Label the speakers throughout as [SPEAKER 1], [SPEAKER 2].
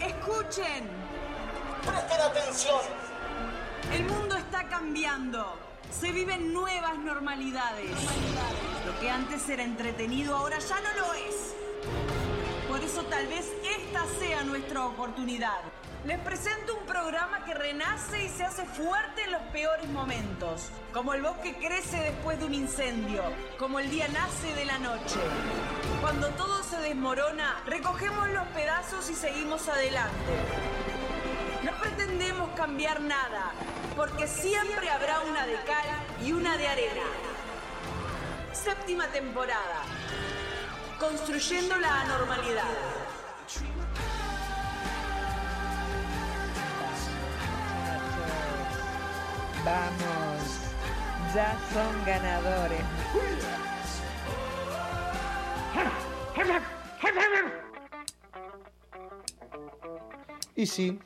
[SPEAKER 1] Escuchen,
[SPEAKER 2] Presten atención.
[SPEAKER 1] el mundo está cambiando. Se viven nuevas normalidades. Lo que antes era entretenido ahora ya no lo es. Por eso tal vez esta sea nuestra oportunidad. Les presento un programa que renace y se hace fuerte en los peores momentos. Como el bosque crece después de un incendio. Como el día nace de la noche. Cuando todo se desmorona, recogemos los pedazos y seguimos adelante. No pretendemos cambiar nada, porque siempre habrá una de cal y una de arena. Séptima temporada. Construyendo la anormalidad.
[SPEAKER 3] Vamos, ya son ganadores.
[SPEAKER 4] Y sí.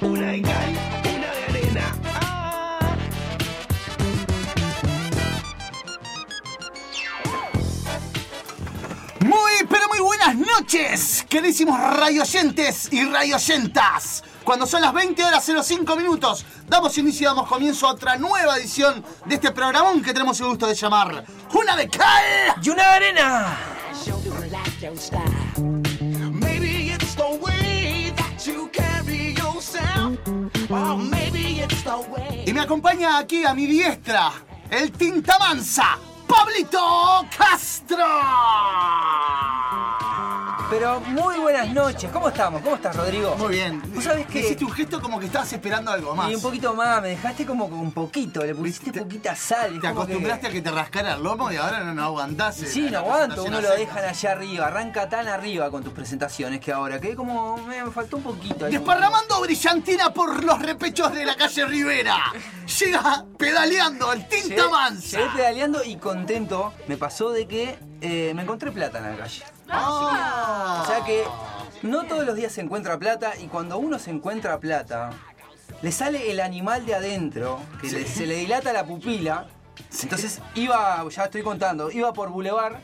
[SPEAKER 5] Una de cal, una de arena. ¡Ah!
[SPEAKER 4] Muy, pero muy buenas noches, queridísimos radioyentes y radioyentas. Cuando son las 20 horas 05 minutos, damos inicio y damos comienzo a otra nueva edición de este programón que tenemos el gusto de llamar Una de Cal.
[SPEAKER 6] Y una arena.
[SPEAKER 5] Maybe it's the way that you carry yourself. Or maybe it's the way.
[SPEAKER 4] Y me acompaña aquí a mi diestra, el Tintamanza, Pablito Castro.
[SPEAKER 6] Pero muy buenas noches. ¿Cómo estamos? ¿Cómo estás, Rodrigo?
[SPEAKER 4] Muy bien.
[SPEAKER 6] ¿Vos sabés qué?
[SPEAKER 4] Hiciste un gesto como que estabas esperando algo más.
[SPEAKER 6] Y un poquito más, me dejaste como con un poquito, le pusiste
[SPEAKER 4] Te-
[SPEAKER 6] poquita sal. es como
[SPEAKER 4] Te
[SPEAKER 6] que-
[SPEAKER 4] acostumbraste a que te rascara el lomo y ahora no, no aguantás. eh,
[SPEAKER 6] Sí, no
[SPEAKER 4] la
[SPEAKER 6] aguanto,
[SPEAKER 4] presentación
[SPEAKER 6] uno lo
[SPEAKER 4] a
[SPEAKER 6] dejan
[SPEAKER 4] secas.
[SPEAKER 6] allá arriba, arranca tan arriba con tus presentaciones que ahora, que como me faltó un poquito. ahí.
[SPEAKER 4] Desparramando brillantina por los repechos de la calle Rivera. Llega pedaleando el
[SPEAKER 6] Llegué-
[SPEAKER 4] tinta mansa.
[SPEAKER 6] Llegué pedaleando y contento, me pasó de que eh, me encontré plata en la calle.
[SPEAKER 4] Ah.
[SPEAKER 6] O sea que no todos los días se encuentra plata y cuando uno se encuentra plata, le sale el animal de adentro, que le- se le dilata la pupila. Entonces iba, ya estoy contando, iba por Boulevard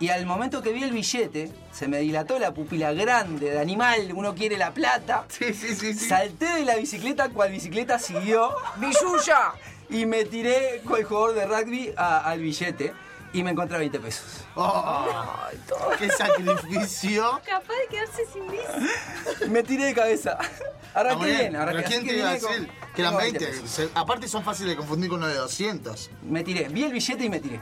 [SPEAKER 6] y al momento que vi el billete, se me dilató la pupila grande de animal, uno quiere la plata.
[SPEAKER 4] Sí, sí, sí. sí.
[SPEAKER 6] Salté de la bicicleta, cual bicicleta siguió. ¡Bisuya! Y me tiré con el jugador de rugby a- al billete y me encontré 20 pesos.
[SPEAKER 4] Oh,
[SPEAKER 6] Ah.
[SPEAKER 4] ¡Qué sacrificio!
[SPEAKER 1] Capaz de quedarse sin bici.
[SPEAKER 6] Me tiré de cabeza.
[SPEAKER 4] Está
[SPEAKER 6] Arranqué
[SPEAKER 4] muy
[SPEAKER 6] bien,
[SPEAKER 4] bien,
[SPEAKER 6] arranqué
[SPEAKER 4] Pero
[SPEAKER 6] así
[SPEAKER 4] ¿quién
[SPEAKER 6] que
[SPEAKER 4] te iba a
[SPEAKER 6] vine con-
[SPEAKER 4] decir que eran
[SPEAKER 6] tengo
[SPEAKER 4] 20?
[SPEAKER 6] pesos.
[SPEAKER 4] Se- aparte son fáciles de confundir con los de 200.
[SPEAKER 6] Me tiré, vi el billete y me tiré.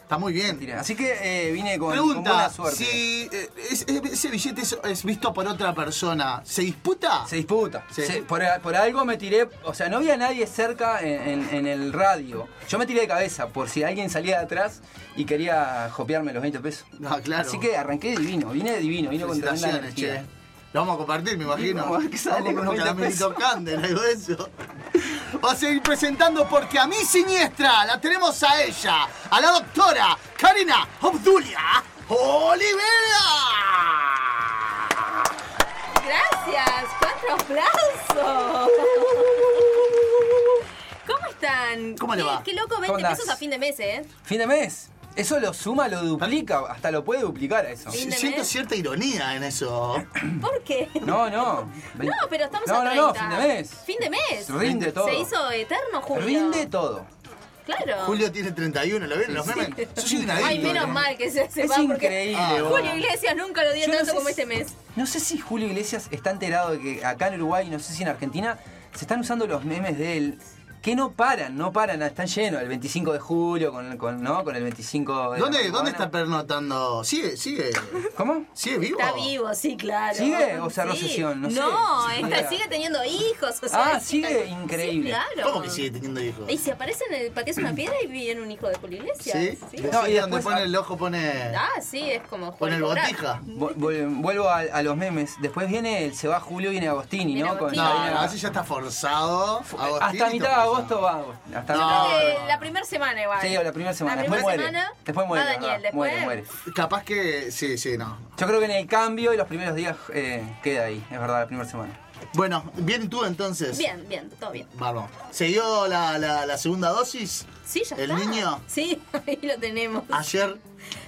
[SPEAKER 4] Está muy bien.
[SPEAKER 6] Tiré. Así que eh, vine con, con buena
[SPEAKER 4] Pregunta,
[SPEAKER 6] suerte.
[SPEAKER 4] si eh, es- es- ese billete es, es visto por otra persona, ¿se disputa?
[SPEAKER 6] Se disputa.
[SPEAKER 4] Sí.
[SPEAKER 6] Se- por, por algo me tiré, o sea, no había nadie cerca en, en- en el radio. Yo me tiré de cabeza por si alguien salía de atrás y quería jopearme los 20 pesos.
[SPEAKER 4] Ah, claro.
[SPEAKER 6] Así que arranqué divino, vine divino, vine con tremenda
[SPEAKER 4] Felicitaciones,
[SPEAKER 6] energía.
[SPEAKER 4] che. Lo vamos a compartir, me imagino.
[SPEAKER 6] Vamos a ver qué sale
[SPEAKER 4] Vamos a comprar
[SPEAKER 6] con
[SPEAKER 4] unos
[SPEAKER 6] 20
[SPEAKER 4] caramelitos
[SPEAKER 6] pesos.
[SPEAKER 4] Candel, algo de eso. Vamos a seguir presentando porque a mi siniestra la tenemos a ella, a la doctora Karina Obdulia Olivera.
[SPEAKER 7] Gracias, cuatro aplausos. ¿Cómo están?
[SPEAKER 4] ¿Cómo le
[SPEAKER 7] Qué-
[SPEAKER 4] va?
[SPEAKER 7] Qué loco,
[SPEAKER 6] ¿Cómo
[SPEAKER 7] 20
[SPEAKER 6] andás?
[SPEAKER 7] pesos a fin de mes, ¿eh?
[SPEAKER 6] Fin de mes. Eso lo suma, lo duplica, hasta lo puede duplicar a eso.
[SPEAKER 7] Sí. Linda,
[SPEAKER 4] Siento
[SPEAKER 7] ¿eh?
[SPEAKER 4] cierta ironía en eso.
[SPEAKER 7] ¿Por qué?
[SPEAKER 6] No, no.
[SPEAKER 7] No, pero estamos
[SPEAKER 6] no,
[SPEAKER 7] a
[SPEAKER 6] No,
[SPEAKER 7] 30.
[SPEAKER 6] no, fin de mes.
[SPEAKER 7] Fin de mes.
[SPEAKER 6] Rinde todo.
[SPEAKER 7] Se hizo eterno julio.
[SPEAKER 6] Rinde todo.
[SPEAKER 7] Claro.
[SPEAKER 4] Julio tiene 31, ¿lo vieron los memes? Yo soy un
[SPEAKER 7] Ay,
[SPEAKER 4] adicto,
[SPEAKER 7] menos
[SPEAKER 4] ¿no?
[SPEAKER 7] mal que se, se
[SPEAKER 6] Es
[SPEAKER 7] va porque
[SPEAKER 6] increíble,
[SPEAKER 4] Ah,
[SPEAKER 6] vos.
[SPEAKER 7] Julio Iglesias nunca lo dio
[SPEAKER 6] Yo no
[SPEAKER 7] tanto
[SPEAKER 6] sé
[SPEAKER 7] como
[SPEAKER 6] si-
[SPEAKER 7] este mes.
[SPEAKER 6] No sé si Julio Iglesias está enterado de que acá en Uruguay, no sé si en Argentina, se están usando los memes de él que no paran, no paran, están llenos. El 25 de julio, con, con- ¿no? Con el 25 de. la
[SPEAKER 4] ¿Dónde, dónde
[SPEAKER 6] marihuana.
[SPEAKER 4] está pernotando? Sigue, sigue.
[SPEAKER 6] ¿Cómo?
[SPEAKER 4] ¿Sigue vivo?
[SPEAKER 7] Está vivo, sí, claro.
[SPEAKER 6] ¿Sigue o cerró
[SPEAKER 7] Sí.
[SPEAKER 6] sesión? No sé.
[SPEAKER 7] esta- sigue teniendo hijos. O sea,
[SPEAKER 6] Ah, sigue, increíble.
[SPEAKER 7] Sí, claro.
[SPEAKER 4] ¿Cómo que sigue teniendo hijos?
[SPEAKER 7] Y si aparece en el pateas una piedra y viene un hijo de Julio Iglesias.
[SPEAKER 4] ¿Sí?
[SPEAKER 7] sí.
[SPEAKER 6] No, y
[SPEAKER 4] y donde
[SPEAKER 6] después-
[SPEAKER 4] pone el ojo pone,
[SPEAKER 7] Ah, sí, es como Juan
[SPEAKER 4] pone el
[SPEAKER 7] Cobrar.
[SPEAKER 4] botija.
[SPEAKER 6] Vol- vol- Vuelvo a, a los memes. Después viene el Se va Julio, viene Agostini,
[SPEAKER 7] Viene
[SPEAKER 6] ¿no? Con-
[SPEAKER 7] Agostini.
[SPEAKER 4] No,
[SPEAKER 7] No,
[SPEAKER 4] no, así ya está forzado. Agostini
[SPEAKER 6] hasta
[SPEAKER 4] está
[SPEAKER 6] mitad de
[SPEAKER 4] forzado.
[SPEAKER 6] agosto va. Agostini. Hasta
[SPEAKER 7] Yo
[SPEAKER 4] No,
[SPEAKER 6] mitad de
[SPEAKER 7] creo
[SPEAKER 6] agosto.
[SPEAKER 7] que la primera semana igual.
[SPEAKER 6] Sí, o la primera semana.
[SPEAKER 7] La
[SPEAKER 6] después
[SPEAKER 7] primera
[SPEAKER 6] muere.
[SPEAKER 7] semana.
[SPEAKER 6] después muere.
[SPEAKER 7] va
[SPEAKER 6] la
[SPEAKER 7] Daniel,
[SPEAKER 6] verdad.
[SPEAKER 7] después.
[SPEAKER 6] Muere, muere.
[SPEAKER 4] Capaz que. Sí, sí, no.
[SPEAKER 6] Yo creo que en el cambio y los primeros días eh, queda ahí, es verdad, la primera semana.
[SPEAKER 4] Bueno, bien tú entonces.
[SPEAKER 7] Bien, bien, todo bien.
[SPEAKER 4] Vamos. ¿Se dio la, la- la segunda dosis?
[SPEAKER 7] Sí, ya
[SPEAKER 4] ¿El
[SPEAKER 7] está.
[SPEAKER 4] niño?
[SPEAKER 7] Sí, ahí lo tenemos.
[SPEAKER 4] Ayer.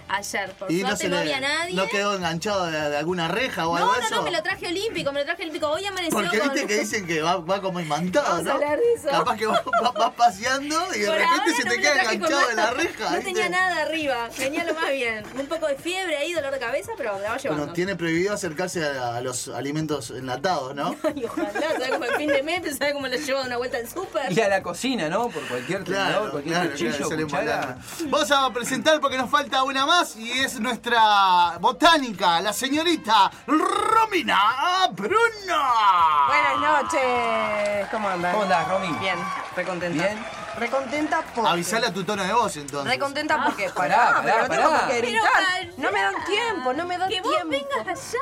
[SPEAKER 7] Ayer, por
[SPEAKER 4] Y no
[SPEAKER 7] suerte
[SPEAKER 4] se
[SPEAKER 7] no,
[SPEAKER 4] le-
[SPEAKER 7] había nadie.
[SPEAKER 4] ¿No quedó enganchado de, de alguna reja o
[SPEAKER 7] no,
[SPEAKER 4] algo
[SPEAKER 7] no,
[SPEAKER 4] de eso?
[SPEAKER 7] no, me lo traje olímpico, me lo traje olímpico. Hoy amaneció
[SPEAKER 4] Porque
[SPEAKER 7] con...
[SPEAKER 4] viste que dicen que va, va como imantado,
[SPEAKER 7] Vamos a
[SPEAKER 4] ¿no?
[SPEAKER 7] hablar de eso.
[SPEAKER 4] Capaz que vas va, vas paseando y de
[SPEAKER 7] Por
[SPEAKER 4] repente
[SPEAKER 7] ahora
[SPEAKER 4] se
[SPEAKER 7] no me
[SPEAKER 4] te
[SPEAKER 7] lo
[SPEAKER 4] queda
[SPEAKER 7] traje con
[SPEAKER 4] enganchado de la
[SPEAKER 7] nada.
[SPEAKER 4] reja.
[SPEAKER 7] No
[SPEAKER 4] ¿viste?
[SPEAKER 7] tenía nada arriba, venía lo más bien. Un poco de fiebre ahí, dolor de cabeza, pero la va llevando.
[SPEAKER 4] Bueno, tiene prohibido acercarse a, a los alimentos enlatados, ¿no?
[SPEAKER 7] Y ojalá, ¿sabes cómo el fin de mes? ¿Sabes cómo lo llevo de una vuelta al súper?
[SPEAKER 6] Y a la cocina, ¿no? Por cualquier tenedor, cualquier cuchillo, cuchara.
[SPEAKER 4] sale embalado. Vamos a presentar porque nos falta una más y es nuestra botánica, la señorita Romina Bruno.
[SPEAKER 8] Buenas noches. ¿Cómo andas?
[SPEAKER 6] ¿Cómo andás, Romy?
[SPEAKER 8] Bien, recontenta.
[SPEAKER 6] Bien.
[SPEAKER 8] Recontenta porque.
[SPEAKER 4] Avisale a tu tono de voz entonces.
[SPEAKER 8] Recontenta
[SPEAKER 7] Ah.
[SPEAKER 8] porque.
[SPEAKER 6] Pará,
[SPEAKER 8] Pará,
[SPEAKER 6] pará,
[SPEAKER 8] pero no tengo
[SPEAKER 6] pará.
[SPEAKER 8] por qué
[SPEAKER 7] Pero
[SPEAKER 8] gritar.
[SPEAKER 7] calma.
[SPEAKER 8] No me dan tiempo, no me dan
[SPEAKER 7] Que vos
[SPEAKER 8] tiempo.
[SPEAKER 7] vengas allá,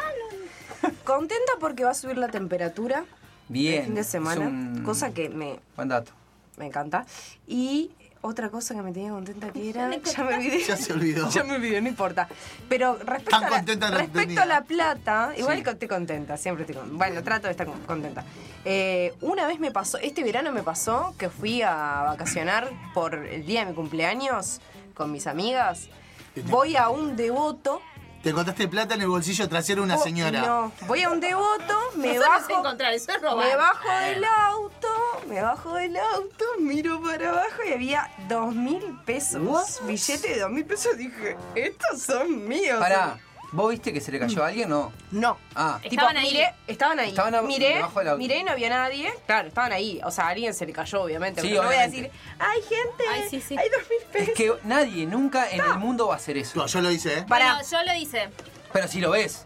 [SPEAKER 7] no-
[SPEAKER 8] Contenta porque va a subir la temperatura
[SPEAKER 6] Bien.
[SPEAKER 8] el fin de semana,
[SPEAKER 6] Es un
[SPEAKER 8] cosa que me,
[SPEAKER 6] Buen dato.
[SPEAKER 8] me encanta. Y otra cosa que me tenía contenta que era. Ya me olvidé.
[SPEAKER 4] Ya se olvidó.
[SPEAKER 8] Ya me olvidé, no importa. Pero respecto,
[SPEAKER 4] Tan
[SPEAKER 8] a,
[SPEAKER 4] contenta
[SPEAKER 8] la,
[SPEAKER 4] no
[SPEAKER 8] respecto
[SPEAKER 4] tenía.
[SPEAKER 8] a la plata, igual
[SPEAKER 6] Sí.
[SPEAKER 8] que estoy contenta, siempre estoy contenta. Bueno, trato de estar con- contenta. Eh, una vez me pasó, este verano me pasó que fui a vacacionar por el día de mi cumpleaños con mis amigas.
[SPEAKER 4] Este
[SPEAKER 8] Voy a un devoto.
[SPEAKER 4] Te encontraste plata en el bolsillo trasero de una
[SPEAKER 8] Oh,
[SPEAKER 4] señora.
[SPEAKER 8] No, voy a un devoto, me
[SPEAKER 7] eso no es
[SPEAKER 8] bajo.
[SPEAKER 7] encontrar, eso es robar. Ah.
[SPEAKER 8] Me bajo del auto, me bajo del auto, miro para abajo y había dos mil pesos.
[SPEAKER 4] What?
[SPEAKER 8] Billete de dos mil pesos. Dije, eh. estos son míos.
[SPEAKER 6] Pará, ¿vos viste que se le cayó a alguien o no?
[SPEAKER 8] No.
[SPEAKER 6] Ah.
[SPEAKER 7] Estaban ahí.
[SPEAKER 8] Miré, estaban ahí.
[SPEAKER 6] Estaban ab-
[SPEAKER 8] miré,
[SPEAKER 6] debajo del auto.
[SPEAKER 8] miré y no había nadie. Claro, estaban ahí. O sea, a alguien se le cayó, obviamente.
[SPEAKER 6] Sí,
[SPEAKER 8] pero no voy a
[SPEAKER 6] obviamente.
[SPEAKER 8] decir, ¡ay, gente!
[SPEAKER 7] Ay, sí, sí.
[SPEAKER 8] ¡Hay dos mil pesos!
[SPEAKER 6] Es que nadie nunca en el mundo va a hacer eso.
[SPEAKER 4] No, yo lo hice, ¿eh?
[SPEAKER 8] Pará.
[SPEAKER 7] Bueno, yo lo hice.
[SPEAKER 6] Pero si lo ves.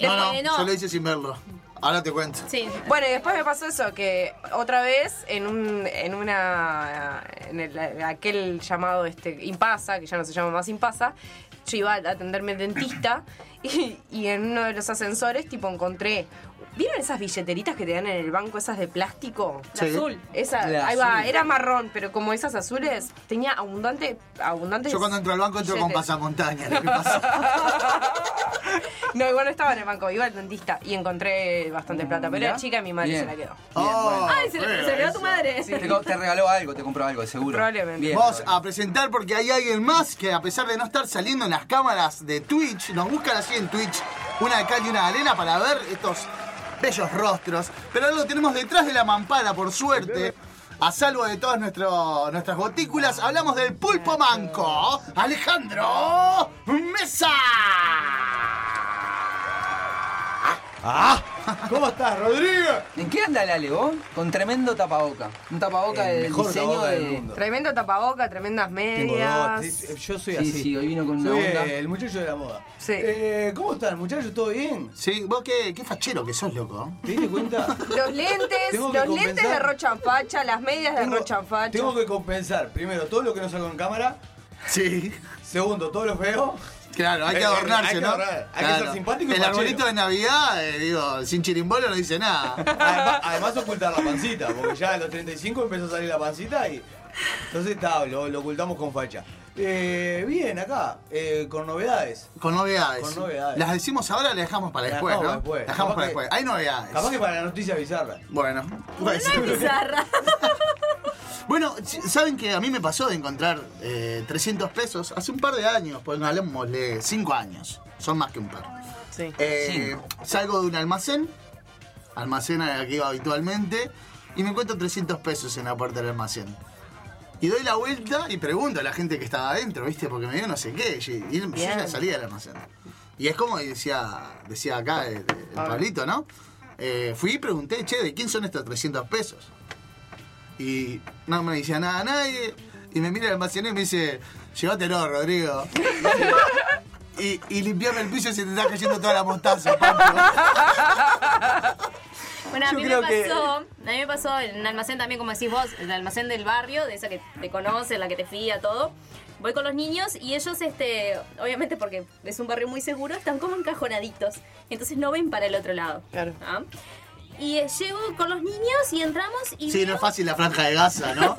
[SPEAKER 4] No, no,
[SPEAKER 7] Eh,
[SPEAKER 4] yo lo hice sin verlo. Ahora te cuento.
[SPEAKER 7] Sí.
[SPEAKER 8] Bueno, y después me pasó eso, que otra vez en un, en una, en el- aquel llamado este impasa, que ya no se llama más impasa, yo iba a atenderme al dentista y, y en uno de los ascensores tipo encontré, ¿vieron esas billeteritas que te dan en el banco, esas de plástico?
[SPEAKER 4] La Sí. azul.
[SPEAKER 8] Esa,
[SPEAKER 6] La
[SPEAKER 8] ahí va,
[SPEAKER 6] azul.
[SPEAKER 8] era marrón, pero como esas azules, tenía abundante, abundante.
[SPEAKER 4] Yo cuando entro al banco entro con pasamontaña. ¿Qué
[SPEAKER 8] No, igual no estaba en el banco, iba al dentista y encontré bastante plata, pero
[SPEAKER 6] Mm, Mirá.
[SPEAKER 8] era chica y mi madre
[SPEAKER 6] Bien.
[SPEAKER 8] se la
[SPEAKER 6] Bien,
[SPEAKER 8] quedó.
[SPEAKER 4] Oh,
[SPEAKER 6] bueno.
[SPEAKER 7] Ay, se, le- se le quedó a tu madre.
[SPEAKER 6] Te, co- te regaló algo, te compró algo, de seguro.
[SPEAKER 8] Probablemente.
[SPEAKER 6] Bien,
[SPEAKER 4] Vamos
[SPEAKER 6] probable.
[SPEAKER 4] a presentar porque hay alguien más que a pesar de no estar saliendo en las cámaras de Twitch, nos buscan así en Twitch, una de cal y una de arena para ver estos bellos rostros. Pero ahora lo tenemos detrás de la mampara, por suerte. A salvo de todas nuestro- nuestras gotículas, hablamos del pulpo manco, Alejandro Mesa. ¡Ah! ¿Cómo estás, Rodrigo?
[SPEAKER 6] ¿En qué anda el Ale, vos? Con tremendo tapaboca. Un tapaboca
[SPEAKER 9] El
[SPEAKER 6] del
[SPEAKER 9] mejor
[SPEAKER 6] diseño
[SPEAKER 9] tapaboca
[SPEAKER 6] de...
[SPEAKER 9] del mundo.
[SPEAKER 8] Tremendo tapaboca, tremendas
[SPEAKER 9] Tengo
[SPEAKER 8] medias.
[SPEAKER 9] dos, sí, Yo soy
[SPEAKER 6] Sí,
[SPEAKER 9] así.
[SPEAKER 6] sí, hoy vino con una
[SPEAKER 9] Soy
[SPEAKER 6] onda.
[SPEAKER 9] El muchacho de la moda.
[SPEAKER 8] Sí.
[SPEAKER 9] Eh, ¿Cómo están, muchachos? ¿Todo bien?
[SPEAKER 4] Sí, vos qué, qué fachero que sos, loco.
[SPEAKER 9] ¿Te diste cuenta?
[SPEAKER 8] Los lentes,
[SPEAKER 9] Tengo
[SPEAKER 8] los
[SPEAKER 9] que
[SPEAKER 8] lentes
[SPEAKER 9] compensar.
[SPEAKER 8] de Rochan Facha, las medias de Rochan Facha.
[SPEAKER 9] tengo que compensar, primero, todo lo que no salgo en cámara.
[SPEAKER 4] Sí.
[SPEAKER 9] Segundo, todo lo feo.
[SPEAKER 4] Claro, hay que
[SPEAKER 9] Eh, eh,
[SPEAKER 4] adornarse,
[SPEAKER 9] hay que
[SPEAKER 4] ¿no?
[SPEAKER 9] adornar, hay que
[SPEAKER 4] Claro.
[SPEAKER 9] ser simpático y
[SPEAKER 4] El
[SPEAKER 9] fachero.
[SPEAKER 4] arbolito de Navidad, eh, digo, sin chirimbolo no dice nada.
[SPEAKER 9] Además, además ocultar la pancita, porque ya a los 35 empezó a salir la pancita y. Entonces está, lo, lo ocultamos con facha. Eh, bien, acá, eh, con novedades.
[SPEAKER 4] Con novedades.
[SPEAKER 9] Con novedades.
[SPEAKER 4] Las decimos ahora, las dejamos para
[SPEAKER 9] Las
[SPEAKER 4] después, ¿no?
[SPEAKER 9] dejamos para después.
[SPEAKER 4] Las dejamos
[SPEAKER 9] Capaz
[SPEAKER 4] para
[SPEAKER 9] que-
[SPEAKER 4] después. Hay novedades.
[SPEAKER 9] Capaz que para la noticia bizarra.
[SPEAKER 4] Bueno, puede
[SPEAKER 7] Una
[SPEAKER 4] ser.
[SPEAKER 7] pizarra.
[SPEAKER 4] bueno, si- saben que a mí me pasó de encontrar eh, 300 pesos hace un par de años, pues hablamos de 5 años, son más que un par.
[SPEAKER 8] Sí.
[SPEAKER 4] Eh, salgo de un almacén, almacén al que iba habitualmente, y me encuentro 300 pesos en la puerta del almacén. Y doy la vuelta y pregunto a la gente que estaba adentro, ¿viste? Porque me dio no sé qué. Y y yo
[SPEAKER 8] Bien.
[SPEAKER 4] ya salía del almacén. Y es como decía, decía acá el, el Pablito, ¿no? Eh, fui y pregunté, che, ¿de quién son estos 300 pesos? Y no me decía nada a nadie. Y me mira el almacenero y me dice, llévatelo, Rodrigo. Y, y limpiame el piso y se te está cayendo toda la mostaza, Pablo.
[SPEAKER 7] Bueno, a
[SPEAKER 9] Yo
[SPEAKER 7] mí me
[SPEAKER 9] creo
[SPEAKER 7] pasó,
[SPEAKER 9] que-
[SPEAKER 7] a mí me pasó en un almacén también, como decís vos, el almacén del barrio, de esa que te conoce, la que te fía, todo. Voy con los niños y ellos, este, obviamente porque es un barrio muy seguro, están como encajonaditos. Entonces no ven para el otro lado.
[SPEAKER 8] Claro.
[SPEAKER 7] ¿ah? Y eh, llego con los niños y entramos y
[SPEAKER 4] Sí,
[SPEAKER 7] veo-
[SPEAKER 4] no es fácil la franja de Gaza, ¿no?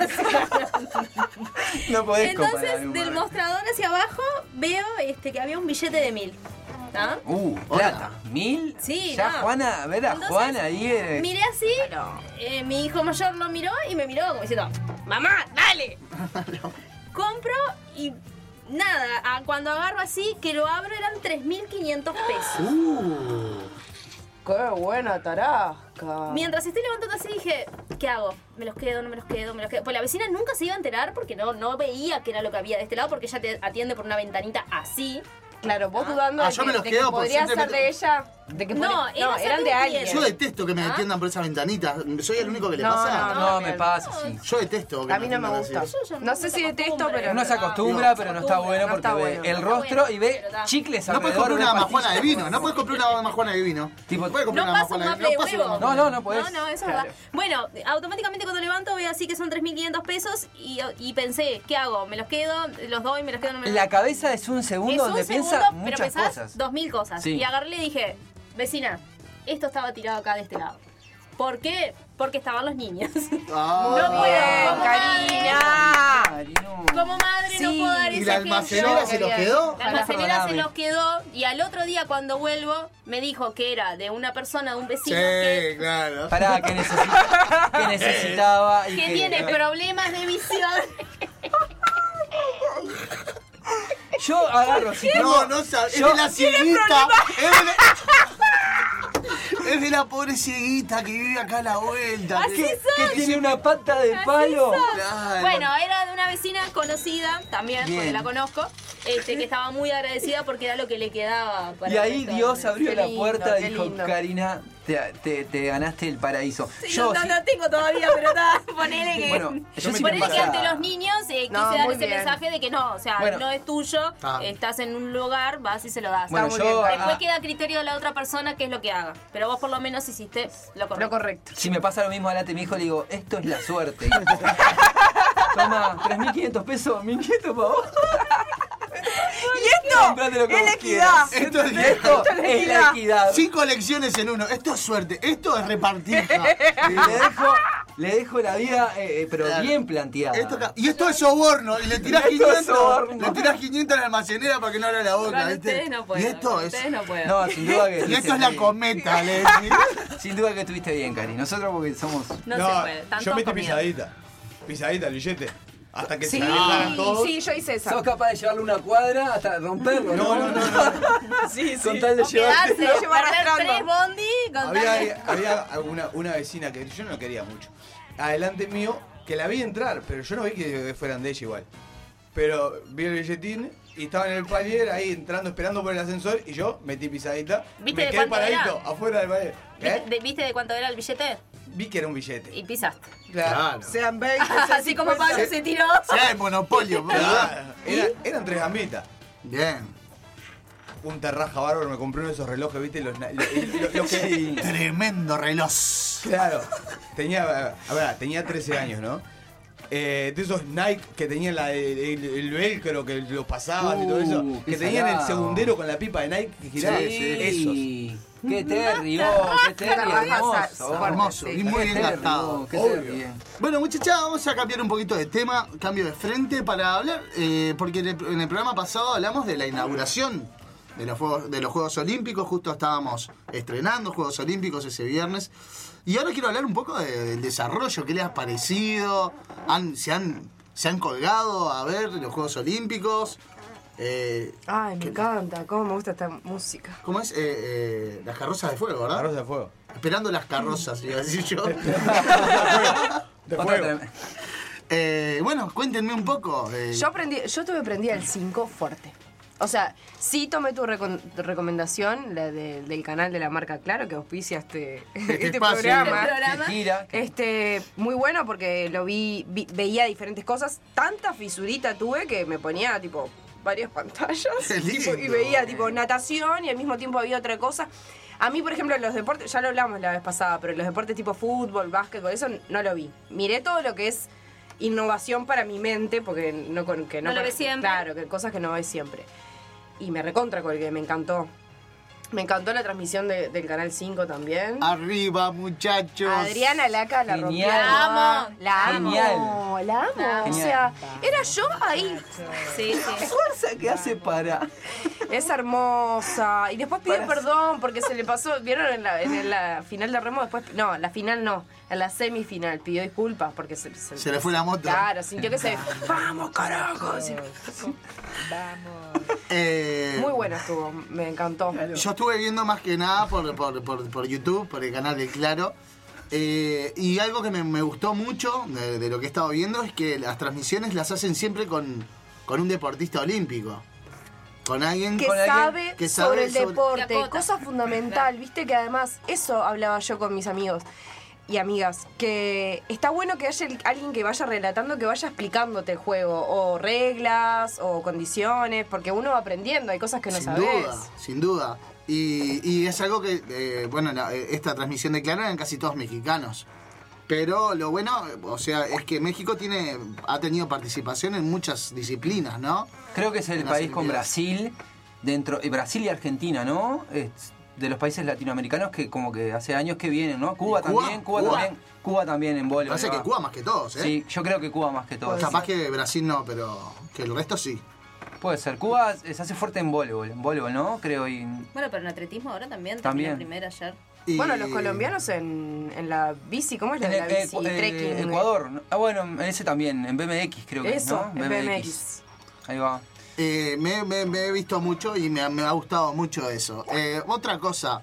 [SPEAKER 6] No podés comparar
[SPEAKER 7] Entonces,
[SPEAKER 6] un
[SPEAKER 7] del
[SPEAKER 6] barrio.
[SPEAKER 7] mostrador hacia abajo, veo este, que había un billete de mil. ¿tá?
[SPEAKER 6] Uh, plata. ¿Mil?
[SPEAKER 7] Sí,
[SPEAKER 6] Ya
[SPEAKER 7] no.
[SPEAKER 6] Juana, ver a
[SPEAKER 7] Entonces,
[SPEAKER 6] Juana ahí eh,
[SPEAKER 7] Miré así, eh, mi hijo mayor lo miró y me miró como diciendo, mamá, dale. Compro y nada, a- cuando agarro así, que lo abro eran 3.500 pesos.
[SPEAKER 4] Uh.
[SPEAKER 8] Qué buena
[SPEAKER 6] Ah.
[SPEAKER 8] tarasca.
[SPEAKER 7] Mientras estoy levantando así dije, ¿qué hago? ¿Me los quedo? ¿No me los quedo? ¿Me los quedo? Pues la vecina nunca se iba a enterar porque no, no veía que era lo que había de este lado porque ella te atiende por una ventanita así.
[SPEAKER 8] Claro, vos dudando
[SPEAKER 4] Ah,
[SPEAKER 8] de,
[SPEAKER 4] yo
[SPEAKER 8] que,
[SPEAKER 4] me los
[SPEAKER 8] de
[SPEAKER 4] quedo
[SPEAKER 8] que
[SPEAKER 4] por
[SPEAKER 8] podría ser de
[SPEAKER 4] simplemente-
[SPEAKER 8] ella. De que
[SPEAKER 7] No,
[SPEAKER 8] podría-
[SPEAKER 7] iba a ser
[SPEAKER 8] eran
[SPEAKER 7] de
[SPEAKER 8] de
[SPEAKER 7] un
[SPEAKER 8] alguien.
[SPEAKER 7] cliente.
[SPEAKER 4] Yo detesto que me atiendan por esas ventanitas. ¿Soy el único que le
[SPEAKER 8] No,
[SPEAKER 4] pasa?
[SPEAKER 6] No,
[SPEAKER 8] no,
[SPEAKER 6] me
[SPEAKER 8] no.
[SPEAKER 6] pasa, sí.
[SPEAKER 4] Yo detesto que
[SPEAKER 8] A mí no me
[SPEAKER 4] atiendan
[SPEAKER 8] gusta.
[SPEAKER 4] así.
[SPEAKER 7] ya
[SPEAKER 8] No sé si
[SPEAKER 7] me
[SPEAKER 8] detesto,
[SPEAKER 7] acostumbro.
[SPEAKER 8] pero.
[SPEAKER 6] Uno se acostumbra, pero no está bueno
[SPEAKER 8] no
[SPEAKER 6] porque
[SPEAKER 8] está
[SPEAKER 6] ve
[SPEAKER 8] bueno.
[SPEAKER 6] el
[SPEAKER 7] Está
[SPEAKER 6] rostro
[SPEAKER 7] bueno,
[SPEAKER 6] y ve
[SPEAKER 7] pero da.
[SPEAKER 6] chicles
[SPEAKER 4] No puedes
[SPEAKER 6] alrededor.
[SPEAKER 4] comprar
[SPEAKER 6] ve
[SPEAKER 4] una
[SPEAKER 6] pastillas.
[SPEAKER 4] majuana de vino, no puedes comprar una majuana de vino.
[SPEAKER 6] Tipo-
[SPEAKER 4] puedes comprar
[SPEAKER 7] No
[SPEAKER 4] una
[SPEAKER 7] pasa un
[SPEAKER 4] majuana de
[SPEAKER 7] maple de
[SPEAKER 4] vino. pasa una
[SPEAKER 7] huevo.
[SPEAKER 6] No, no, no podés.
[SPEAKER 7] No, no, eso
[SPEAKER 6] Claro.
[SPEAKER 7] es verdad. Bueno, automáticamente cuando levanto veo así que son 3.500 pesos y, y pensé, ¿qué hago? ¿Me los quedo? ¿Los doy? ¿Me los quedo? ¿No me los
[SPEAKER 6] La cabeza es un
[SPEAKER 7] Es
[SPEAKER 6] segundo
[SPEAKER 7] un
[SPEAKER 6] donde
[SPEAKER 7] segundo,
[SPEAKER 6] piensa
[SPEAKER 7] pero
[SPEAKER 6] muchas
[SPEAKER 7] pensás
[SPEAKER 6] cosas.
[SPEAKER 7] 2.000 cosas.
[SPEAKER 6] Sí.
[SPEAKER 7] Y agarré y le dije, vecina, esto estaba tirado acá de este lado. ¿Por qué? Porque estaban los niños.
[SPEAKER 4] Ah.
[SPEAKER 7] No
[SPEAKER 8] Muy bien,
[SPEAKER 7] Como
[SPEAKER 8] Karina.
[SPEAKER 6] Ay, no.
[SPEAKER 7] Como madre no
[SPEAKER 8] Sí.
[SPEAKER 7] puedo dar
[SPEAKER 4] ¿Y
[SPEAKER 7] ese
[SPEAKER 4] la
[SPEAKER 7] ejemplo.
[SPEAKER 4] almacenera se los quedó?
[SPEAKER 7] La almacenera se
[SPEAKER 6] Perdóname.
[SPEAKER 7] los quedó y al otro día cuando vuelvo me dijo que era de una persona, de un
[SPEAKER 4] Sí,
[SPEAKER 7] vecino que,
[SPEAKER 4] claro.
[SPEAKER 6] Pará, que, necesi- que necesitaba y
[SPEAKER 7] que
[SPEAKER 6] que-
[SPEAKER 7] tiene problemas de visión.
[SPEAKER 6] Yo agarro, si tengo-
[SPEAKER 4] No, no sabes. Es
[SPEAKER 6] yo-
[SPEAKER 4] de la cieguita. Es de la... es de la pobre cieguita que vive acá a la vuelta.
[SPEAKER 7] Así
[SPEAKER 4] que-
[SPEAKER 7] soy.
[SPEAKER 6] que tiene una pata de
[SPEAKER 7] Así
[SPEAKER 6] palo.
[SPEAKER 7] son.
[SPEAKER 4] Claro.
[SPEAKER 7] Bueno, era de una vecina conocida también, porque
[SPEAKER 6] Bien.
[SPEAKER 7] la conozco, este, que estaba muy agradecida porque era lo que le quedaba. Para
[SPEAKER 6] Y
[SPEAKER 7] el
[SPEAKER 6] ahí
[SPEAKER 7] resto.
[SPEAKER 6] Dios abrió
[SPEAKER 8] Qué
[SPEAKER 6] la
[SPEAKER 8] lindo,
[SPEAKER 6] puerta y
[SPEAKER 8] qué
[SPEAKER 6] dijo,
[SPEAKER 8] lindo.
[SPEAKER 6] Karina, te, te- te ganaste el paraíso.
[SPEAKER 7] Sí,
[SPEAKER 6] yo,
[SPEAKER 7] no,
[SPEAKER 6] si-
[SPEAKER 7] no la tengo todavía, pero está, ponele que.
[SPEAKER 6] Bueno, yo sí
[SPEAKER 7] ponele
[SPEAKER 6] me
[SPEAKER 7] que
[SPEAKER 6] pasa-
[SPEAKER 7] ante los niños eh, quise
[SPEAKER 8] No,
[SPEAKER 7] dar
[SPEAKER 8] muy
[SPEAKER 7] ese
[SPEAKER 8] bien.
[SPEAKER 7] mensaje de que no, o sea,
[SPEAKER 6] Bueno.
[SPEAKER 7] no es tuyo,
[SPEAKER 4] Ah.
[SPEAKER 7] estás en un lugar, vas y se lo das.
[SPEAKER 6] bueno,
[SPEAKER 8] muy
[SPEAKER 6] yo,
[SPEAKER 8] bien.
[SPEAKER 6] ah,
[SPEAKER 7] Después queda a criterio de la otra persona qué es lo que haga. Pero vos por lo menos hiciste lo correcto.
[SPEAKER 8] Lo correcto.
[SPEAKER 6] si me pasa lo mismo adelante, mi hijo le digo, esto es la suerte. Toma, 3.500 pesos, 1.500 para vos.
[SPEAKER 8] Y
[SPEAKER 6] Comprátelo como quieras.
[SPEAKER 4] Esto es-
[SPEAKER 6] Y esto es la equidad.
[SPEAKER 4] Cinco lecciones en uno. Esto es suerte. Esto es repartir. ja.
[SPEAKER 6] Y le dejo, le dejo la vida, eh, eh, pero
[SPEAKER 4] Claro.
[SPEAKER 6] bien planteada.
[SPEAKER 4] Esto acá- y esto es soborno. Y le tirás
[SPEAKER 6] Esto es
[SPEAKER 4] 500.
[SPEAKER 6] soborno.
[SPEAKER 4] Le tirás 500 a la almacenera para que no abra la boca.
[SPEAKER 7] Con
[SPEAKER 4] ¿viste?
[SPEAKER 7] ustedes no puedo.
[SPEAKER 4] y esto
[SPEAKER 7] con
[SPEAKER 4] es.
[SPEAKER 7] Ustedes no puedo.
[SPEAKER 6] No, sin duda que.
[SPEAKER 4] Y
[SPEAKER 6] estuviste
[SPEAKER 4] esto es la
[SPEAKER 6] bien.
[SPEAKER 4] cometa, le decís.
[SPEAKER 6] Sin duda que estuviste bien, Cari. Nosotros porque somos.
[SPEAKER 7] No, se puede. Tanto
[SPEAKER 9] yo metí
[SPEAKER 7] comida.
[SPEAKER 9] pisadita. Pisadita el billete. Hasta que
[SPEAKER 8] Sí,
[SPEAKER 9] se agarraran todos.
[SPEAKER 8] sí, yo hice esa.
[SPEAKER 6] Sos capaz de llevarle una cuadra hasta romperlo.
[SPEAKER 9] No, no, no, no.
[SPEAKER 8] Sí, sí.
[SPEAKER 6] Con tal de
[SPEAKER 7] O quedarse,
[SPEAKER 6] llevártelo.
[SPEAKER 8] llevo
[SPEAKER 7] perder
[SPEAKER 8] arrastrando.
[SPEAKER 7] tres bondi con tal de-
[SPEAKER 9] Había, ¿eh? había alguna- una vecina que yo no quería mucho. Adelante mío, que la vi entrar, pero yo no vi que fueran de ella igual. Pero vi el billetín y estaba en el palier ahí entrando, esperando por el ascensor y yo metí pisadita.
[SPEAKER 7] ¿Viste
[SPEAKER 9] me
[SPEAKER 7] de
[SPEAKER 9] quedé
[SPEAKER 7] cuánto
[SPEAKER 9] paradito,
[SPEAKER 7] era?
[SPEAKER 9] afuera del palier. ¿Eh?
[SPEAKER 7] ¿Viste de, viste de cuánto era el billete?
[SPEAKER 9] Vi que era un billete.
[SPEAKER 7] Y pisaste.
[SPEAKER 4] Claro.
[SPEAKER 6] Sean 20.
[SPEAKER 7] Así como Pablo se tiró.
[SPEAKER 4] Eh, Ya es monopolio, ¿verdad?
[SPEAKER 9] Claro. Era- eran tres gambitas.
[SPEAKER 4] Bien.
[SPEAKER 9] Un terraja bárbaro, me compré uno de esos relojes, ¿viste? Los, na- lo- lo- lo- lo que-
[SPEAKER 4] Tremendo reloj.
[SPEAKER 9] Claro. Tenía, a ver, tenía 13 años, ¿no? Eh, de esos Nike que tenían la- el, el- el velcro que lo pasabas y todo
[SPEAKER 6] Uh,
[SPEAKER 9] eso.
[SPEAKER 6] qué
[SPEAKER 9] Que tenían el
[SPEAKER 6] salado.
[SPEAKER 9] segundero con la pipa de Nike que giraba. Esos.
[SPEAKER 6] Sí, Qué Terry, vos, qué Terry
[SPEAKER 8] Terry,
[SPEAKER 6] hermoso.
[SPEAKER 8] hermoso.
[SPEAKER 4] Hermoso y muy bien
[SPEAKER 6] Qué Terry,
[SPEAKER 4] gastado.
[SPEAKER 6] vos, qué
[SPEAKER 9] Obvio.
[SPEAKER 6] Terry.
[SPEAKER 4] Bueno, muchachas, vamos a cambiar un poquito de tema, cambio de frente para hablar, eh, porque en el, en el programa pasado hablamos de la inauguración de los, Juegos, de los Juegos Olímpicos, justo estábamos estrenando Juegos Olímpicos ese viernes, y ahora quiero hablar un poco de- del desarrollo, qué les ha parecido, han, se, han, se han colgado a ver los Juegos Olímpicos, eh,
[SPEAKER 8] Ay, me encanta. Cómo me gusta esta música.
[SPEAKER 4] ¿cómo es? Eh, eh, las carrozas de fuego, ¿verdad?
[SPEAKER 9] La rosa de fuego.
[SPEAKER 4] Esperando las carrozas, iba a decir yo.
[SPEAKER 9] De
[SPEAKER 6] Otra
[SPEAKER 9] fuego.
[SPEAKER 6] trem-
[SPEAKER 4] Eh, bueno, cuéntenme un poco. eh,
[SPEAKER 8] Yo aprendí, yo tuve prendida el 5 fuerte. O sea, sí tomé tu, recon- tu recomendación, la de- del canal de la marca Claro, que auspicia este, este
[SPEAKER 4] espacio.
[SPEAKER 8] programa.
[SPEAKER 7] Este programa.
[SPEAKER 6] que gira, que-
[SPEAKER 8] Este, muy bueno porque lo vi, vi- veía diferentes cosas. Tanta fisurita tuve que me ponía tipo varias pantallas
[SPEAKER 4] Qué
[SPEAKER 8] tipo, y
[SPEAKER 4] lindo.
[SPEAKER 8] veía tipo natación y al mismo tiempo había otra cosa. A mí, por ejemplo, los deportes, ya lo hablamos la vez pasada, pero los deportes tipo fútbol, básquet, con eso no lo vi. Miré todo lo que es innovación para mi mente, porque no con que no,
[SPEAKER 7] No lo ves siempre.
[SPEAKER 8] Claro, que cosas que no ves siempre. Y me recontra colgué, me encantó. Me encantó la transmisión de- del Canal 5 también.
[SPEAKER 4] Arriba, muchachos.
[SPEAKER 8] Adriana Laca la
[SPEAKER 6] Genial.
[SPEAKER 8] rompió.
[SPEAKER 6] La
[SPEAKER 7] amo,
[SPEAKER 8] La amo.
[SPEAKER 6] Genial.
[SPEAKER 8] amo, la amo.
[SPEAKER 7] La amo.
[SPEAKER 8] O sea,
[SPEAKER 3] Era yo ahí.
[SPEAKER 7] Sí, sí.
[SPEAKER 6] Fuerza que hace para.
[SPEAKER 3] Es hermosa. Y después pide
[SPEAKER 6] Para-
[SPEAKER 3] perdón porque se le pasó. ¿Vieron en la, en la final de remo? Después, no, la final no. En la semifinal pidió disculpas porque se,
[SPEAKER 4] Se le fue la moto.
[SPEAKER 3] Claro, sintió que se. ¡Vamos, carajo! Se-
[SPEAKER 4] Eh,
[SPEAKER 3] Muy buena estuvo, me encantó.
[SPEAKER 4] Yo estuve viendo más que nada por, por- por- por YouTube, por el canal del Claro. Eh, y algo que me, me gustó mucho de, de lo que he estado viendo es que las transmisiones las hacen siempre con, con un deportista olímpico. Con alguien
[SPEAKER 8] que
[SPEAKER 4] con alguien
[SPEAKER 8] sabe,
[SPEAKER 4] que sabe
[SPEAKER 8] sobre el
[SPEAKER 4] sobre-
[SPEAKER 8] deporte,
[SPEAKER 7] La cota.
[SPEAKER 8] cosa fundamental, viste que además eso hablaba yo con mis amigos y amigas, que está bueno que haya el- alguien que vaya relatando, que vaya explicándote el juego, o reglas, o condiciones, porque uno va aprendiendo, hay cosas que no
[SPEAKER 4] sin
[SPEAKER 8] sabes.
[SPEAKER 4] duda, sin duda. Y, y es algo que, eh, bueno, la- eh, esta transmisión de Claro eran casi todos mexicanos. Pero lo bueno, eh, o sea, es que México tiene, ha tenido participación en muchas disciplinas, ¿no?
[SPEAKER 6] Creo que es el
[SPEAKER 4] Las
[SPEAKER 6] país con
[SPEAKER 4] Olimpiadas.
[SPEAKER 6] Brasil, dentro eh, Brasil y Argentina, ¿no? Es de los países latinoamericanos que como que hace años que vienen, ¿no? Cuba,
[SPEAKER 4] ¿Y Cuba?
[SPEAKER 6] también, Cuba,
[SPEAKER 4] Cuba.
[SPEAKER 6] también, Cuba también en
[SPEAKER 4] Me
[SPEAKER 6] voleibol.
[SPEAKER 4] parece
[SPEAKER 6] ¿no?
[SPEAKER 4] que Cuba más que todos, ¿eh?
[SPEAKER 6] Sí, yo creo que Cuba más que todo.
[SPEAKER 4] Capaz que Brasil no, pero que el resto sí.
[SPEAKER 6] Puede ser. Cuba eh, se hace fuerte en voleibol, en voleibol, ¿no? Creo y
[SPEAKER 7] Bueno, pero en atletismo ahora también.
[SPEAKER 6] También.
[SPEAKER 7] También. primera ayer.
[SPEAKER 4] Y-
[SPEAKER 3] Bueno, los colombianos en, en la bici, ¿cómo es la
[SPEAKER 6] en
[SPEAKER 3] de la
[SPEAKER 6] el- eh,
[SPEAKER 3] bici?
[SPEAKER 6] cu- eh,
[SPEAKER 3] Trekking.
[SPEAKER 6] Ecuador. ¿no? Ah, bueno, en ese también, en BMX creo que es,
[SPEAKER 3] Eso,
[SPEAKER 6] ¿no?
[SPEAKER 3] en BMX.
[SPEAKER 6] Ahí va.
[SPEAKER 4] Eh, me, me- me he visto mucho y me, ha- me ha gustado mucho eso. Eh, otra cosa,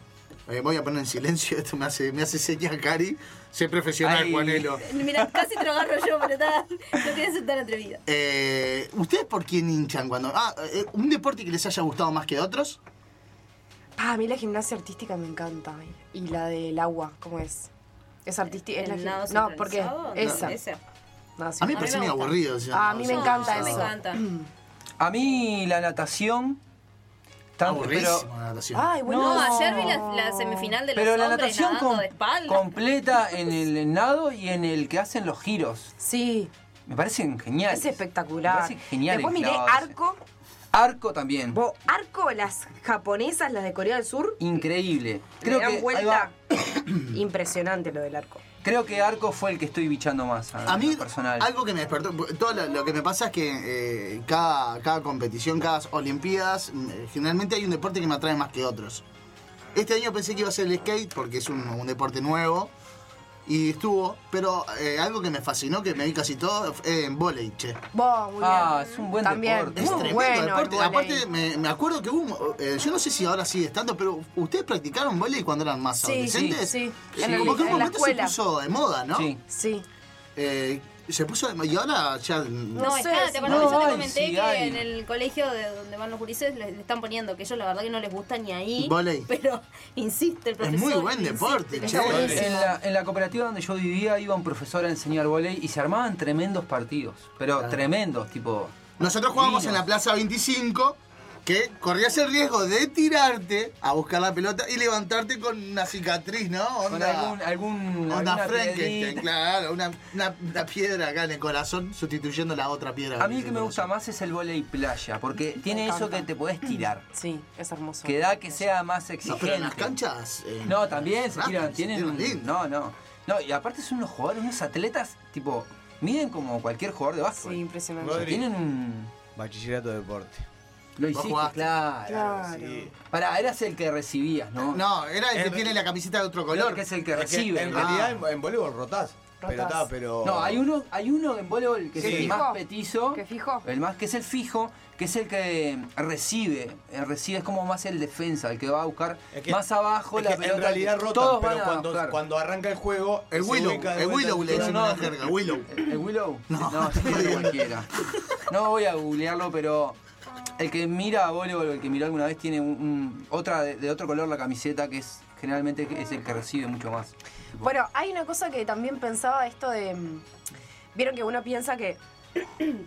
[SPEAKER 4] eh, voy a poner en silencio, esto me hace, me hace señas Cari, sé profesional,
[SPEAKER 6] Ay.
[SPEAKER 4] Juanelo.
[SPEAKER 7] Mira, casi te lo agarro yo, pero está, no tienes que ser tan atrevida.
[SPEAKER 4] Eh, ¿Ustedes por quién hinchan cuando.? Ah, eh, ¿un deporte que les haya gustado más que otros?
[SPEAKER 3] Ah, a mí la gimnasia artística me encanta. eh. Y la del agua, ¿cómo es? Es artística. Es la
[SPEAKER 7] El nado
[SPEAKER 3] gim- no, porque
[SPEAKER 7] sincronizado, ¿no?
[SPEAKER 3] esa.
[SPEAKER 7] Ese.
[SPEAKER 3] Nado
[SPEAKER 4] A mí
[SPEAKER 3] sincronizado.
[SPEAKER 4] me
[SPEAKER 7] me
[SPEAKER 4] parece muy
[SPEAKER 7] gusta.
[SPEAKER 4] aburrido. o sea,
[SPEAKER 3] Ah, a mí
[SPEAKER 4] o
[SPEAKER 3] me
[SPEAKER 4] sea,
[SPEAKER 3] encanta
[SPEAKER 7] me
[SPEAKER 3] eso.
[SPEAKER 7] encanta.
[SPEAKER 6] A mí la natación tanto,
[SPEAKER 4] Aburrísimo
[SPEAKER 6] pero
[SPEAKER 4] la natación.
[SPEAKER 3] Ay, bueno.
[SPEAKER 7] No, ayer vi la, la semifinal de los
[SPEAKER 6] pero la
[SPEAKER 7] hombres
[SPEAKER 6] natación
[SPEAKER 7] nadando
[SPEAKER 6] com-
[SPEAKER 7] de espalda.
[SPEAKER 6] completa en el nado y en el que hacen los giros.
[SPEAKER 3] Sí,
[SPEAKER 6] Me parecen geniales.
[SPEAKER 3] es espectacular.
[SPEAKER 6] Me parece genial.
[SPEAKER 3] Ah, Después miré
[SPEAKER 6] enclavado ese.
[SPEAKER 3] arco. ah,
[SPEAKER 6] Arco también.
[SPEAKER 3] bo- arco, las japonesas, las de Corea del Sur.
[SPEAKER 6] Increíble.
[SPEAKER 3] Creo
[SPEAKER 6] Creo
[SPEAKER 3] le dan
[SPEAKER 6] que, ahí va.
[SPEAKER 3] vuelta. Impresionante lo del arco.
[SPEAKER 6] creo que Arco fue el que estoy bichando más. A,
[SPEAKER 4] A mí,
[SPEAKER 6] lo personal.
[SPEAKER 4] algo que me despertó, todo lo, lo que me pasa es que eh, cada, cada competición, cada Olimpiadas, mm, eh, generalmente hay un deporte que me atrae más que otros. Este año pensé que iba a ser el skate porque es un, un deporte nuevo y estuvo, pero eh, algo que me fascinó, que me vi casi todo, eh, en volei, che.
[SPEAKER 3] Vos, muy
[SPEAKER 6] Ah,
[SPEAKER 3] bien.
[SPEAKER 6] es un buen
[SPEAKER 3] También.
[SPEAKER 6] deporte.
[SPEAKER 4] Es
[SPEAKER 3] Muy
[SPEAKER 4] tremendo
[SPEAKER 3] bueno el
[SPEAKER 4] deporte.
[SPEAKER 3] vóley.
[SPEAKER 4] Aparte, me, me acuerdo que hubo. eh, yo no sé si ahora sí es tanto, pero ¿ustedes practicaron volei cuando eran más
[SPEAKER 3] Sí,
[SPEAKER 4] adolescentes?
[SPEAKER 3] sí, sí.
[SPEAKER 4] En
[SPEAKER 3] En
[SPEAKER 4] Como
[SPEAKER 3] el-
[SPEAKER 4] que en un
[SPEAKER 3] en la
[SPEAKER 4] momento se
[SPEAKER 3] escuela.
[SPEAKER 4] puso de moda, ¿no?
[SPEAKER 6] Sí.
[SPEAKER 3] Sí.
[SPEAKER 4] Eh, se puso de moda. Y ahora ya.
[SPEAKER 7] No,
[SPEAKER 3] No sé,
[SPEAKER 7] está,
[SPEAKER 3] sí.
[SPEAKER 7] te acuerdas que
[SPEAKER 6] No,
[SPEAKER 7] yo
[SPEAKER 6] ay,
[SPEAKER 7] te comenté
[SPEAKER 6] sí,
[SPEAKER 7] que
[SPEAKER 6] ay.
[SPEAKER 7] en el colegio de donde van los gurises le, le están poniendo, que ellos la verdad que no les gusta ni ahí.
[SPEAKER 4] Voley.
[SPEAKER 7] Pero insiste el
[SPEAKER 4] Es
[SPEAKER 7] profesor.
[SPEAKER 4] muy buen
[SPEAKER 7] insiste.
[SPEAKER 4] deporte, che.
[SPEAKER 7] Está buenísimo.
[SPEAKER 6] En la, en la cooperativa donde yo vivía iba un profesor a enseñar volei y se armaban tremendos partidos, pero tremendos, tipo...
[SPEAKER 4] Nosotros jugábamos en
[SPEAKER 6] divinos.
[SPEAKER 4] la Plaza 25, que corrías el riesgo de tirarte a buscar la pelota y levantarte con una cicatriz, ¿no?
[SPEAKER 6] Con
[SPEAKER 4] Onda,
[SPEAKER 6] algún... algún
[SPEAKER 4] onda
[SPEAKER 6] alguna
[SPEAKER 4] Frankenstein,
[SPEAKER 6] piedrita.
[SPEAKER 4] claro, una, una- una piedra acá en el corazón sustituyendo la otra piedra.
[SPEAKER 6] A mí el que me gusta más es el volei playa, porque tiene eso que te podés tirar,
[SPEAKER 3] Sí, es hermoso.
[SPEAKER 6] que da que sea más
[SPEAKER 4] No,
[SPEAKER 6] exigente.
[SPEAKER 4] pero en las canchas. eh,
[SPEAKER 6] No, también se
[SPEAKER 4] rascan,
[SPEAKER 6] tiran,
[SPEAKER 4] se
[SPEAKER 6] tienen un...
[SPEAKER 4] lindo.
[SPEAKER 6] No, no. No, y aparte son unos jugadores, unos atletas, tipo, miden como cualquier jugador de básquet.
[SPEAKER 3] Sí, impresionante.
[SPEAKER 9] Rodri.
[SPEAKER 6] Tienen un...
[SPEAKER 9] Bachillerato de deporte.
[SPEAKER 6] Lo
[SPEAKER 4] Vos
[SPEAKER 6] hiciste,
[SPEAKER 4] jugaste.
[SPEAKER 6] claro.
[SPEAKER 9] Sí.
[SPEAKER 6] Pará, eras el que recibías, ¿no?
[SPEAKER 4] No, era el que
[SPEAKER 9] Es-
[SPEAKER 4] tiene la camiseta de otro
[SPEAKER 6] Creo
[SPEAKER 4] color. Ah.
[SPEAKER 6] que es el que
[SPEAKER 9] Es que
[SPEAKER 6] recibe.
[SPEAKER 9] en
[SPEAKER 6] ¿no?
[SPEAKER 9] realidad en, en voleibol rotás. Pero
[SPEAKER 3] Rotás.
[SPEAKER 9] está, pero.
[SPEAKER 6] No, hay uno, hay uno en voleibol que
[SPEAKER 9] Sí.
[SPEAKER 6] es el
[SPEAKER 3] ¿Fijo?
[SPEAKER 6] más petizo.
[SPEAKER 3] ¿Que fijo?
[SPEAKER 6] El más, que es el fijo, que es el que recibe. El recibe es como más el defensa, el que va a buscar
[SPEAKER 9] Es que-
[SPEAKER 6] más abajo
[SPEAKER 9] es
[SPEAKER 6] la
[SPEAKER 9] que
[SPEAKER 6] pelota.
[SPEAKER 9] En realidad
[SPEAKER 6] que
[SPEAKER 9] rotan,
[SPEAKER 6] todos
[SPEAKER 9] pero
[SPEAKER 6] van a
[SPEAKER 9] cuando,
[SPEAKER 6] buscar.
[SPEAKER 9] cuando arranca el juego.
[SPEAKER 4] El
[SPEAKER 9] se
[SPEAKER 4] Willow,
[SPEAKER 9] ubica de
[SPEAKER 4] el
[SPEAKER 9] vuelta
[SPEAKER 4] Willow
[SPEAKER 9] en
[SPEAKER 4] le
[SPEAKER 9] el
[SPEAKER 4] dicen
[SPEAKER 9] lugar.
[SPEAKER 4] una jerga, Willow.
[SPEAKER 6] ¿El, el Willow?
[SPEAKER 4] No.
[SPEAKER 6] ese es otro cualquiera. No voy a googlearlo, pero el que mira a voleibol, el que miró alguna vez, tiene un, un- otra de, de otro color la camiseta, que es generalmente es el que recibe mucho más.
[SPEAKER 3] Bueno, hay una cosa que también pensaba esto de. mm, Vieron que uno piensa que.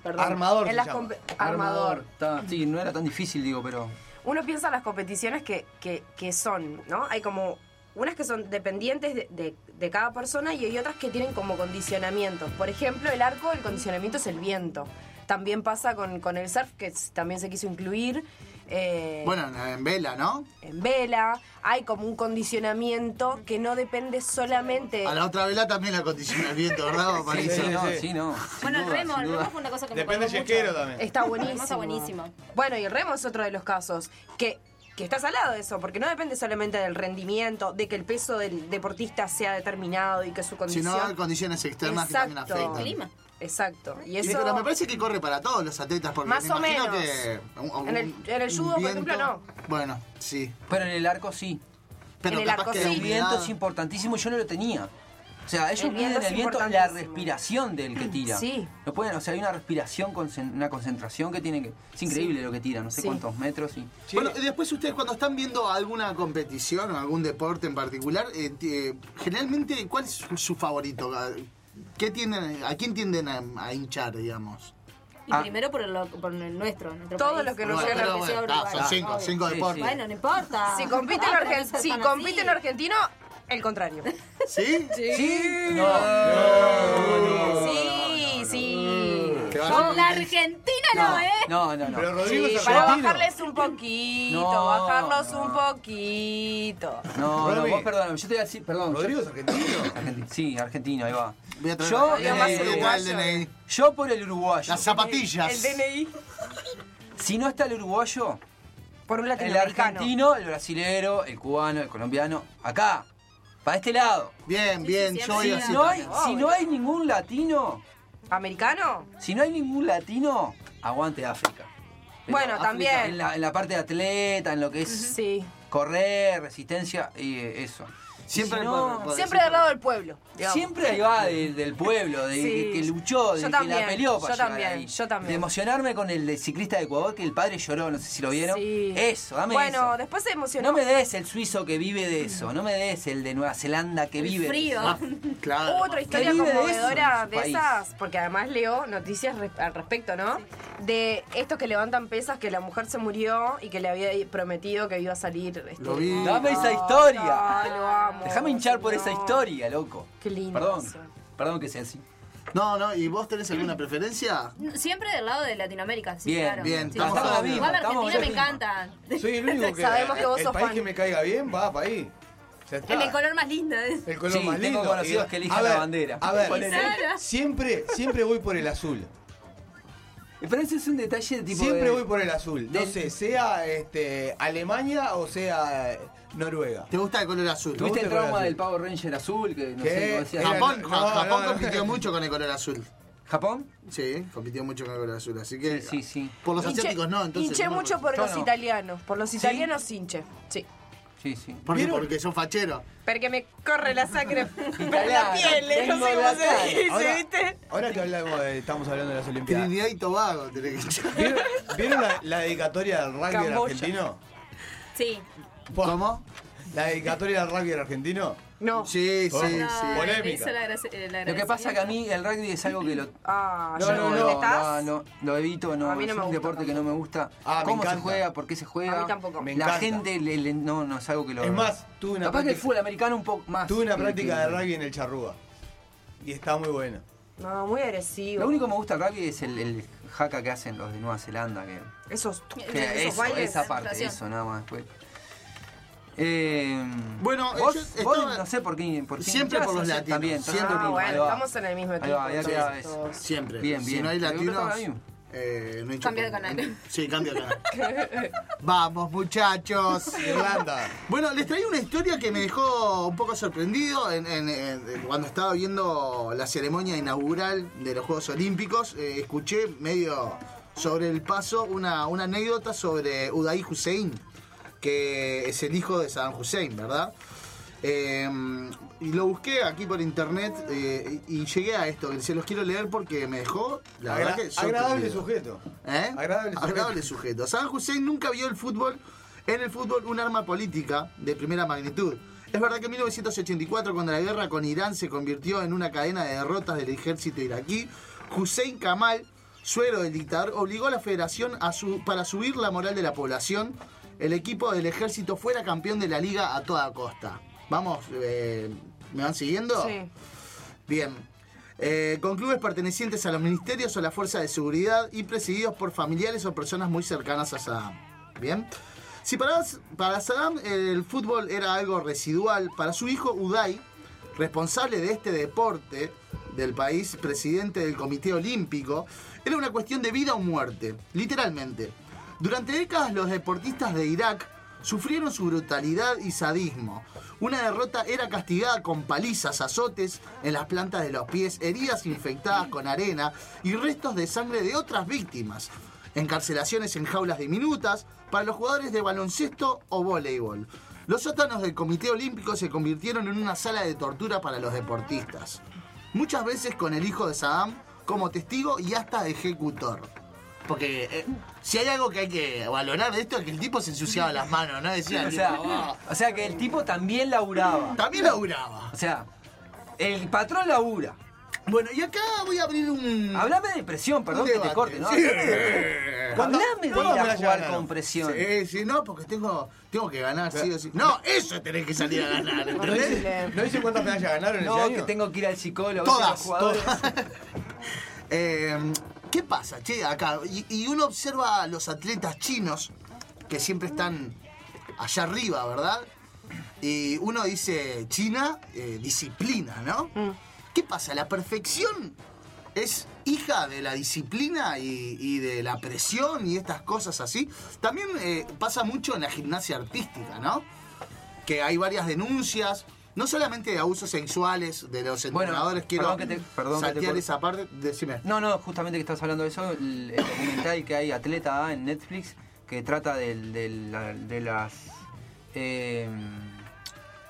[SPEAKER 3] perdón,
[SPEAKER 9] Armador se
[SPEAKER 3] En las
[SPEAKER 9] llama.
[SPEAKER 3] compe- armador.
[SPEAKER 6] Está- sí, no era tan difícil, digo, pero.
[SPEAKER 3] Uno piensa en las competiciones que, que, que son, ¿no? Hay como unas que son dependientes de, de- de cada persona y hay otras que tienen como condicionamientos. Por ejemplo, el arco, el condicionamiento es el viento. También pasa con, con el surf, que s- también se quiso incluir.
[SPEAKER 8] eh,
[SPEAKER 4] Bueno, en- en vela, ¿no?
[SPEAKER 8] en vela, hay como un condicionamiento que no depende solamente...
[SPEAKER 4] A la otra vela también la condiciona el viento, ¿verdad,
[SPEAKER 6] Sí,
[SPEAKER 4] Marisa?
[SPEAKER 9] sí,
[SPEAKER 6] no,
[SPEAKER 9] sí.
[SPEAKER 6] sí, no.
[SPEAKER 7] Bueno, el
[SPEAKER 6] duda,
[SPEAKER 7] remo,
[SPEAKER 6] sin
[SPEAKER 7] el remo
[SPEAKER 6] duda.
[SPEAKER 7] fue una cosa que me
[SPEAKER 9] Depende
[SPEAKER 7] acordó
[SPEAKER 9] del
[SPEAKER 7] mucho.
[SPEAKER 9] yesquero también.
[SPEAKER 8] Está buenísimo.
[SPEAKER 7] buenísimo. Está buenísimo.
[SPEAKER 8] Bueno, y el remo es otro de los casos que, que estás al lado de eso, porque no depende solamente del rendimiento, de que el peso del deportista sea determinado y que su
[SPEAKER 4] Si
[SPEAKER 8] condición.
[SPEAKER 4] no, hay condiciones externas que
[SPEAKER 8] Exacto.
[SPEAKER 4] también afectan.
[SPEAKER 7] Clima.
[SPEAKER 8] Exacto. Y
[SPEAKER 4] Y-
[SPEAKER 8] eso.
[SPEAKER 4] Pero me parece que corre para todos los atletas, porque
[SPEAKER 8] Más
[SPEAKER 4] me
[SPEAKER 8] o
[SPEAKER 4] imagino
[SPEAKER 8] menos.
[SPEAKER 4] que... un- un-
[SPEAKER 8] En el- en el
[SPEAKER 4] un
[SPEAKER 8] judo, por ejemplo, no.
[SPEAKER 4] Bueno, sí.
[SPEAKER 6] Pero en el arco sí.
[SPEAKER 4] Pero
[SPEAKER 8] En el
[SPEAKER 4] capaz
[SPEAKER 8] arco
[SPEAKER 4] que
[SPEAKER 8] sí.
[SPEAKER 4] la
[SPEAKER 6] El viento
[SPEAKER 4] humedad-
[SPEAKER 6] es importantísimo, yo no lo tenía. O sea, ellos
[SPEAKER 8] El viento
[SPEAKER 6] miden
[SPEAKER 8] es
[SPEAKER 6] el viento la
[SPEAKER 8] importantísimo.
[SPEAKER 6] respiración del que tira.
[SPEAKER 8] Sí.
[SPEAKER 6] No pueden, o sea, hay una respiración, concen- una concentración que tienen que. Es increíble lo que tira, no sé
[SPEAKER 8] Sí.
[SPEAKER 6] cuántos metros y.
[SPEAKER 9] Sí.
[SPEAKER 4] Bueno, y después ustedes cuando están viendo alguna competición o algún deporte en particular, eh, eh, generalmente, ¿cuál es su, su favorito? ¿A- ¿Qué tienden, ¿A quién tienden a, a hinchar, digamos?
[SPEAKER 7] Y
[SPEAKER 6] Ah.
[SPEAKER 7] primero por el, por el nuestro, nuestro
[SPEAKER 8] Todo
[SPEAKER 7] país.
[SPEAKER 8] lo que nos
[SPEAKER 7] Todo
[SPEAKER 8] llega
[SPEAKER 7] lo
[SPEAKER 8] a la
[SPEAKER 7] que
[SPEAKER 4] bueno,
[SPEAKER 7] sea
[SPEAKER 4] está,
[SPEAKER 7] Uruguay,
[SPEAKER 4] son cinco,
[SPEAKER 7] obvio.
[SPEAKER 4] cinco
[SPEAKER 6] Sí,
[SPEAKER 4] deportes.
[SPEAKER 7] Bueno, no importa.
[SPEAKER 8] Si compite, en
[SPEAKER 7] Ah, pero no seas tan así.
[SPEAKER 8] argentino, el contrario.
[SPEAKER 4] ¿Sí?
[SPEAKER 6] ¿Sí? No.
[SPEAKER 8] sí, sí.
[SPEAKER 4] Te vas a-
[SPEAKER 7] Con la Argentina no, ¿eh?
[SPEAKER 6] No, no, no.
[SPEAKER 9] Pero Rodrigo
[SPEAKER 8] Sí,
[SPEAKER 9] es
[SPEAKER 8] para
[SPEAKER 9] argentino.
[SPEAKER 8] bajarles un poquito,
[SPEAKER 6] No,
[SPEAKER 8] bajarlos
[SPEAKER 6] no.
[SPEAKER 8] un poquito.
[SPEAKER 6] No, no,
[SPEAKER 9] Rodri.
[SPEAKER 6] vos perdóname, yo te voy a decir, perdón. yo-
[SPEAKER 9] Rodrigo es argentino.
[SPEAKER 6] Argenti- sí, argentino, ahí va.
[SPEAKER 4] Voy a traer,
[SPEAKER 6] Yo,
[SPEAKER 4] el DNI,
[SPEAKER 8] más
[SPEAKER 4] voy a traer el
[SPEAKER 8] uruguayo.
[SPEAKER 4] DNI.
[SPEAKER 6] Yo por el uruguayo.
[SPEAKER 4] Las zapatillas.
[SPEAKER 8] El DNI
[SPEAKER 6] Si no está el uruguayo,
[SPEAKER 8] por un
[SPEAKER 6] el
[SPEAKER 8] latinoamericano.
[SPEAKER 6] argentino, el brasilero, el cubano, el colombiano, acá, para este lado.
[SPEAKER 4] Bien, bien, yo voy
[SPEAKER 6] Si
[SPEAKER 4] así.
[SPEAKER 6] no, hay,
[SPEAKER 8] también.
[SPEAKER 6] si no hay ningún latino,
[SPEAKER 8] ¿Americano?
[SPEAKER 6] si no hay ningún latino, aguante África.
[SPEAKER 8] Bueno,
[SPEAKER 6] África,
[SPEAKER 8] también.
[SPEAKER 6] En la, en la parte de atleta, en lo que es
[SPEAKER 8] Sí.
[SPEAKER 6] correr, resistencia y eh, eso. Y
[SPEAKER 4] Siempre
[SPEAKER 6] si no,
[SPEAKER 4] por- por-
[SPEAKER 8] Siempre del lado del pueblo. digamos.
[SPEAKER 6] Siempre ahí va de- del pueblo, de,
[SPEAKER 8] Sí.
[SPEAKER 6] que, que luchó, de
[SPEAKER 8] Yo
[SPEAKER 6] que
[SPEAKER 8] también,
[SPEAKER 6] la peleó para
[SPEAKER 8] yo
[SPEAKER 6] llegar
[SPEAKER 8] también,
[SPEAKER 6] ahí.
[SPEAKER 8] yo también.
[SPEAKER 6] De emocionarme con el de ciclista de Ecuador, que el padre lloró, no sé si lo vieron.
[SPEAKER 8] Sí.
[SPEAKER 6] Eso, dame
[SPEAKER 8] Bueno,
[SPEAKER 6] eso.
[SPEAKER 8] después se emocionó.
[SPEAKER 6] No me des el suizo que vive de eso, no me des el de Nueva Zelanda que vive. de
[SPEAKER 7] Frío.
[SPEAKER 6] eso. Ah,
[SPEAKER 4] Claro.
[SPEAKER 8] Hubo otra historia
[SPEAKER 6] vive de eso en
[SPEAKER 8] conmovedora
[SPEAKER 6] su
[SPEAKER 8] de,
[SPEAKER 6] país.
[SPEAKER 8] esas, porque además leo noticias res- al respecto, ¿no? De estos que levantan pesas, que la mujer se murió y que le había prometido que iba a salir. este,
[SPEAKER 4] Lo vi.
[SPEAKER 6] Dame esa
[SPEAKER 8] Ay,
[SPEAKER 6] historia.
[SPEAKER 8] no, lo amo,
[SPEAKER 6] Déjame hinchar por esa
[SPEAKER 8] señor.
[SPEAKER 6] historia, loco.
[SPEAKER 8] Qué lindo
[SPEAKER 6] Perdón,
[SPEAKER 8] eso.
[SPEAKER 6] perdón que sea así.
[SPEAKER 4] No, no, ¿y vos tenés alguna preferencia?
[SPEAKER 7] Siempre del lado de Latinoamérica, sí,
[SPEAKER 6] Bien,
[SPEAKER 7] claro.
[SPEAKER 4] bien,
[SPEAKER 7] Sí,
[SPEAKER 4] estamos
[SPEAKER 7] sí.
[SPEAKER 4] con la misma,
[SPEAKER 7] Igual
[SPEAKER 6] estamos
[SPEAKER 7] Argentina me
[SPEAKER 6] con la
[SPEAKER 7] encanta.
[SPEAKER 9] Soy el único que.
[SPEAKER 8] Sabemos que vos
[SPEAKER 9] el
[SPEAKER 8] sos
[SPEAKER 9] país
[SPEAKER 8] fan.
[SPEAKER 9] que me caiga bien va para ahí. Ya está.
[SPEAKER 7] En el color más lindo. ¿eh?
[SPEAKER 9] El color
[SPEAKER 6] Sí,
[SPEAKER 9] más
[SPEAKER 6] tengo
[SPEAKER 9] lindo.
[SPEAKER 6] conocidos
[SPEAKER 9] Y-
[SPEAKER 6] que eligen
[SPEAKER 9] a
[SPEAKER 6] la
[SPEAKER 9] ver,
[SPEAKER 6] bandera.
[SPEAKER 9] A ver,
[SPEAKER 6] Ponele.
[SPEAKER 9] siempre, siempre voy por el azul.
[SPEAKER 6] Pero ese es un detalle de tipo.
[SPEAKER 9] Siempre
[SPEAKER 6] de-
[SPEAKER 9] voy por el azul. No
[SPEAKER 6] del-
[SPEAKER 9] sé, sea este, Alemania o sea eh, Noruega.
[SPEAKER 4] ¿Te gusta el color azul?
[SPEAKER 9] Me gusta
[SPEAKER 6] ¿Tuviste el
[SPEAKER 9] el color
[SPEAKER 6] trauma
[SPEAKER 9] azul.
[SPEAKER 6] del Power Ranger azul? Que no
[SPEAKER 9] ¿Qué?
[SPEAKER 6] sé cómo decía.
[SPEAKER 9] Era-
[SPEAKER 4] Japón,
[SPEAKER 9] No,
[SPEAKER 4] Ja-
[SPEAKER 9] no,
[SPEAKER 4] Japón
[SPEAKER 9] no.
[SPEAKER 4] compitió mucho con el color azul.
[SPEAKER 6] ¿Japón?
[SPEAKER 4] Sí, compitió mucho con el color azul, así que...
[SPEAKER 6] Sí, sí, sí.
[SPEAKER 4] Por los
[SPEAKER 8] Hinché-
[SPEAKER 4] asiáticos no, entonces...
[SPEAKER 8] hinché
[SPEAKER 4] no me
[SPEAKER 8] mucho
[SPEAKER 4] acuerdo.
[SPEAKER 8] por
[SPEAKER 6] Yo
[SPEAKER 8] los
[SPEAKER 6] no.
[SPEAKER 8] italianos. Por los
[SPEAKER 6] ¿Sí?
[SPEAKER 8] italianos hinche. Sí.
[SPEAKER 6] Sí, sí.
[SPEAKER 4] ¿Por qué? Porque son facheros.
[SPEAKER 8] Porque me corre la sangre por la
[SPEAKER 6] Italiano,
[SPEAKER 8] piel, no
[SPEAKER 6] tengo
[SPEAKER 8] sé
[SPEAKER 6] la
[SPEAKER 8] cómo
[SPEAKER 6] cara.
[SPEAKER 8] se dice, ¿viste?
[SPEAKER 9] ahora que hablamos de- estamos hablando de las Olimpiadas.
[SPEAKER 4] Trinidad y Tobago tenés que hinchar.
[SPEAKER 9] ¿Vieron, vieron la, la dedicatoria del rugby
[SPEAKER 8] Camboya.
[SPEAKER 9] argentino?
[SPEAKER 7] Sí.
[SPEAKER 4] ¿Cómo?
[SPEAKER 9] ¿La dedicatoria del rugby argentino?
[SPEAKER 8] No.
[SPEAKER 4] Sí, sí,
[SPEAKER 9] Oh.
[SPEAKER 4] sí.
[SPEAKER 7] Ay,
[SPEAKER 9] Polémica.
[SPEAKER 7] me Ah, hizo la gracia- eh, la
[SPEAKER 6] Lo que
[SPEAKER 7] gracia.
[SPEAKER 6] pasa que a mí el rugby es algo que lo.
[SPEAKER 8] Ah,
[SPEAKER 6] No,
[SPEAKER 8] yo
[SPEAKER 6] no,
[SPEAKER 8] no,
[SPEAKER 6] no,
[SPEAKER 8] ¿estás?
[SPEAKER 6] no, no, lo evito, no.
[SPEAKER 8] A mí no
[SPEAKER 6] es
[SPEAKER 8] me
[SPEAKER 6] un
[SPEAKER 8] gusta
[SPEAKER 6] deporte que no me gusta.
[SPEAKER 9] Ah, me
[SPEAKER 6] ¿Cómo se
[SPEAKER 9] encanta.
[SPEAKER 6] juega? ¿Por qué se juega?
[SPEAKER 8] A mí tampoco.
[SPEAKER 9] Me
[SPEAKER 6] La
[SPEAKER 9] encanta.
[SPEAKER 6] gente, le- le- no, no es algo que lo.
[SPEAKER 9] Es más, tuve una
[SPEAKER 6] Capaz que el
[SPEAKER 9] práctica,
[SPEAKER 6] fútbol americano un poco más.
[SPEAKER 9] tuve una
[SPEAKER 6] que-
[SPEAKER 9] práctica
[SPEAKER 6] que-
[SPEAKER 9] de rugby en el Charrúa. Y está muy buena.
[SPEAKER 8] No, muy agresivo.
[SPEAKER 6] Lo único que me gusta del rugby es el, el jaca que hacen los de Nueva Zelanda. Que,
[SPEAKER 8] Esos,
[SPEAKER 6] que
[SPEAKER 8] esos
[SPEAKER 6] eso,
[SPEAKER 8] bailes.
[SPEAKER 6] esa parte,
[SPEAKER 7] Sensación.
[SPEAKER 6] eso, nada más después. Eh,
[SPEAKER 4] Bueno,
[SPEAKER 6] vos,
[SPEAKER 4] yo
[SPEAKER 6] vos
[SPEAKER 4] estaba-
[SPEAKER 6] no sé por qué. Por qué
[SPEAKER 4] Siempre
[SPEAKER 6] hinchás,
[SPEAKER 4] por los
[SPEAKER 6] o sea,
[SPEAKER 4] latinos,
[SPEAKER 6] También,
[SPEAKER 4] siempre
[SPEAKER 6] entonces,
[SPEAKER 8] ah,
[SPEAKER 4] por-
[SPEAKER 6] ahí
[SPEAKER 8] bueno,
[SPEAKER 6] va.
[SPEAKER 8] estamos en el mismo
[SPEAKER 6] Ahí
[SPEAKER 8] equipo.
[SPEAKER 6] va, ya queda
[SPEAKER 8] entonces,
[SPEAKER 6] eso.
[SPEAKER 8] todos.
[SPEAKER 4] Siempre.
[SPEAKER 6] Bien,
[SPEAKER 4] Si
[SPEAKER 6] bien.
[SPEAKER 4] no hay
[SPEAKER 6] Te digo,
[SPEAKER 4] latinos.
[SPEAKER 6] pero está bien.
[SPEAKER 4] eh, no hincho
[SPEAKER 7] Cambia de
[SPEAKER 4] por-
[SPEAKER 7] canal.
[SPEAKER 4] Sí, cambia de canal. Vamos, muchachos.
[SPEAKER 9] Irlanda.
[SPEAKER 4] Bueno, les traí una historia que me dejó un poco sorprendido en- en- en- cuando estaba viendo la ceremonia inaugural de los Juegos Olímpicos. eh, escuché medio sobre el paso una, una anécdota sobre Uday Hussein, que es el hijo de Saddam Hussein, ¿verdad? Eh, y lo busqué aquí por internet eh, y y llegué a esto, que se los quiero leer porque me dejó la
[SPEAKER 9] Agra-
[SPEAKER 4] verdad que
[SPEAKER 9] agradable
[SPEAKER 4] sorprendido.
[SPEAKER 9] sujeto.
[SPEAKER 4] ¿Eh?
[SPEAKER 9] Agradable sujeto.
[SPEAKER 4] sujeto. Saddam Hussein nunca vio el fútbol, en el fútbol, un arma política de primera magnitud. Es verdad que en 1984, cuando la guerra con Irán se convirtió en una cadena de derrotas del ejército iraquí, Hussein Kamal, suero del dictador, obligó a la federación a su- para subir la moral de la población. El equipo del ejército fuera campeón de la liga a toda costa. Vamos, eh, ¿me van siguiendo?
[SPEAKER 8] Sí.
[SPEAKER 4] Bien. Eh, con clubes pertenecientes a los ministerios o la fuerza de seguridad y presididos por familiares o personas muy cercanas a Saddam. Bien. Si para, para Saddam el fútbol era algo residual, para su hijo Uday, responsable de este deporte del país, presidente del Comité Olímpico, era una cuestión de vida o muerte, literalmente. Durante décadas los deportistas de Irak sufrieron su brutalidad y sadismo. Una derrota era castigada con palizas, azotes en las plantas de los pies, heridas infectadas con arena y restos de sangre de otras víctimas. Encarcelaciones en jaulas diminutas para los jugadores de baloncesto o voleibol. Los sótanos del Comité Olímpico se convirtieron en una sala de tortura para los deportistas. Muchas veces con el hijo de Saddam como testigo y hasta ejecutor.
[SPEAKER 10] Porque eh, si hay algo que hay que eh, valorar de esto es que el tipo se ensuciaba las manos, ¿no? Decía, "Ah".
[SPEAKER 6] O sea, o sea que el tipo también laburaba.
[SPEAKER 4] También laburaba.
[SPEAKER 6] O sea, el patrón labura.
[SPEAKER 4] Bueno, y acá voy a abrir un...
[SPEAKER 6] Hablame de presión, perdón que te
[SPEAKER 4] debate.
[SPEAKER 6] corte, ¿no?
[SPEAKER 4] Sí.
[SPEAKER 6] Hablame de ir
[SPEAKER 9] ¿Cuándo me
[SPEAKER 6] a
[SPEAKER 9] la
[SPEAKER 6] jugar
[SPEAKER 9] ganaron?
[SPEAKER 6] con presión.
[SPEAKER 4] Sí, sí, no, porque tengo, tengo que ganar, sí o sí. No, eso tenés que salir a ganar, ¿entendés?
[SPEAKER 9] ¿No dice cuántas medallas ganaron
[SPEAKER 6] No,
[SPEAKER 9] ese año?
[SPEAKER 6] que tengo que ir al psicólogo.
[SPEAKER 4] Todas,
[SPEAKER 6] los jugadores.
[SPEAKER 4] Eh, ¿Qué pasa, che, acá? Y, y uno observa a los atletas chinos que siempre están allá arriba, ¿verdad? Y uno dice, China, eh, disciplina, ¿no? ¿Qué pasa? La perfección es hija de la disciplina y, y de la presión y estas cosas así. También eh, pasa mucho en la gimnasia artística, ¿no? Que hay varias denuncias, no solamente de abusos sexuales de los
[SPEAKER 6] Bueno,
[SPEAKER 4] entrenadores, quiero
[SPEAKER 6] perdón que te- perdón que te
[SPEAKER 4] saltear
[SPEAKER 6] corte.
[SPEAKER 4] esa parte, decime.
[SPEAKER 6] No, no, justamente que estás hablando de eso, el, el documental que hay, Atleta A, en Netflix, que trata del- del- la- de las... eh,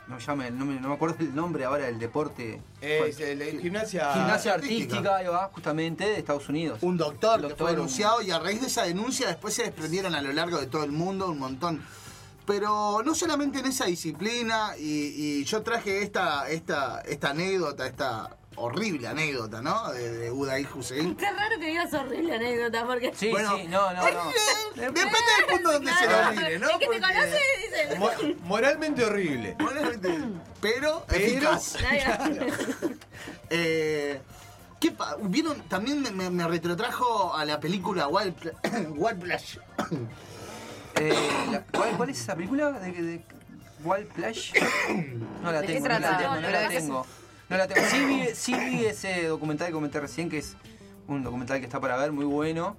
[SPEAKER 6] no, ya me- no, me, no me acuerdo el nombre ahora del deporte.
[SPEAKER 9] Eh,
[SPEAKER 6] ¿Cuál?
[SPEAKER 9] es el- el gimnasia.
[SPEAKER 6] Gimnasia
[SPEAKER 4] artística.
[SPEAKER 6] artística, ahí va, justamente, de Estados Unidos.
[SPEAKER 4] un doctor, que
[SPEAKER 6] Doctor,
[SPEAKER 4] fue
[SPEAKER 6] un-
[SPEAKER 4] denunciado y a raíz de esa denuncia después se desprendieron a lo largo de todo el mundo un montón. Pero no solamente en esa disciplina, y, y yo traje esta, esta, esta anécdota, esta horrible anécdota, ¿no? De, de Uday Hussein.
[SPEAKER 7] Qué raro que digas horrible anécdota, porque...
[SPEAKER 6] Sí,
[SPEAKER 4] Bueno.
[SPEAKER 6] sí, no, no, no.
[SPEAKER 4] Depende del punto donde se lo
[SPEAKER 7] Claro,
[SPEAKER 4] mire, ¿no?
[SPEAKER 7] el que
[SPEAKER 4] Porque-
[SPEAKER 7] te conoce dice...
[SPEAKER 9] Mo- moralmente horrible.
[SPEAKER 4] Pero,
[SPEAKER 9] Pero-
[SPEAKER 4] eficaz.
[SPEAKER 7] Claro.
[SPEAKER 4] Eh, ¿qué pa- ¿Vieron? También me, me- me retrotrajo a la película Wild, Pla- Wild Flash.
[SPEAKER 6] Eh, la- ¿cuál, cuál es esa película? ¿De, de Wild Flash? No la
[SPEAKER 8] ¿De qué
[SPEAKER 6] tengo, no
[SPEAKER 8] trata?
[SPEAKER 6] la tengo, no
[SPEAKER 8] ¿Pero
[SPEAKER 6] la
[SPEAKER 8] de qué se-
[SPEAKER 6] tengo. No la tengo. Sí vi, sí vi ese documental que comenté recién, que es un documental que está para ver, muy bueno.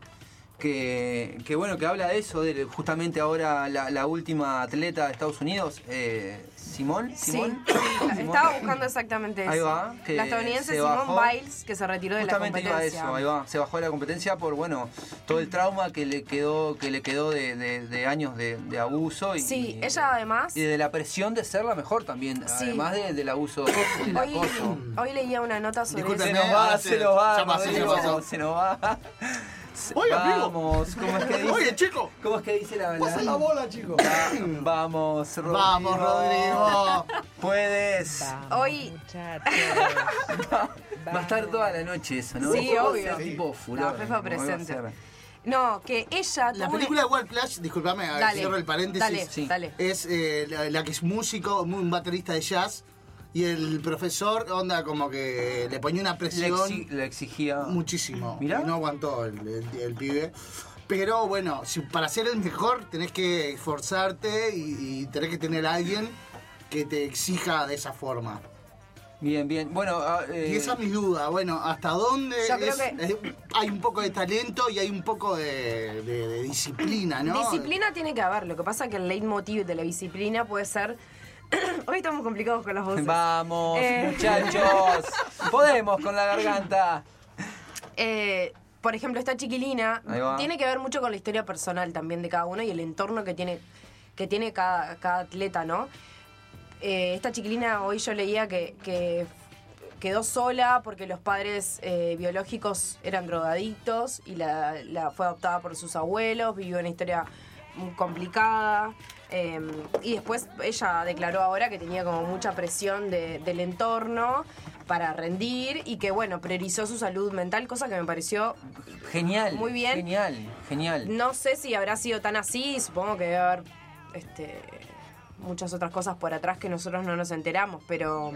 [SPEAKER 6] Que, que bueno, que habla de eso, de justamente ahora la, la última atleta de Estados Unidos, eh, Simón.
[SPEAKER 8] Sí,
[SPEAKER 6] Simón.
[SPEAKER 8] sí,
[SPEAKER 6] Simón.
[SPEAKER 8] estaba buscando exactamente eso.
[SPEAKER 6] Ahí va, que
[SPEAKER 8] la estadounidense
[SPEAKER 6] se
[SPEAKER 8] Simone
[SPEAKER 6] bajó.
[SPEAKER 8] Biles, que se retiró de
[SPEAKER 6] Justamente
[SPEAKER 8] la
[SPEAKER 6] iba a
[SPEAKER 8] competencia.
[SPEAKER 6] eso, ahí va. Se bajó de la competencia por, bueno, todo el trauma que le quedó, que le quedó de, de- de años de, de abuso. Y,
[SPEAKER 8] Sí, ella además-
[SPEAKER 6] Y de la presión de ser la mejor también,
[SPEAKER 8] Sí.
[SPEAKER 6] además de- del abuso, del
[SPEAKER 8] Hoy,
[SPEAKER 6] acoso.
[SPEAKER 8] hoy leía una nota sobre
[SPEAKER 4] Disculpen,
[SPEAKER 6] Se
[SPEAKER 8] eso.
[SPEAKER 6] nos va,
[SPEAKER 4] ahora
[SPEAKER 6] se
[SPEAKER 4] se-
[SPEAKER 6] nos va,
[SPEAKER 4] ya pasó,
[SPEAKER 6] Rodrigo,
[SPEAKER 4] ya pasó.
[SPEAKER 6] se nos va. Se-
[SPEAKER 4] Oye, amigo.
[SPEAKER 6] vamos, ¿cómo es que dice?
[SPEAKER 4] Oye, chico.
[SPEAKER 6] ¿Cómo es que dice la
[SPEAKER 9] Pasa la bola, chico.
[SPEAKER 6] Va- Vamos, Rodrigo.
[SPEAKER 4] Vamos, Rodrigo.
[SPEAKER 6] Puedes.
[SPEAKER 8] Hoy,
[SPEAKER 6] Va a estar toda la noche eso, ¿no?
[SPEAKER 8] Sí,
[SPEAKER 6] Va a
[SPEAKER 8] obvio.
[SPEAKER 6] ser Tipo furor,
[SPEAKER 8] La jefa
[SPEAKER 6] ¿cómo iba a
[SPEAKER 8] presente.
[SPEAKER 6] ser?
[SPEAKER 8] no, que ella
[SPEAKER 4] La
[SPEAKER 8] tuvo
[SPEAKER 4] película de Wild Flash, disculpame, a-
[SPEAKER 8] Dale,
[SPEAKER 4] cierro el paréntesis.
[SPEAKER 8] dale,
[SPEAKER 6] sí.
[SPEAKER 8] dale.
[SPEAKER 4] Es eh, la, la que es músico, mu- un baterista de jazz. Y el profesor, onda, como que le ponía una
[SPEAKER 6] Le,
[SPEAKER 4] presión
[SPEAKER 6] exi- le exigía.
[SPEAKER 4] muchísimo.
[SPEAKER 6] Mirá.
[SPEAKER 4] Y no aguantó el, el- el pibe. Pero bueno, si- para ser el mejor tenés que esforzarte y, y tenés que tener a alguien que te exija de esa forma.
[SPEAKER 6] Bien, bien. Bueno, ah, eh,
[SPEAKER 4] Y esa es mi duda. Bueno, ¿hasta dónde
[SPEAKER 8] Yo creo
[SPEAKER 4] es-
[SPEAKER 8] que-
[SPEAKER 4] es- hay un poco de talento y hay un poco de, de- de disciplina, no?
[SPEAKER 8] Disciplina tiene que haber, lo que pasa que el leitmotiv de la disciplina puede ser... hoy estamos complicados con las voces.
[SPEAKER 6] Vamos,
[SPEAKER 8] Eh.
[SPEAKER 6] muchachos. Podemos con la garganta.
[SPEAKER 8] Eh, por ejemplo, esta chiquilina
[SPEAKER 6] Ahí va.
[SPEAKER 8] tiene que ver mucho con la historia personal también de cada uno y el entorno que tiene, que tiene cada, cada atleta, ¿no? Eh, esta chiquilina hoy yo leía que, que quedó sola porque los padres eh, biológicos eran drogadictos y la, la fue adoptada por sus abuelos, vivió una historia muy complicada. eh, y después ella declaró ahora que tenía como mucha presión de- del entorno para rendir y que bueno, priorizó su salud mental, cosa que me pareció
[SPEAKER 6] Genial.
[SPEAKER 8] Muy bien.
[SPEAKER 6] Genial, genial.
[SPEAKER 8] no sé si habrá sido tan así, supongo que debe haber este, muchas otras cosas por atrás que nosotros no nos enteramos, pero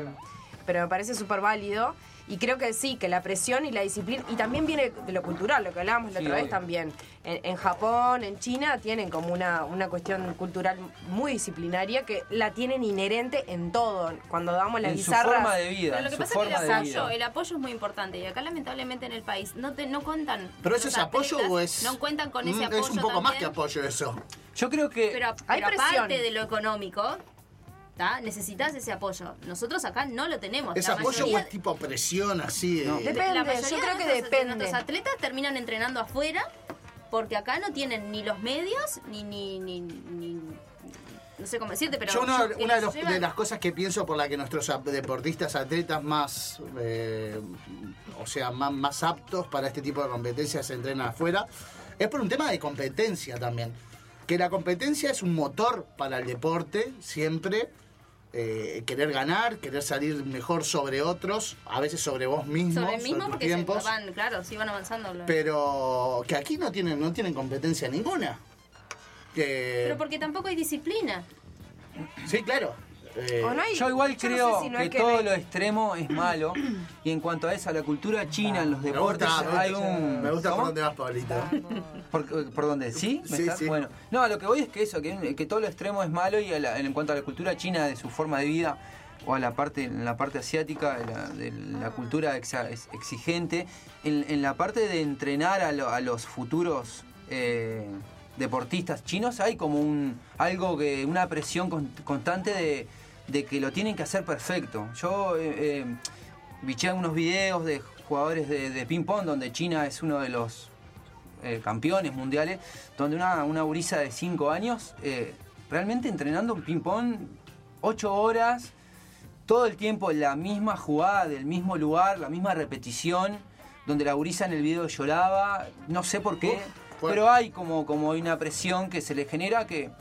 [SPEAKER 8] pero me parece súper válido. Y creo que sí, que la presión y la disciplina, y también viene de lo cultural, lo que hablábamos la
[SPEAKER 11] Sí,
[SPEAKER 8] otra vez
[SPEAKER 11] obvio.
[SPEAKER 8] también. En, en Japón, en China, tienen como una, una cuestión cultural muy disciplinaria que la tienen inherente en todo. Cuando damos la
[SPEAKER 6] En su
[SPEAKER 8] guisarra.
[SPEAKER 6] forma de vida,
[SPEAKER 7] Pero lo que
[SPEAKER 6] en
[SPEAKER 7] pasa es que
[SPEAKER 6] su forma
[SPEAKER 7] el
[SPEAKER 6] de
[SPEAKER 7] apoyo,
[SPEAKER 6] vida.
[SPEAKER 7] el apoyo es muy importante y acá lamentablemente en el país no te no contan.
[SPEAKER 4] ¿Pero eso
[SPEAKER 7] los
[SPEAKER 4] es apoyo
[SPEAKER 7] atletas,
[SPEAKER 4] o es.?
[SPEAKER 7] No cuentan con ese
[SPEAKER 4] Mm,
[SPEAKER 7] apoyo.
[SPEAKER 4] Es un poco más que
[SPEAKER 7] también.
[SPEAKER 4] apoyo eso.
[SPEAKER 6] Yo creo que.
[SPEAKER 7] Pero,
[SPEAKER 8] Hay
[SPEAKER 7] pero
[SPEAKER 8] presión.
[SPEAKER 7] aparte de lo económico, ¿tá? necesitas ese apoyo. Nosotros acá no lo tenemos.
[SPEAKER 4] ¿Es
[SPEAKER 7] La
[SPEAKER 4] apoyo
[SPEAKER 7] mayoría-
[SPEAKER 4] o es tipo presión así? eh? de-
[SPEAKER 8] Depende,
[SPEAKER 7] Eh, la
[SPEAKER 8] yo
[SPEAKER 7] mayoría
[SPEAKER 8] creo
[SPEAKER 7] de
[SPEAKER 8] que
[SPEAKER 7] nuestros-
[SPEAKER 8] depende.
[SPEAKER 7] Nuestros atletas terminan entrenando afuera porque acá no tienen ni los medios ni ni ni, ni- no sé cómo decirte, pero
[SPEAKER 4] Yo una,
[SPEAKER 7] que
[SPEAKER 4] una de,
[SPEAKER 7] los
[SPEAKER 4] los-
[SPEAKER 7] llevan-
[SPEAKER 4] de las cosas que pienso por la que nuestros ap- deportistas, atletas más, eh, o sea, más, más aptos para este tipo de competencias se entrenan afuera, es por un tema de competencia también. Que la competencia es un motor para el deporte, siempre. eh, querer ganar, querer salir mejor sobre otros, a veces sobre vos mismo,
[SPEAKER 7] sobre
[SPEAKER 4] sobre,
[SPEAKER 7] el mismo
[SPEAKER 4] tus
[SPEAKER 7] porque se
[SPEAKER 4] tiempos,
[SPEAKER 7] van, claro, sí van avanzando. los-
[SPEAKER 4] pero que aquí no tienen, no tienen competencia ninguna. Que-
[SPEAKER 7] Pero porque tampoco hay disciplina.
[SPEAKER 4] Sí, claro. Eh,
[SPEAKER 8] ¿O no hay-
[SPEAKER 6] Yo igual
[SPEAKER 8] no
[SPEAKER 6] creo
[SPEAKER 8] sé si no
[SPEAKER 6] que,
[SPEAKER 8] hay
[SPEAKER 6] todo
[SPEAKER 8] ver-
[SPEAKER 6] lo extremo es malo.
[SPEAKER 7] Ah,
[SPEAKER 6] Y en cuanto a eso, a la cultura china, en los
[SPEAKER 4] Me
[SPEAKER 6] deportes,
[SPEAKER 4] gusta,
[SPEAKER 6] hay un.
[SPEAKER 4] me gusta por
[SPEAKER 6] ¿Cómo?
[SPEAKER 4] dónde vas, Pablito.
[SPEAKER 6] ¿Por, por dónde? ¿Sí? ¿Me
[SPEAKER 4] Sí,
[SPEAKER 6] estás?
[SPEAKER 4] sí.
[SPEAKER 6] Bueno, no, a lo que voy es que eso, que, que todo lo extremo es malo y a la- en cuanto a la cultura china, de su forma de vida o a la parte, en la parte asiática, de la, de la cultura exa- es exigente, en, en la parte de entrenar a, lo- a los futuros eh, deportistas chinos hay como un algo que una presión con- constante de, de que lo tienen que hacer perfecto. Yo eh, eh, biché unos videos de jugadores de, de ping-pong donde China es uno de los eh, campeones mundiales, donde una, una gurisa de 5 años, eh, realmente entrenando un ping-pong 8 horas, todo el tiempo la misma jugada, del mismo lugar, la misma repetición, donde la gurisa en el video lloraba, no sé por qué,
[SPEAKER 4] Uf, fuerte.
[SPEAKER 6] pero hay como, como una presión que se le genera que,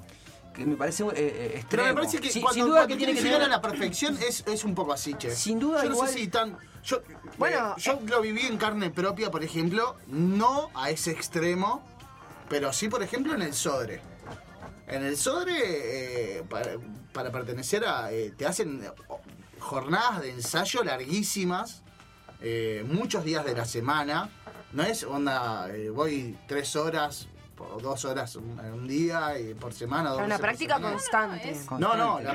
[SPEAKER 6] que me parece eh, eh,
[SPEAKER 4] Pero
[SPEAKER 6] extremo.
[SPEAKER 4] me parece que
[SPEAKER 6] Sin-
[SPEAKER 4] cuando,
[SPEAKER 6] sin duda
[SPEAKER 4] cuando
[SPEAKER 6] que tiene que
[SPEAKER 4] llegar a
[SPEAKER 6] tener-
[SPEAKER 4] la perfección es, es un poco así, che.
[SPEAKER 6] Sin duda,
[SPEAKER 4] Yo no
[SPEAKER 6] igual-
[SPEAKER 4] sé si tan. Yo,
[SPEAKER 8] Bueno,
[SPEAKER 4] eh, yo lo viví en carne propia, por ejemplo, no a ese extremo, pero sí, por ejemplo, en el Sodre. En el Sodre, eh, para, para pertenecer a. eh, te hacen eh, jornadas de ensayo larguísimas, eh, muchos días de la semana. No es onda, eh, voy tres horas, o dos horas un, un día, y por semana, dos
[SPEAKER 8] Es una
[SPEAKER 4] veces por
[SPEAKER 8] práctica
[SPEAKER 4] semana.
[SPEAKER 8] constante.
[SPEAKER 4] No, no, la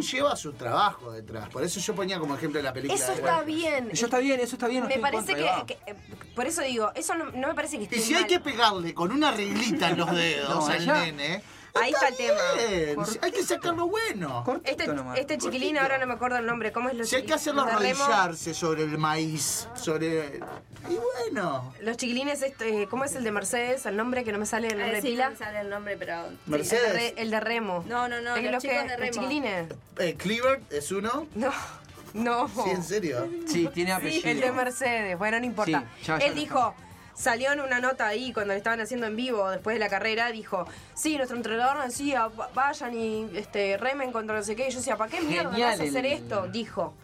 [SPEAKER 4] lleva su trabajo detrás. Por eso yo ponía como ejemplo la película.
[SPEAKER 8] Eso
[SPEAKER 4] de
[SPEAKER 8] está
[SPEAKER 4] Warner.
[SPEAKER 8] bien.
[SPEAKER 6] Eso está bien, eso está bien. no
[SPEAKER 8] Me
[SPEAKER 6] estoy en
[SPEAKER 8] parece que,
[SPEAKER 6] contra, ahí va.
[SPEAKER 8] que- eh, Por eso digo, eso no, no me parece que esté
[SPEAKER 4] Y si hay
[SPEAKER 8] mal.
[SPEAKER 4] que pegarle con una reglita en los dedos
[SPEAKER 6] No,
[SPEAKER 4] al
[SPEAKER 6] allá-
[SPEAKER 4] nene.
[SPEAKER 8] Ahí está el tema.
[SPEAKER 4] bien. Hay que sacarlo bueno.
[SPEAKER 8] Este,
[SPEAKER 6] Cortito nomás.
[SPEAKER 8] este chiquilín, ahora no me acuerdo el nombre, ¿cómo es lo
[SPEAKER 4] Si hay que hacerlo
[SPEAKER 8] los de remo?
[SPEAKER 4] arrodillarse sobre el maíz, sobre. Y bueno.
[SPEAKER 8] Los chiquilines, este, ¿cómo es el de Mercedes? El nombre que no me sale, el
[SPEAKER 7] Ah,
[SPEAKER 8] nombre
[SPEAKER 7] sí,
[SPEAKER 8] pila.
[SPEAKER 7] no me sale el nombre, pero
[SPEAKER 8] El de, re-
[SPEAKER 4] Mercedes.
[SPEAKER 8] el de remo.
[SPEAKER 7] No, no, no,
[SPEAKER 8] Es
[SPEAKER 7] los chicos de
[SPEAKER 8] Los
[SPEAKER 7] remo.
[SPEAKER 8] chiquilines.
[SPEAKER 4] Eh, Cleaver es uno.
[SPEAKER 8] No, no.
[SPEAKER 4] Sí, en serio.
[SPEAKER 6] Sí, tiene apellido.
[SPEAKER 8] el de Mercedes, bueno, no importa.
[SPEAKER 6] Sí, ya, ya
[SPEAKER 8] Él
[SPEAKER 6] lo
[SPEAKER 8] dijo, salió en una nota ahí cuando le estaban haciendo en vivo después de la carrera, dijo, sí, nuestro entrenador nos decía, "Va- vayan y este, remen contra no sé qué. Y yo decía, ¿para qué mierda
[SPEAKER 6] Genial
[SPEAKER 8] vas a hacer
[SPEAKER 6] el-
[SPEAKER 8] esto? Dijo.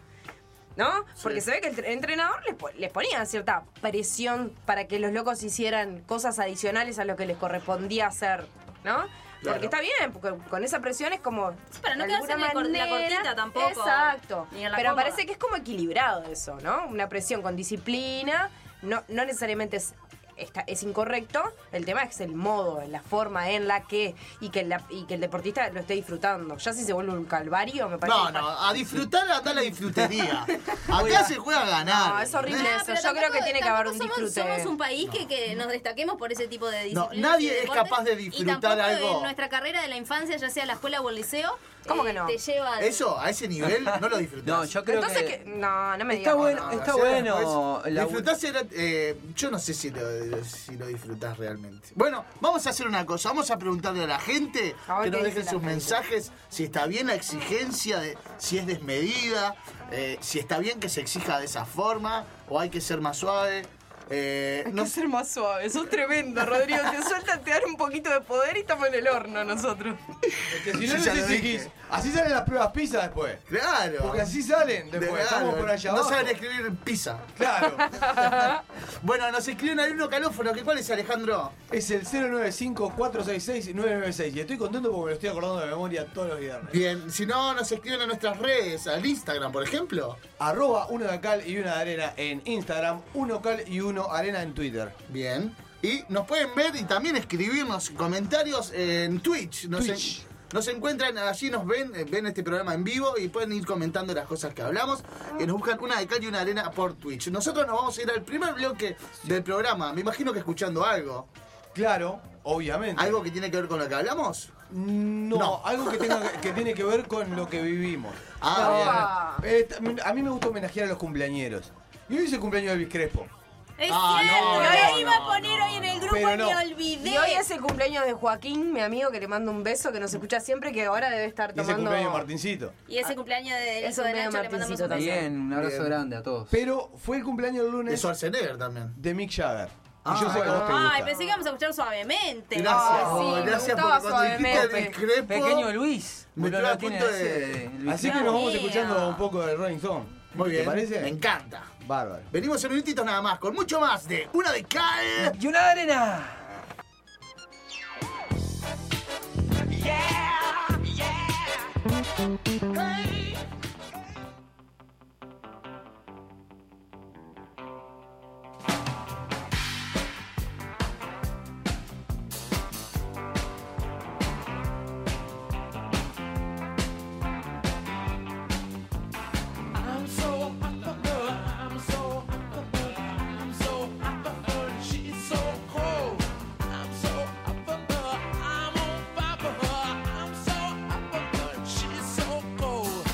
[SPEAKER 8] ¿No? Porque se ve que el tre- entrenador les, po- les ponía cierta presión para que los locos hicieran cosas adicionales a lo que les correspondía hacer, ¿no? Porque está bien, porque con esa presión es como.
[SPEAKER 7] Sí, para no
[SPEAKER 8] de
[SPEAKER 7] quedarse en
[SPEAKER 8] alguna
[SPEAKER 7] la cor- la
[SPEAKER 8] manera-
[SPEAKER 7] cortita tampoco,
[SPEAKER 8] Exacto.
[SPEAKER 7] ni en la
[SPEAKER 8] Pero
[SPEAKER 7] cómoda.
[SPEAKER 8] parece que es como equilibrado eso, ¿no? Una presión con disciplina, no, no necesariamente es, está- es incorrecto, el tema es el modo, la forma en la que y que, la- y que el deportista lo esté disfrutando. Ya si se vuelve un calvario, me parece...
[SPEAKER 4] No,
[SPEAKER 8] que-
[SPEAKER 4] no, a disfrutar anda la disfrutería. Acá
[SPEAKER 6] Oiga.
[SPEAKER 4] se juega a ganar.
[SPEAKER 8] No, es horrible
[SPEAKER 7] Ah,
[SPEAKER 8] eso.
[SPEAKER 7] pero
[SPEAKER 8] Yo creo que
[SPEAKER 7] tampoco-
[SPEAKER 8] tiene que haber un
[SPEAKER 7] tampoco
[SPEAKER 8] disfrute.
[SPEAKER 7] Somos, somos un país que, que nos destaquemos por ese tipo de disciplinas. y
[SPEAKER 4] nadie es
[SPEAKER 7] deportes,
[SPEAKER 4] capaz de
[SPEAKER 7] y
[SPEAKER 4] disfrutar
[SPEAKER 7] tampoco
[SPEAKER 4] algo.
[SPEAKER 7] En nuestra carrera de la infancia, ya sea la escuela o el liceo,
[SPEAKER 8] ¿Cómo
[SPEAKER 7] eh,
[SPEAKER 8] que no?
[SPEAKER 7] te lleva. al-
[SPEAKER 4] Eso, a ese nivel, no lo disfrutás.
[SPEAKER 6] No, yo creo
[SPEAKER 8] Entonces,
[SPEAKER 6] que...
[SPEAKER 8] que... no, no me
[SPEAKER 6] Está
[SPEAKER 8] digas.
[SPEAKER 6] bueno,
[SPEAKER 4] No,
[SPEAKER 6] está
[SPEAKER 4] o sea,
[SPEAKER 6] bueno.
[SPEAKER 4] después,
[SPEAKER 6] la-
[SPEAKER 4] disfrutás era- eh, yo no sé si lo, si lo disfrutás realmente. Bueno, vamos a hacer una cosa. Vamos a preguntarle a la gente
[SPEAKER 8] A ver
[SPEAKER 4] que
[SPEAKER 8] qué
[SPEAKER 4] nos
[SPEAKER 8] dice
[SPEAKER 4] dejen
[SPEAKER 8] la
[SPEAKER 4] sus
[SPEAKER 8] gente.
[SPEAKER 4] mensajes. Si está bien la exigencia, de, si es desmedida, eh, si está bien que se exija de esa forma o hay que ser más suave. Eh,
[SPEAKER 8] Hay
[SPEAKER 4] no
[SPEAKER 8] que ser más suave, sos tremendo, Rodrigo. Te sueltan, te dan un poquito de poder y estamos en el horno nosotros.
[SPEAKER 9] Que si
[SPEAKER 4] Yo
[SPEAKER 9] no
[SPEAKER 4] ya
[SPEAKER 9] les
[SPEAKER 4] lo
[SPEAKER 9] decís
[SPEAKER 4] dije.
[SPEAKER 9] Kiss, así salen las pruebas PISA después.
[SPEAKER 4] Claro.
[SPEAKER 9] Porque así salen después.
[SPEAKER 4] Claro,
[SPEAKER 9] Estamos por allá
[SPEAKER 4] No
[SPEAKER 9] abajo.
[SPEAKER 4] saben escribir pizza.
[SPEAKER 9] Claro.
[SPEAKER 4] Bueno, nos escriben ahí uno calófono. ¿Qué cuál es, Alejandro?
[SPEAKER 9] Es el 095-466-996. Y estoy contento porque me lo estoy acordando de memoria todos los viernes.
[SPEAKER 4] Bien, si no, nos escriben a nuestras redes, al Instagram, por ejemplo.
[SPEAKER 9] Arroba una de cal y una de arena en Instagram, uno cal y uno arena en Twitter.
[SPEAKER 4] Bien. Y nos pueden ver y también escribirnos comentarios en Twitch. Nos, en-
[SPEAKER 9] Twitch.
[SPEAKER 4] nos encuentran, allí nos ven, eh, ven este programa en vivo y pueden ir comentando las cosas que hablamos.
[SPEAKER 6] Ah.
[SPEAKER 4] Y nos buscan una de cal y una arena por Twitch. Nosotros nos vamos a ir al primer bloque del programa. Me imagino que escuchando algo.
[SPEAKER 9] Claro, obviamente.
[SPEAKER 4] ¿Algo que tiene que ver con lo que hablamos?
[SPEAKER 9] No,
[SPEAKER 4] No.
[SPEAKER 9] algo que, tenga, que tiene que ver con lo que vivimos.
[SPEAKER 4] Ah,
[SPEAKER 9] bien. Eh, t- a mí me gusta homenajear a los cumpleañeros. Y hoy es el cumpleaños de Elvis Crespo.
[SPEAKER 7] Es
[SPEAKER 4] Ah, no,
[SPEAKER 7] cierto,
[SPEAKER 4] no,
[SPEAKER 7] lo
[SPEAKER 4] no,
[SPEAKER 7] iba a
[SPEAKER 4] no,
[SPEAKER 7] poner hoy en el grupo
[SPEAKER 9] Pero
[SPEAKER 7] y me
[SPEAKER 9] no.
[SPEAKER 7] olvidé.
[SPEAKER 12] Y hoy es el cumpleaños de Joaquín, mi amigo, que le mando un beso, que nos escucha siempre, que ahora debe estar
[SPEAKER 9] Y es el
[SPEAKER 12] tomando...
[SPEAKER 9] cumpleaños de Martincito.
[SPEAKER 7] Y ese cumpleaños de
[SPEAKER 12] Es
[SPEAKER 7] eso de
[SPEAKER 12] cumpleaños
[SPEAKER 7] Nacho le mandamos
[SPEAKER 12] Martincito
[SPEAKER 7] un beso.
[SPEAKER 6] Bien, un abrazo
[SPEAKER 4] Bien.
[SPEAKER 6] grande a todos.
[SPEAKER 9] Pero fue el cumpleaños el
[SPEAKER 4] de
[SPEAKER 9] lunes
[SPEAKER 4] Schwarzenegger también.
[SPEAKER 9] de Mick Jagger.
[SPEAKER 4] Ah,
[SPEAKER 9] y yo sé que a vos te gusta.
[SPEAKER 7] Ay, pensé que íbamos a escuchar suavemente.
[SPEAKER 4] Gracias,
[SPEAKER 12] Ah, sí, me
[SPEAKER 4] gracias
[SPEAKER 12] gustaba
[SPEAKER 4] porque cuando dijiste
[SPEAKER 12] suavemente.
[SPEAKER 4] discrepo.
[SPEAKER 6] Pequeño Luis.
[SPEAKER 4] Me
[SPEAKER 6] Uno
[SPEAKER 4] estoy a
[SPEAKER 6] lo tiene
[SPEAKER 4] punto de-
[SPEAKER 6] ese, eh, Luis.
[SPEAKER 9] Así que
[SPEAKER 7] Dios
[SPEAKER 9] nos vamos
[SPEAKER 7] mío.
[SPEAKER 9] escuchando un poco de Rolling Stone.
[SPEAKER 4] Muy bien.
[SPEAKER 9] ¿Te parece?
[SPEAKER 4] Me encanta.
[SPEAKER 9] Bárbaro.
[SPEAKER 4] Venimos en minutitos nada más con mucho más de una de cal.
[SPEAKER 6] Y una de arena.
[SPEAKER 13] I'm so hot for her, I'm so hot for her, I'm so hot for her, and she's so cold. I'm so hot for her, I'm on fire for her, I'm so hot for her, and she's so cold.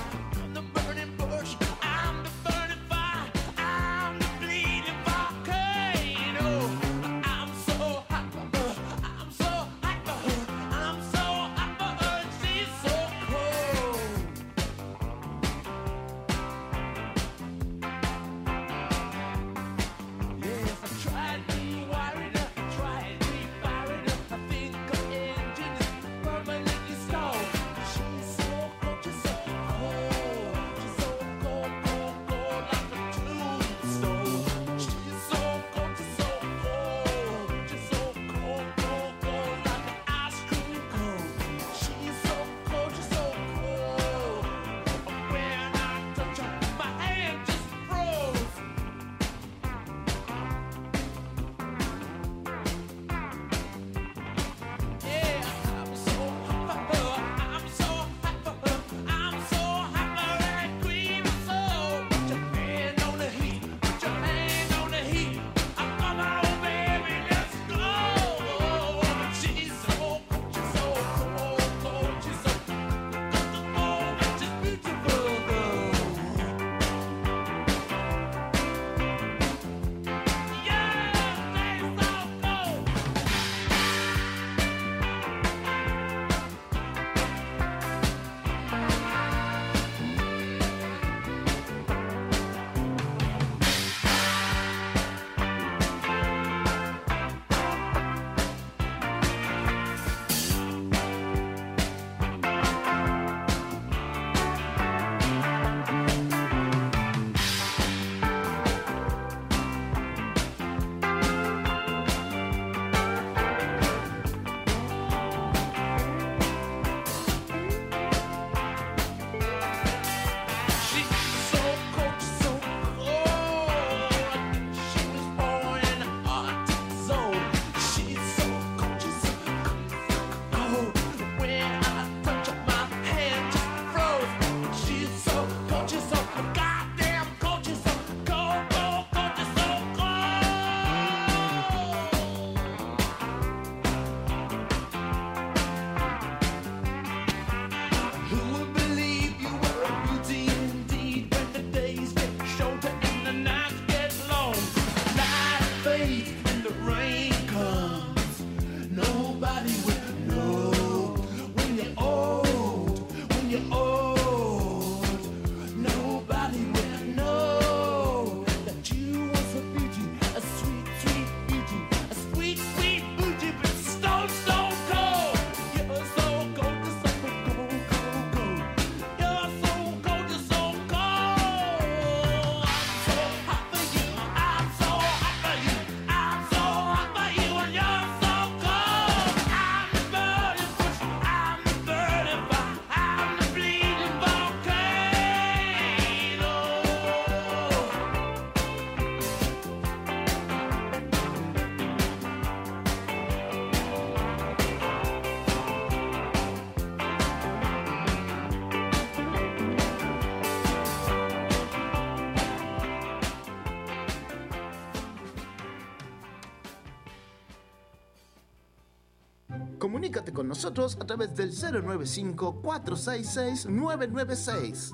[SPEAKER 14] Comunícate con nosotros a través del 095-466-996.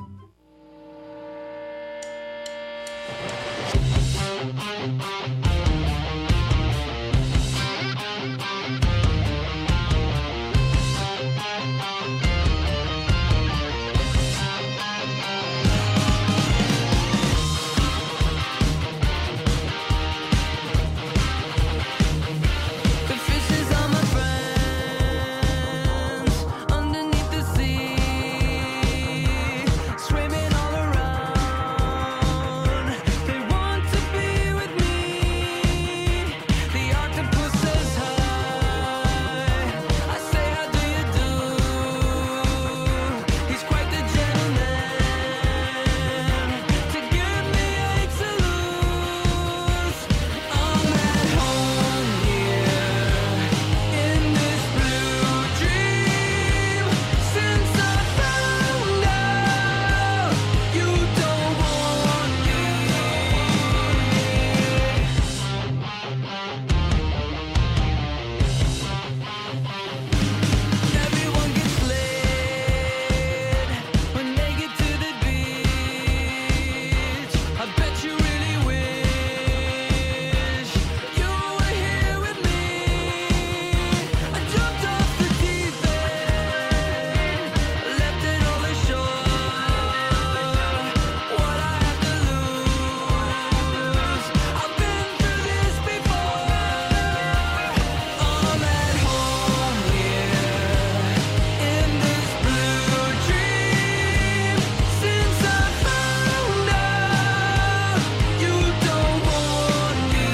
[SPEAKER 15] The fishes are my friends underneath the sea, swimming all around. They want to be with me. The octopus says hi. I say how do you do? He's quite the gentleman to give me eggs to lose. I'm at home here in this blue dream. Since I found out you don't want me. Everyone gets laid when they get to the beach. I bet you really wish you were here with me. I jumped off the deep end, left it all ashore. What I have to lose? I've been through this before. I'm at home here in this blue dream. Since I found out you don't want me.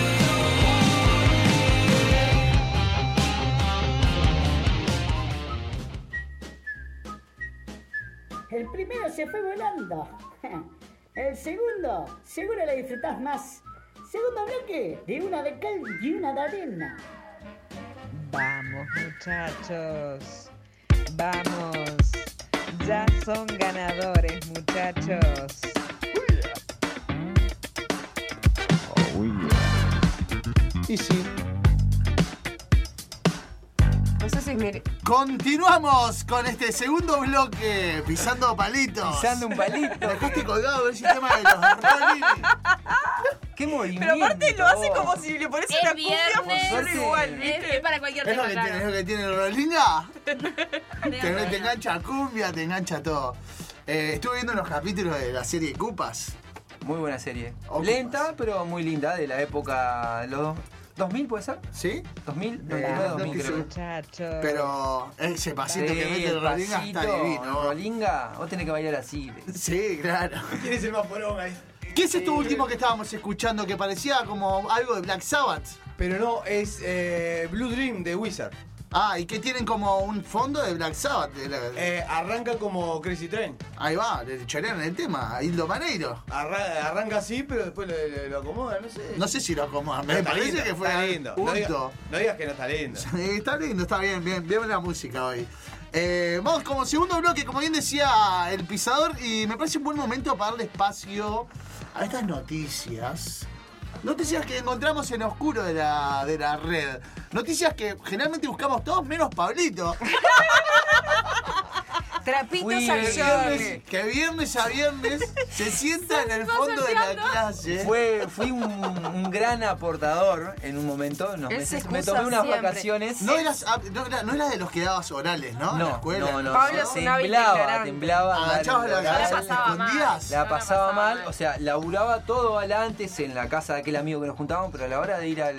[SPEAKER 16] El primero se fue volando. El segundo, seguro la disfrutás más. Segundo bloque, de una de cal y una de arena.
[SPEAKER 17] Vamos muchachos, vamos, ya son ganadores muchachos.
[SPEAKER 14] Y sí.
[SPEAKER 8] No sé si es mere-
[SPEAKER 4] Continuamos con este segundo bloque, pisando palitos.
[SPEAKER 6] Pisando un palito.
[SPEAKER 4] Me Dejaste colgado el sistema de los Rolling.
[SPEAKER 6] ¡Qué movimiento!
[SPEAKER 8] Pero aparte lo hace como si le pones
[SPEAKER 1] Es
[SPEAKER 8] una cumbia
[SPEAKER 1] viernes.
[SPEAKER 8] funciona igual,
[SPEAKER 1] Es,
[SPEAKER 8] ¿viste?
[SPEAKER 1] es para cualquier
[SPEAKER 4] Es lo
[SPEAKER 1] tema,
[SPEAKER 4] que tiene, es
[SPEAKER 1] claro.
[SPEAKER 4] lo que tiene el Rolinga. Te,
[SPEAKER 1] Tengo
[SPEAKER 4] te
[SPEAKER 1] problema.
[SPEAKER 4] engancha a cumbia, te engancha a todo. Eh, estuve viendo unos capítulos de la serie Cupas.
[SPEAKER 6] Muy buena serie.
[SPEAKER 4] Ocupas.
[SPEAKER 6] Lenta, pero muy linda, de la época... de Los 2000 puede ser?
[SPEAKER 4] ¿Sí?
[SPEAKER 6] 2000,
[SPEAKER 4] Eh,
[SPEAKER 6] 99,
[SPEAKER 4] no
[SPEAKER 6] 2000 creo.
[SPEAKER 4] quise-
[SPEAKER 17] Muchachos.
[SPEAKER 4] Pero ese pasito que mete el Rolinga está divino.
[SPEAKER 6] Rolinga, vos tenés que bailar así.
[SPEAKER 4] Sí, claro.
[SPEAKER 9] ¿Quién es el más poronga? Es-
[SPEAKER 4] ¿Qué es esto último que estábamos escuchando que parecía como algo de Black Sabbath?
[SPEAKER 9] Pero no, es eh, Blue Dream de Wizard.
[SPEAKER 4] Ah, y que tienen como un fondo de Black Sabbath. de la-
[SPEAKER 9] Eh, arranca como Crazy Train.
[SPEAKER 4] Ahí va, le chorearon el tema, a Hildo Maneiro.
[SPEAKER 9] Arra- arranca así, pero después lo, lo- lo acomoda, no sé.
[SPEAKER 4] No sé si lo acomodan,
[SPEAKER 9] Pero
[SPEAKER 4] me
[SPEAKER 9] está
[SPEAKER 4] parece
[SPEAKER 9] lindo,
[SPEAKER 4] que fue
[SPEAKER 9] está lindo. No, diga-
[SPEAKER 4] punto.
[SPEAKER 9] no digas que no está lindo.
[SPEAKER 4] Eh, Está lindo, está bien, bien, bien la música hoy. Eh, vamos como segundo bloque, como bien decía el pisador, y me parece un buen momento para darle espacio a estas noticias. Noticias que encontramos en oscuro de la, de la red. Noticias que generalmente buscamos todos menos Pablito.
[SPEAKER 8] Trapitos
[SPEAKER 6] Fui
[SPEAKER 8] al
[SPEAKER 6] el
[SPEAKER 8] sol.
[SPEAKER 4] Que viernes a viernes se sienta en el fondo de la clase.
[SPEAKER 6] Fue, fui un, un gran aportador en un momento, unos
[SPEAKER 8] Él se
[SPEAKER 6] meses. Me
[SPEAKER 8] excusa
[SPEAKER 6] tomé unas
[SPEAKER 8] siempre.
[SPEAKER 6] vacaciones.
[SPEAKER 4] No eras, ah, no, era- no eras de los que dabas orales, ¿no? En la
[SPEAKER 6] no,
[SPEAKER 4] escuela.
[SPEAKER 6] no, no, no.
[SPEAKER 8] Pablo es un hábil
[SPEAKER 6] temblaba,
[SPEAKER 8] ignorante.
[SPEAKER 6] temblaba.
[SPEAKER 4] Agachabas la
[SPEAKER 6] la,
[SPEAKER 4] cabeza,
[SPEAKER 1] la pasaba
[SPEAKER 4] te escondías.
[SPEAKER 6] la
[SPEAKER 1] No la
[SPEAKER 6] pasaba
[SPEAKER 1] pasaba
[SPEAKER 6] mal,
[SPEAKER 1] mal.
[SPEAKER 6] o sea, laburaba todo al antes en la casa de aquel amigo que nos juntábamos, pero a la hora de ir al,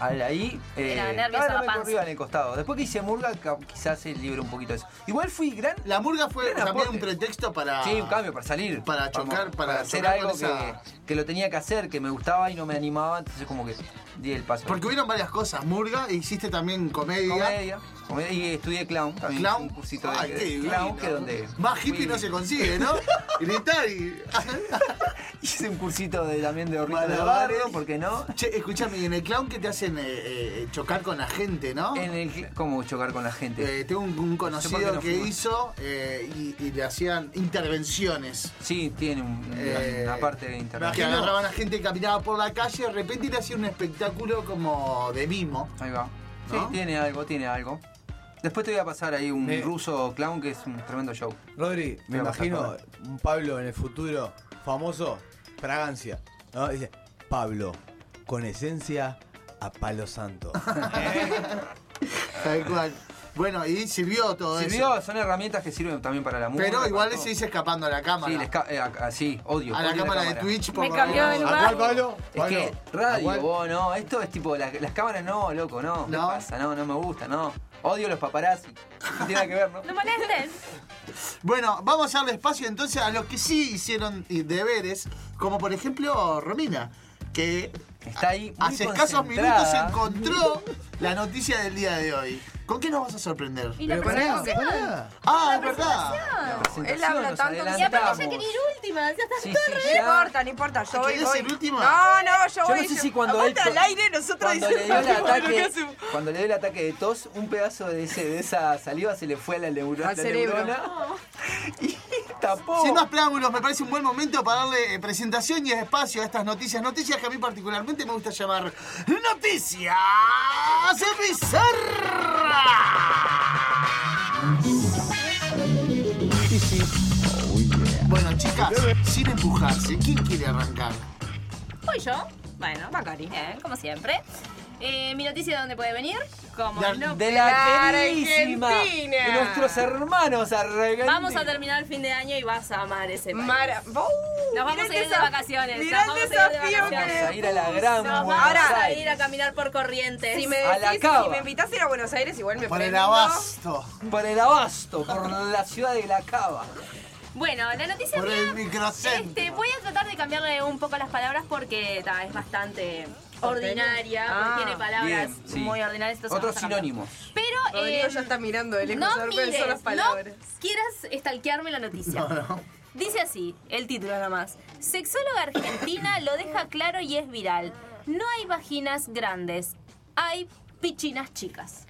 [SPEAKER 6] al ahí, eh,
[SPEAKER 1] Era nervios
[SPEAKER 6] estaba
[SPEAKER 1] a la
[SPEAKER 6] re
[SPEAKER 1] panza.
[SPEAKER 6] corrida en el costado. Después que hice murga, ca- quizás se libre un poquito de eso. Igual fui gran
[SPEAKER 4] La murga fue
[SPEAKER 6] Gran
[SPEAKER 4] también
[SPEAKER 6] aporte.
[SPEAKER 4] un pretexto para.
[SPEAKER 6] Sí, un cambio, para salir.
[SPEAKER 4] Para chocar, para
[SPEAKER 6] hacer
[SPEAKER 4] chocar
[SPEAKER 6] algo
[SPEAKER 4] con esa-
[SPEAKER 6] que, que lo tenía que hacer, que me gustaba y no me animaba, entonces como que di el paso.
[SPEAKER 4] Porque hubieron varias cosas. Murga, e hiciste también comedia.
[SPEAKER 6] comedia, comedia, y estudié clown, también
[SPEAKER 4] Clown.
[SPEAKER 6] un cursito de,
[SPEAKER 4] Ay,
[SPEAKER 6] de
[SPEAKER 4] qué divino.
[SPEAKER 6] clown, que donde...
[SPEAKER 4] Más hippie
[SPEAKER 6] fui-
[SPEAKER 4] no se consigue, ¿no? Gritar y.
[SPEAKER 6] Hice un cursito de, también de horrito de
[SPEAKER 4] Malabares.
[SPEAKER 6] barrio, ¿por qué no?
[SPEAKER 4] che, escúchame, y en el clown que te hacen eh, eh, chocar con la gente, ¿no?
[SPEAKER 6] En el, cl- ¿Cómo chocar con la gente?
[SPEAKER 4] Eh, tengo un, un
[SPEAKER 6] No sé por
[SPEAKER 4] conocido
[SPEAKER 6] qué no
[SPEAKER 4] que
[SPEAKER 6] fuimos.
[SPEAKER 4] hizo eh, y, y le hacían intervenciones.
[SPEAKER 6] sí, tiene un-
[SPEAKER 4] eh,
[SPEAKER 6] una parte de internet.
[SPEAKER 4] Que agarraban a gente que caminaba por la calle, de repente y le hacía un espectáculo como de mimo.
[SPEAKER 6] Ahí va. Sí,
[SPEAKER 4] ¿No?
[SPEAKER 6] tiene algo, tiene algo. Después te voy a pasar ahí un ruso clown que es un tremendo show.
[SPEAKER 9] Rodri, me imagino un Pablo en el futuro, famoso, fragancia. ¿no? Dice, Pablo, con esencia a palo santo.
[SPEAKER 4] Tal cual. Bueno, y sirvió todo
[SPEAKER 6] Sirvió, son herramientas que sirven también para la música.
[SPEAKER 4] Pero igual
[SPEAKER 6] para
[SPEAKER 4] le
[SPEAKER 6] todo.
[SPEAKER 4] seguís escapando a la cámara.
[SPEAKER 6] Sí, le esca- eh, a- a- sí, odio.
[SPEAKER 4] A la
[SPEAKER 6] odio
[SPEAKER 4] cámara de Twitch, por Me favor.
[SPEAKER 6] cambió
[SPEAKER 4] cambió de ¿A lugar. cuál, Pablo?
[SPEAKER 6] Es
[SPEAKER 4] Pablo,
[SPEAKER 6] que
[SPEAKER 4] ¿a cuál?
[SPEAKER 6] radio, vos no. Esto es tipo, la- las cámaras no, loco, no. ¿Qué pasa? No, no me gusta, no. Odio los paparazzi. No tiene nada que ver, ¿no?
[SPEAKER 7] No molesten.
[SPEAKER 4] Bueno, vamos a darle espacio entonces a los que sí hicieron eh, deberes, como por ejemplo Romina, que
[SPEAKER 6] Está ahí muy
[SPEAKER 4] hace escasos minutos
[SPEAKER 6] concentrada.
[SPEAKER 4] encontró la noticia del día de hoy. ¿Con qué nos vas a sorprender?
[SPEAKER 7] Y la
[SPEAKER 4] Pero pará,
[SPEAKER 7] presentación.
[SPEAKER 4] pará. Ah, es verdad.
[SPEAKER 8] Él habla tanto
[SPEAKER 7] Y aparte ya quería ir última, ya estás
[SPEAKER 8] Sí,
[SPEAKER 7] todo
[SPEAKER 8] sí,
[SPEAKER 7] re-
[SPEAKER 8] No importa, no importa, yo voy,
[SPEAKER 4] ¿Querés
[SPEAKER 8] voy.
[SPEAKER 4] ser última?
[SPEAKER 8] No, no, yo,
[SPEAKER 6] Yo no
[SPEAKER 8] voy.
[SPEAKER 6] sé si cuando
[SPEAKER 8] Aparte,
[SPEAKER 6] él-
[SPEAKER 8] al aire nosotros
[SPEAKER 6] Cuando le, dio
[SPEAKER 8] diciendo
[SPEAKER 6] el
[SPEAKER 8] lo que
[SPEAKER 6] ataque,
[SPEAKER 8] hacemos.
[SPEAKER 6] cuando le dio el ataque de tos, un pedazo de, ese, de esa saliva se le fue a la, neuro-
[SPEAKER 4] Al
[SPEAKER 6] la
[SPEAKER 4] cerebro.
[SPEAKER 6] neurona. Tapó.
[SPEAKER 4] Sin más preámbulos, me parece un buen momento para darle eh, presentación y espacio a estas noticias. Noticias que a mí particularmente me gusta llamar Noticias Bizarras. Bueno, chicas, sin empujarse, ¿quién quiere arrancar?
[SPEAKER 7] Voy yo. Bueno, Macari. Bien, como siempre. Eh, mi noticia de dónde puede venir. Como
[SPEAKER 6] De,
[SPEAKER 7] no
[SPEAKER 6] de
[SPEAKER 7] puede-
[SPEAKER 6] la queridísima. De nuestros hermanos argentinos.
[SPEAKER 7] Vamos a terminar el fin de año y vas a amar ese país.
[SPEAKER 8] Mara-
[SPEAKER 7] Nos vamos
[SPEAKER 8] mirá
[SPEAKER 7] a ir
[SPEAKER 8] el
[SPEAKER 7] de
[SPEAKER 8] desaf-
[SPEAKER 7] vacaciones.
[SPEAKER 8] mirá el
[SPEAKER 7] nos vamos a ir de
[SPEAKER 8] desafío que
[SPEAKER 7] vacaciones.
[SPEAKER 6] Vamos a ir a la gran
[SPEAKER 7] Nos
[SPEAKER 6] Buenos
[SPEAKER 7] vamos a
[SPEAKER 6] Aires.
[SPEAKER 7] ir a caminar por Corrientes.
[SPEAKER 8] Si me,
[SPEAKER 6] A la
[SPEAKER 8] decís,
[SPEAKER 6] cava.
[SPEAKER 8] si me invitás a ir a Buenos Aires, igual me
[SPEAKER 6] Por el
[SPEAKER 8] prendo.
[SPEAKER 6] abasto. Por el abasto, por la ciudad de la cava.
[SPEAKER 7] Bueno, la noticia
[SPEAKER 6] Por
[SPEAKER 7] mía,
[SPEAKER 6] el microcentro.
[SPEAKER 7] este, voy a tratar de cambiarle un poco las palabras porque ta, es bastante ordinaria,
[SPEAKER 8] Ah,
[SPEAKER 7] porque tiene palabras
[SPEAKER 6] bien, sí.
[SPEAKER 7] muy ordinarias. entonces
[SPEAKER 6] Otros
[SPEAKER 7] vamos a cambiar.
[SPEAKER 6] sinónimos.
[SPEAKER 7] Pero
[SPEAKER 8] Rodrigo
[SPEAKER 7] eh,
[SPEAKER 8] ya está mirando de lejos a
[SPEAKER 7] no
[SPEAKER 8] ver cuáles son
[SPEAKER 7] mires,
[SPEAKER 8] las palabras.
[SPEAKER 7] no quieras estalquearme la noticia. Dice así, el título nada más. Sexóloga argentina lo deja claro y es viral. No hay vaginas grandes, hay pichinas chicas.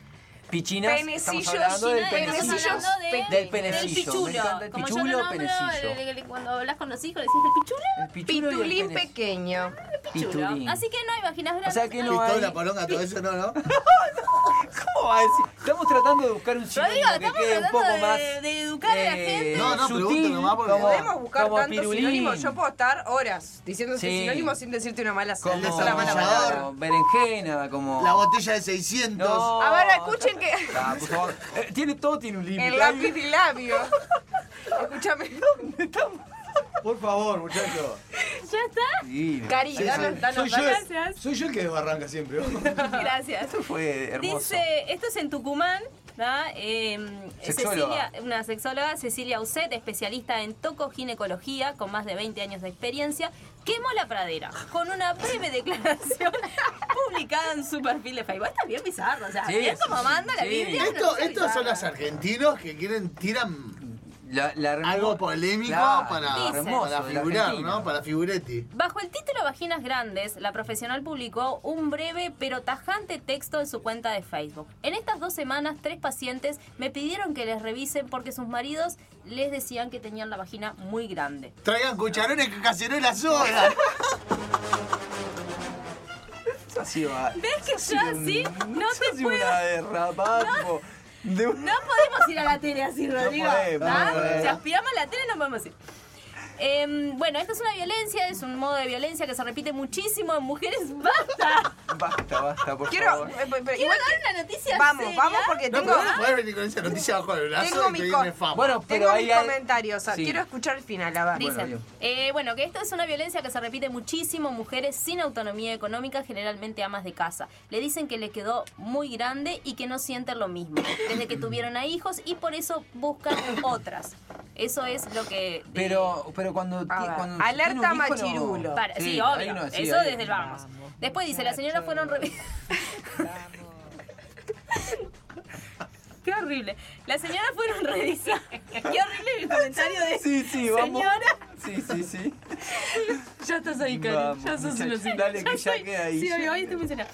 [SPEAKER 6] Pichinas,
[SPEAKER 7] Penecillos,
[SPEAKER 6] estamos hablando del
[SPEAKER 7] China, estamos
[SPEAKER 6] penecillo.
[SPEAKER 7] hablando de-
[SPEAKER 6] del
[SPEAKER 7] Del
[SPEAKER 6] penecillo.
[SPEAKER 7] pichulo.
[SPEAKER 6] Me encanta el
[SPEAKER 7] Como yo
[SPEAKER 6] pichulo,
[SPEAKER 7] lo nombro,
[SPEAKER 6] penecillo.
[SPEAKER 7] el- el- el- cuando hablas con los hijos, le decís el pichulo. Ah,
[SPEAKER 6] El pichulo y el
[SPEAKER 8] Pitulín
[SPEAKER 6] penecillo.
[SPEAKER 8] pequeño.
[SPEAKER 7] Pichulo.
[SPEAKER 6] Pitulín.
[SPEAKER 7] Así que no hay vaginas
[SPEAKER 6] O
[SPEAKER 7] grandes.
[SPEAKER 6] sea que no
[SPEAKER 7] hay-
[SPEAKER 6] hay...
[SPEAKER 4] poronga, todo eso no, ¿no?
[SPEAKER 6] ¿Cómo va a decir? Estamos tratando de buscar un
[SPEAKER 7] Rodrigo,
[SPEAKER 6] sinónimo que
[SPEAKER 7] estamos
[SPEAKER 6] quede un poco
[SPEAKER 7] tratando de-
[SPEAKER 6] más...
[SPEAKER 7] de educar a la
[SPEAKER 6] eh,
[SPEAKER 7] gente.
[SPEAKER 8] No, no,
[SPEAKER 6] sutil,
[SPEAKER 8] pregunto nomás
[SPEAKER 4] porque-
[SPEAKER 6] Ah, como-
[SPEAKER 8] Podemos buscar
[SPEAKER 6] como
[SPEAKER 8] tantos
[SPEAKER 6] pirulín.
[SPEAKER 8] sinónimos. Yo puedo estar horas diciéndote
[SPEAKER 6] Sí.
[SPEAKER 8] sinónimos sin decirte una mala
[SPEAKER 6] Como
[SPEAKER 8] una sola mala palabra.
[SPEAKER 6] como berenjena, como...
[SPEAKER 4] La botella de 600.
[SPEAKER 6] No.
[SPEAKER 8] A ver, escuchen que.
[SPEAKER 6] Ah, por favor. Eh, tiene, todo tiene un límite.
[SPEAKER 8] El lápiz y labio. Escúchame.
[SPEAKER 9] Por favor, muchachos.
[SPEAKER 7] ¿Ya está?
[SPEAKER 8] Cari, danos- danos-
[SPEAKER 9] soy, yo,
[SPEAKER 7] danos.
[SPEAKER 9] soy yo el que desbarranca siempre.
[SPEAKER 7] Gracias.
[SPEAKER 6] Fue hermoso.
[SPEAKER 7] Dice, esto es en Tucumán, ¿da? Eh,
[SPEAKER 6] Sexóloga.
[SPEAKER 7] Cecilia, una sexóloga, Cecilia Uset, especialista en tocoginecología, con más de 20 años de experiencia, quemó la pradera con una breve declaración publicada en su perfil de Facebook. Está bien bizarro, o sea,
[SPEAKER 6] Sí,
[SPEAKER 7] bien como
[SPEAKER 6] sí,
[SPEAKER 7] manda la
[SPEAKER 6] sí.
[SPEAKER 7] Biblia. una
[SPEAKER 4] Esto,
[SPEAKER 7] cosa
[SPEAKER 4] estos son
[SPEAKER 7] bizarra.
[SPEAKER 4] los argentinos que quieren, tiran
[SPEAKER 6] La, la hermo-
[SPEAKER 4] algo polémico
[SPEAKER 6] Claro,
[SPEAKER 4] para,
[SPEAKER 6] lo hermoso
[SPEAKER 4] para
[SPEAKER 6] de la
[SPEAKER 4] figurar,
[SPEAKER 6] Argentina.
[SPEAKER 4] ¿no? Para figuretti.
[SPEAKER 7] Bajo el título Vaginas Grandes, la profesional publicó un breve pero tajante texto en su cuenta de Facebook. En estas dos semanas, tres pacientes me pidieron que les revisen porque sus maridos les decían que tenían la vagina muy grande.
[SPEAKER 4] Traigan cucharones que cacerolas sobran.
[SPEAKER 6] Así va.
[SPEAKER 7] ¿Ves que yo así no
[SPEAKER 6] Eso
[SPEAKER 7] te
[SPEAKER 6] sí Ah, una
[SPEAKER 7] puedo?
[SPEAKER 6] derrapada, tipo, de un-
[SPEAKER 7] No podemos ir a la tele así,
[SPEAKER 6] No
[SPEAKER 7] Rodrigo.
[SPEAKER 6] podemos,
[SPEAKER 7] ¿ah?
[SPEAKER 6] no podemos.
[SPEAKER 7] Si aspiramos a la tele, no podemos ir. Em, bueno, esta es una violencia, es un modo de violencia que se repite muchísimo en mujeres. ¡Basta!
[SPEAKER 6] Basta, basta, por
[SPEAKER 8] Quiero.
[SPEAKER 6] favor.
[SPEAKER 8] eh, pero- pero
[SPEAKER 7] Quiero
[SPEAKER 8] igual
[SPEAKER 7] dar una noticia
[SPEAKER 8] Vamos,
[SPEAKER 7] seria.
[SPEAKER 8] vamos porque
[SPEAKER 4] No,
[SPEAKER 8] tengo.
[SPEAKER 4] pero no podés venir con esa noticia bajo el brazo
[SPEAKER 8] Tengo
[SPEAKER 4] y
[SPEAKER 8] mi
[SPEAKER 4] pedirme
[SPEAKER 8] co-
[SPEAKER 4] fama.
[SPEAKER 6] Bueno, pero
[SPEAKER 8] tengo
[SPEAKER 6] ahí
[SPEAKER 8] mis
[SPEAKER 6] hay-
[SPEAKER 8] comentarios. ah,
[SPEAKER 6] Sí.
[SPEAKER 8] Quiero escuchar el final, a ver.
[SPEAKER 7] Dice,
[SPEAKER 6] Ah, Bueno,
[SPEAKER 7] eh, bueno, que esto es una violencia que se repite muchísimo, mujeres sin autonomía económica, generalmente amas de casa. Le dicen que le quedó muy grande y que no sienten lo mismo, desde que tuvieron a hijos y por eso buscan otras. Eso es lo que... eh,
[SPEAKER 6] Pero, pero cuando, ti-
[SPEAKER 8] A ver,
[SPEAKER 6] Ah, cuando
[SPEAKER 8] alerta
[SPEAKER 6] tiene un hijo, no-
[SPEAKER 8] machirulo.
[SPEAKER 7] para- sí,
[SPEAKER 6] ahí
[SPEAKER 7] obvio,
[SPEAKER 6] no- sí,
[SPEAKER 7] eso
[SPEAKER 6] ahí-
[SPEAKER 7] desde el vamos. Después dice, las señoras fueron... revi- Qué horrible. Las señoras fueron revisadas. Qué horrible el comentario de...
[SPEAKER 6] Sí, sí, vamos.
[SPEAKER 7] Señora.
[SPEAKER 6] Sí, sí, sí.
[SPEAKER 7] Ya estás ahí, Cari.
[SPEAKER 6] Vamos,
[SPEAKER 7] ya sos
[SPEAKER 6] muchacha,
[SPEAKER 7] inocente.
[SPEAKER 6] dale, que ya
[SPEAKER 7] soy-
[SPEAKER 6] queda ahí,
[SPEAKER 7] Sí,
[SPEAKER 6] ya
[SPEAKER 7] obvio, hoy estoy muy emocionada.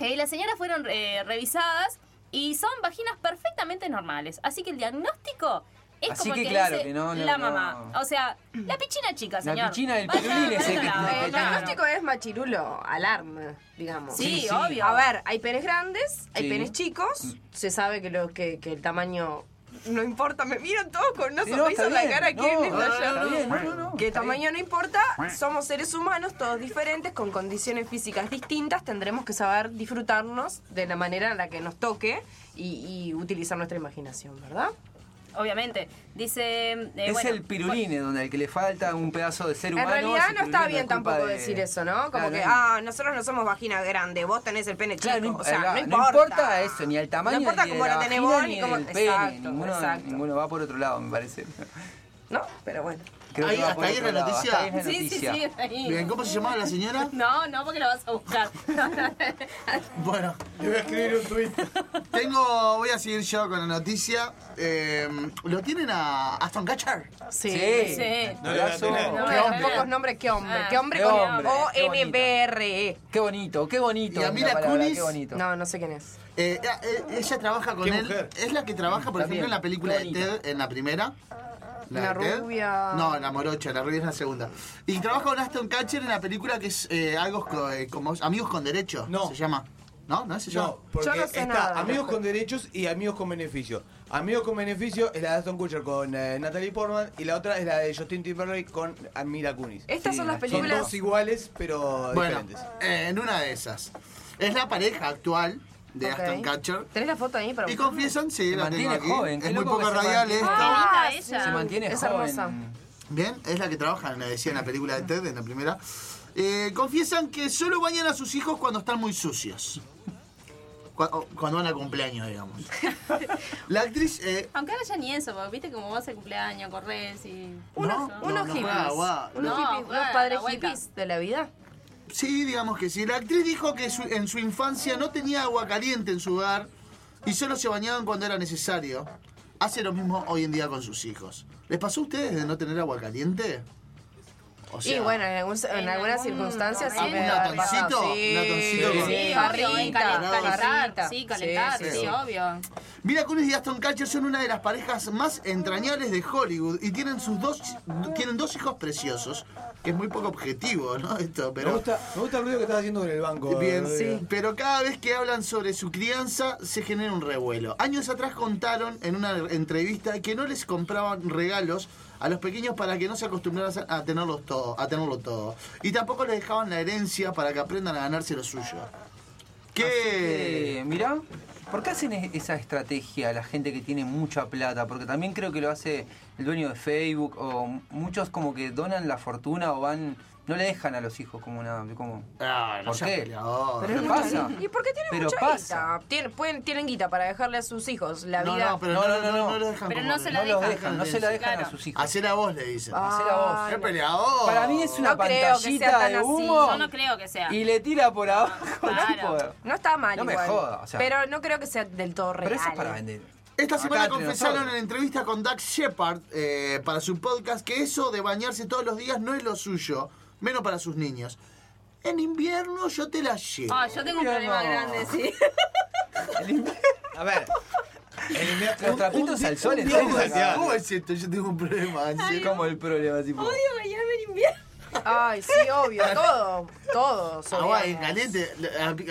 [SPEAKER 7] Eh, las señoras fueron eh, revisadas y son vaginas perfectamente normales. Así que el diagnóstico Es
[SPEAKER 6] Así
[SPEAKER 7] como
[SPEAKER 6] que
[SPEAKER 7] que,
[SPEAKER 6] claro
[SPEAKER 7] dice
[SPEAKER 6] que no, no,
[SPEAKER 7] la
[SPEAKER 6] no.
[SPEAKER 7] mamá. O sea, la pichina chica,
[SPEAKER 6] La
[SPEAKER 7] señor.
[SPEAKER 6] pichina del
[SPEAKER 7] Vaya,
[SPEAKER 6] pirulín
[SPEAKER 7] por
[SPEAKER 6] ese
[SPEAKER 7] otro
[SPEAKER 6] que-
[SPEAKER 7] lado.
[SPEAKER 6] que-
[SPEAKER 8] El diagnóstico es machirulo, alarma, digamos.
[SPEAKER 7] Sí, Sí, sí. obvio.
[SPEAKER 8] A ver, hay penes grandes, hay
[SPEAKER 7] Sí.
[SPEAKER 8] penes
[SPEAKER 6] Mm.
[SPEAKER 8] chicos, se sabe que, lo, que, que el tamaño no importa. Me miran todos con una
[SPEAKER 7] Sí, no, está
[SPEAKER 8] sonrisa en la
[SPEAKER 7] bien.
[SPEAKER 8] cara.
[SPEAKER 7] No,
[SPEAKER 8] ¿quién
[SPEAKER 7] no, no,
[SPEAKER 8] está allá?
[SPEAKER 7] está bien, no, no, no,
[SPEAKER 8] que el
[SPEAKER 7] está
[SPEAKER 8] tamaño no importa, somos seres humanos, todos diferentes, con condiciones físicas distintas, tendremos que saber disfrutarnos de la manera en la que nos toque y, y utilizar nuestra imaginación, ¿verdad?
[SPEAKER 7] Obviamente. Dice. eh,
[SPEAKER 6] es
[SPEAKER 7] bueno,
[SPEAKER 6] el pirulín donde al que le falta un pedazo de ser
[SPEAKER 8] En
[SPEAKER 6] humano.
[SPEAKER 8] realidad
[SPEAKER 6] ese
[SPEAKER 8] no está
[SPEAKER 6] pirulín
[SPEAKER 8] bien
[SPEAKER 6] es culpa
[SPEAKER 8] tampoco
[SPEAKER 6] de-
[SPEAKER 8] decir eso, ¿no? Como
[SPEAKER 6] Claro,
[SPEAKER 8] que,
[SPEAKER 6] no.
[SPEAKER 8] ah, nosotros no somos vagina grande, vos tenés el pene chico.
[SPEAKER 6] Claro, no,
[SPEAKER 8] o sea, no
[SPEAKER 6] no
[SPEAKER 8] importa.
[SPEAKER 6] importa eso, ni el tamaño.
[SPEAKER 8] No importa
[SPEAKER 6] ni de
[SPEAKER 8] cómo
[SPEAKER 6] la
[SPEAKER 8] lo tenés
[SPEAKER 6] vagina,
[SPEAKER 8] vos,
[SPEAKER 6] ni
[SPEAKER 8] ni cómo-
[SPEAKER 6] del pene,
[SPEAKER 8] Exacto,
[SPEAKER 6] ninguno,
[SPEAKER 8] exacto.
[SPEAKER 6] ninguno va por otro lado, me parece.
[SPEAKER 8] No, pero bueno.
[SPEAKER 6] Creo
[SPEAKER 4] Ahí-
[SPEAKER 6] que va
[SPEAKER 4] hasta
[SPEAKER 6] por
[SPEAKER 4] ahí
[SPEAKER 6] otro
[SPEAKER 4] es la
[SPEAKER 6] lado,
[SPEAKER 4] noticia.
[SPEAKER 6] hasta ahí es la
[SPEAKER 7] Sí, sí,
[SPEAKER 6] noticia.
[SPEAKER 7] sí, está ahí.
[SPEAKER 4] Bien, ¿cómo se llamaba la señora?
[SPEAKER 7] No, no, porque lo vas a buscar.
[SPEAKER 4] Bueno,
[SPEAKER 9] le voy a escribir un
[SPEAKER 4] tuit. Tengo, voy a seguir yo con la noticia. Eh, ¿Lo tienen a Aston Catcher?
[SPEAKER 8] Sí. Sí. Sí. No lo va a tener. No, pocos nombres, qué hombre, qué hombre con O-M-B-R-E.
[SPEAKER 6] Qué bonito, qué bonito.
[SPEAKER 4] Y
[SPEAKER 6] es
[SPEAKER 4] a
[SPEAKER 6] la
[SPEAKER 4] Mila
[SPEAKER 6] palabra,
[SPEAKER 4] Kunis-
[SPEAKER 6] Qué bonito.
[SPEAKER 8] E. No, no sé quién es.
[SPEAKER 4] Eh, eh, ella trabaja con
[SPEAKER 6] ¿Qué
[SPEAKER 4] él. Eh,
[SPEAKER 6] mujer?
[SPEAKER 4] Es la que trabaja, por
[SPEAKER 6] Está
[SPEAKER 4] ejemplo,
[SPEAKER 6] bien.
[SPEAKER 4] en la película de
[SPEAKER 6] Bonita.
[SPEAKER 4] Ted, en la primera.
[SPEAKER 8] La
[SPEAKER 4] de Ted.
[SPEAKER 8] rubia.
[SPEAKER 4] No, la morocha, la rubia es la segunda. Y trabaja con Aston Catcher en la película que es eh, algo co- eh, como Amigos con Derecho. No. Se llama. ¿No? ¿No se llama?
[SPEAKER 9] No, porque está Amigos con Derechos y Amigos con Beneficio. Amigos con Beneficio es la de Aston Kutcher con eh, Natalie Portman y la otra es la de Justin Timberlake con Mila Kunis.
[SPEAKER 8] Estas son las películas-
[SPEAKER 9] Son dos iguales, pero
[SPEAKER 4] Bueno,
[SPEAKER 9] diferentes.
[SPEAKER 4] eh, en una de esas. Es la pareja actual de
[SPEAKER 8] Ok.
[SPEAKER 4] Aston Catcher.
[SPEAKER 8] ¿Tenés la foto ahí para
[SPEAKER 4] Y
[SPEAKER 8] buscarla?
[SPEAKER 4] confiesan, sí,
[SPEAKER 6] Se
[SPEAKER 4] la tengo
[SPEAKER 6] mantiene
[SPEAKER 4] aquí.
[SPEAKER 6] joven, qué
[SPEAKER 4] Es muy
[SPEAKER 6] loco que
[SPEAKER 4] poco
[SPEAKER 6] se
[SPEAKER 4] radial
[SPEAKER 6] mantiene-
[SPEAKER 4] esta.
[SPEAKER 6] Ah,
[SPEAKER 7] Qué linda ella.
[SPEAKER 6] Se mantiene
[SPEAKER 8] Es
[SPEAKER 6] joven.
[SPEAKER 8] hermosa.
[SPEAKER 4] Bien, es la que trabaja, le decía en la película de Ted, en la primera. Eh, confiesan que solo bañan a sus hijos cuando están muy sucios. Cu- o Cuando van a cumpleaños, digamos. La actriz. eh,
[SPEAKER 7] Aunque ahora ya ni eso, porque viste como vas al cumpleaños, corres y.
[SPEAKER 4] Unos-
[SPEAKER 7] No,
[SPEAKER 8] Unos
[SPEAKER 4] no,
[SPEAKER 8] hippies.
[SPEAKER 4] guau, guau.
[SPEAKER 8] Unos,
[SPEAKER 7] No,
[SPEAKER 8] hippies,
[SPEAKER 7] guau,
[SPEAKER 8] unos padres
[SPEAKER 7] la vuelta.
[SPEAKER 8] hippies de la vida.
[SPEAKER 4] sí, digamos que sí. La actriz dijo que su- en su infancia no tenía agua caliente en su hogar y solo se bañaban cuando era necesario. Hace lo mismo hoy en día con sus hijos. ¿Les pasó a ustedes de no tener agua caliente? O
[SPEAKER 8] y
[SPEAKER 4] sea,
[SPEAKER 8] bueno, en, algún- en algunas circunstancias sí me
[SPEAKER 4] ¿Un
[SPEAKER 8] da
[SPEAKER 4] latoncito?
[SPEAKER 8] Sí,
[SPEAKER 4] ¿Un latoncito
[SPEAKER 8] sí,
[SPEAKER 4] con-
[SPEAKER 8] sí,
[SPEAKER 7] obvio,
[SPEAKER 8] barrita,
[SPEAKER 7] y calentar,
[SPEAKER 8] barrita.
[SPEAKER 7] sí, calentar, sí, obvio.
[SPEAKER 4] Mira Kunis y Aston Catcher son una de las parejas más entrañables de Hollywood y tienen sus dos tienen dos hijos preciosos, que es muy poco objetivo, ¿no? Esto, pero
[SPEAKER 9] Me, gusta, me gusta el ruido que estás haciendo con el banco.
[SPEAKER 4] Bien,
[SPEAKER 9] Rodrigo.
[SPEAKER 4] pero cada vez que hablan sobre su crianza se genera un revuelo. Años atrás contaron en una entrevista que no les compraban regalos a los pequeños para que no se acostumbraran a tenerlos todo, a tenerlo todo. Y tampoco les dejaban la herencia para que aprendan a ganarse lo suyo.
[SPEAKER 6] ¿Qué? mirá, ¿por qué hacen e- esa estrategia la gente que tiene mucha plata? Porque también creo que lo hace el dueño de Facebook o m- muchos como que donan la fortuna o van... No le dejan a los hijos como una... Como,
[SPEAKER 4] no
[SPEAKER 6] ¿Por
[SPEAKER 4] seas
[SPEAKER 6] qué?
[SPEAKER 4] peleador.
[SPEAKER 6] ¿Pero
[SPEAKER 4] Pero
[SPEAKER 6] qué
[SPEAKER 4] mucha
[SPEAKER 6] pasa?
[SPEAKER 8] ¿Y por qué tienen
[SPEAKER 6] Pero
[SPEAKER 8] mucha
[SPEAKER 6] pasa.
[SPEAKER 8] guita? Tienen, pueden, tienen guita para dejarle a sus hijos la
[SPEAKER 4] No,
[SPEAKER 8] vida.
[SPEAKER 4] no, pero no, no, no, no, lo dejan
[SPEAKER 8] Pero
[SPEAKER 4] como
[SPEAKER 8] no se la
[SPEAKER 4] lo
[SPEAKER 8] dejan.
[SPEAKER 6] No se la dejan a sus hijos.
[SPEAKER 4] Hacé la voz, le dicen.
[SPEAKER 6] Hacé la voz.
[SPEAKER 4] Qué peleador.
[SPEAKER 6] Para mí es una
[SPEAKER 8] No creo que
[SPEAKER 6] pantallita
[SPEAKER 8] sea tan
[SPEAKER 6] de
[SPEAKER 8] así.
[SPEAKER 6] humo
[SPEAKER 8] Yo no creo que sea.
[SPEAKER 6] y le tira por abajo. tipo,
[SPEAKER 8] No está mal
[SPEAKER 6] No me
[SPEAKER 8] igual.
[SPEAKER 6] joda, o sea.
[SPEAKER 8] pero no creo que sea del todo real.
[SPEAKER 6] pero eso es para vender.
[SPEAKER 4] Esta
[SPEAKER 6] Acá
[SPEAKER 4] semana
[SPEAKER 6] entre
[SPEAKER 4] confesaron
[SPEAKER 6] nosotros.
[SPEAKER 4] en entrevista con Doug Shepard eh, para su podcast que eso de bañarse todos los días no es lo suyo, menos para sus niños. En invierno yo te la llevo.
[SPEAKER 7] Ah, yo tengo un problema grande, sí.
[SPEAKER 9] A ver.
[SPEAKER 6] Los trapitos al sol
[SPEAKER 4] en
[SPEAKER 6] entonces.
[SPEAKER 4] ¿Cómo es esto? Yo tengo un problema. en serio.
[SPEAKER 6] Como el problema, tipo.
[SPEAKER 7] Odio bañarme en invierno.
[SPEAKER 8] Ay, sí, obvio, todo.
[SPEAKER 6] Ah,
[SPEAKER 8] Todos.
[SPEAKER 4] Agua
[SPEAKER 8] odiamos.
[SPEAKER 4] bien caliente.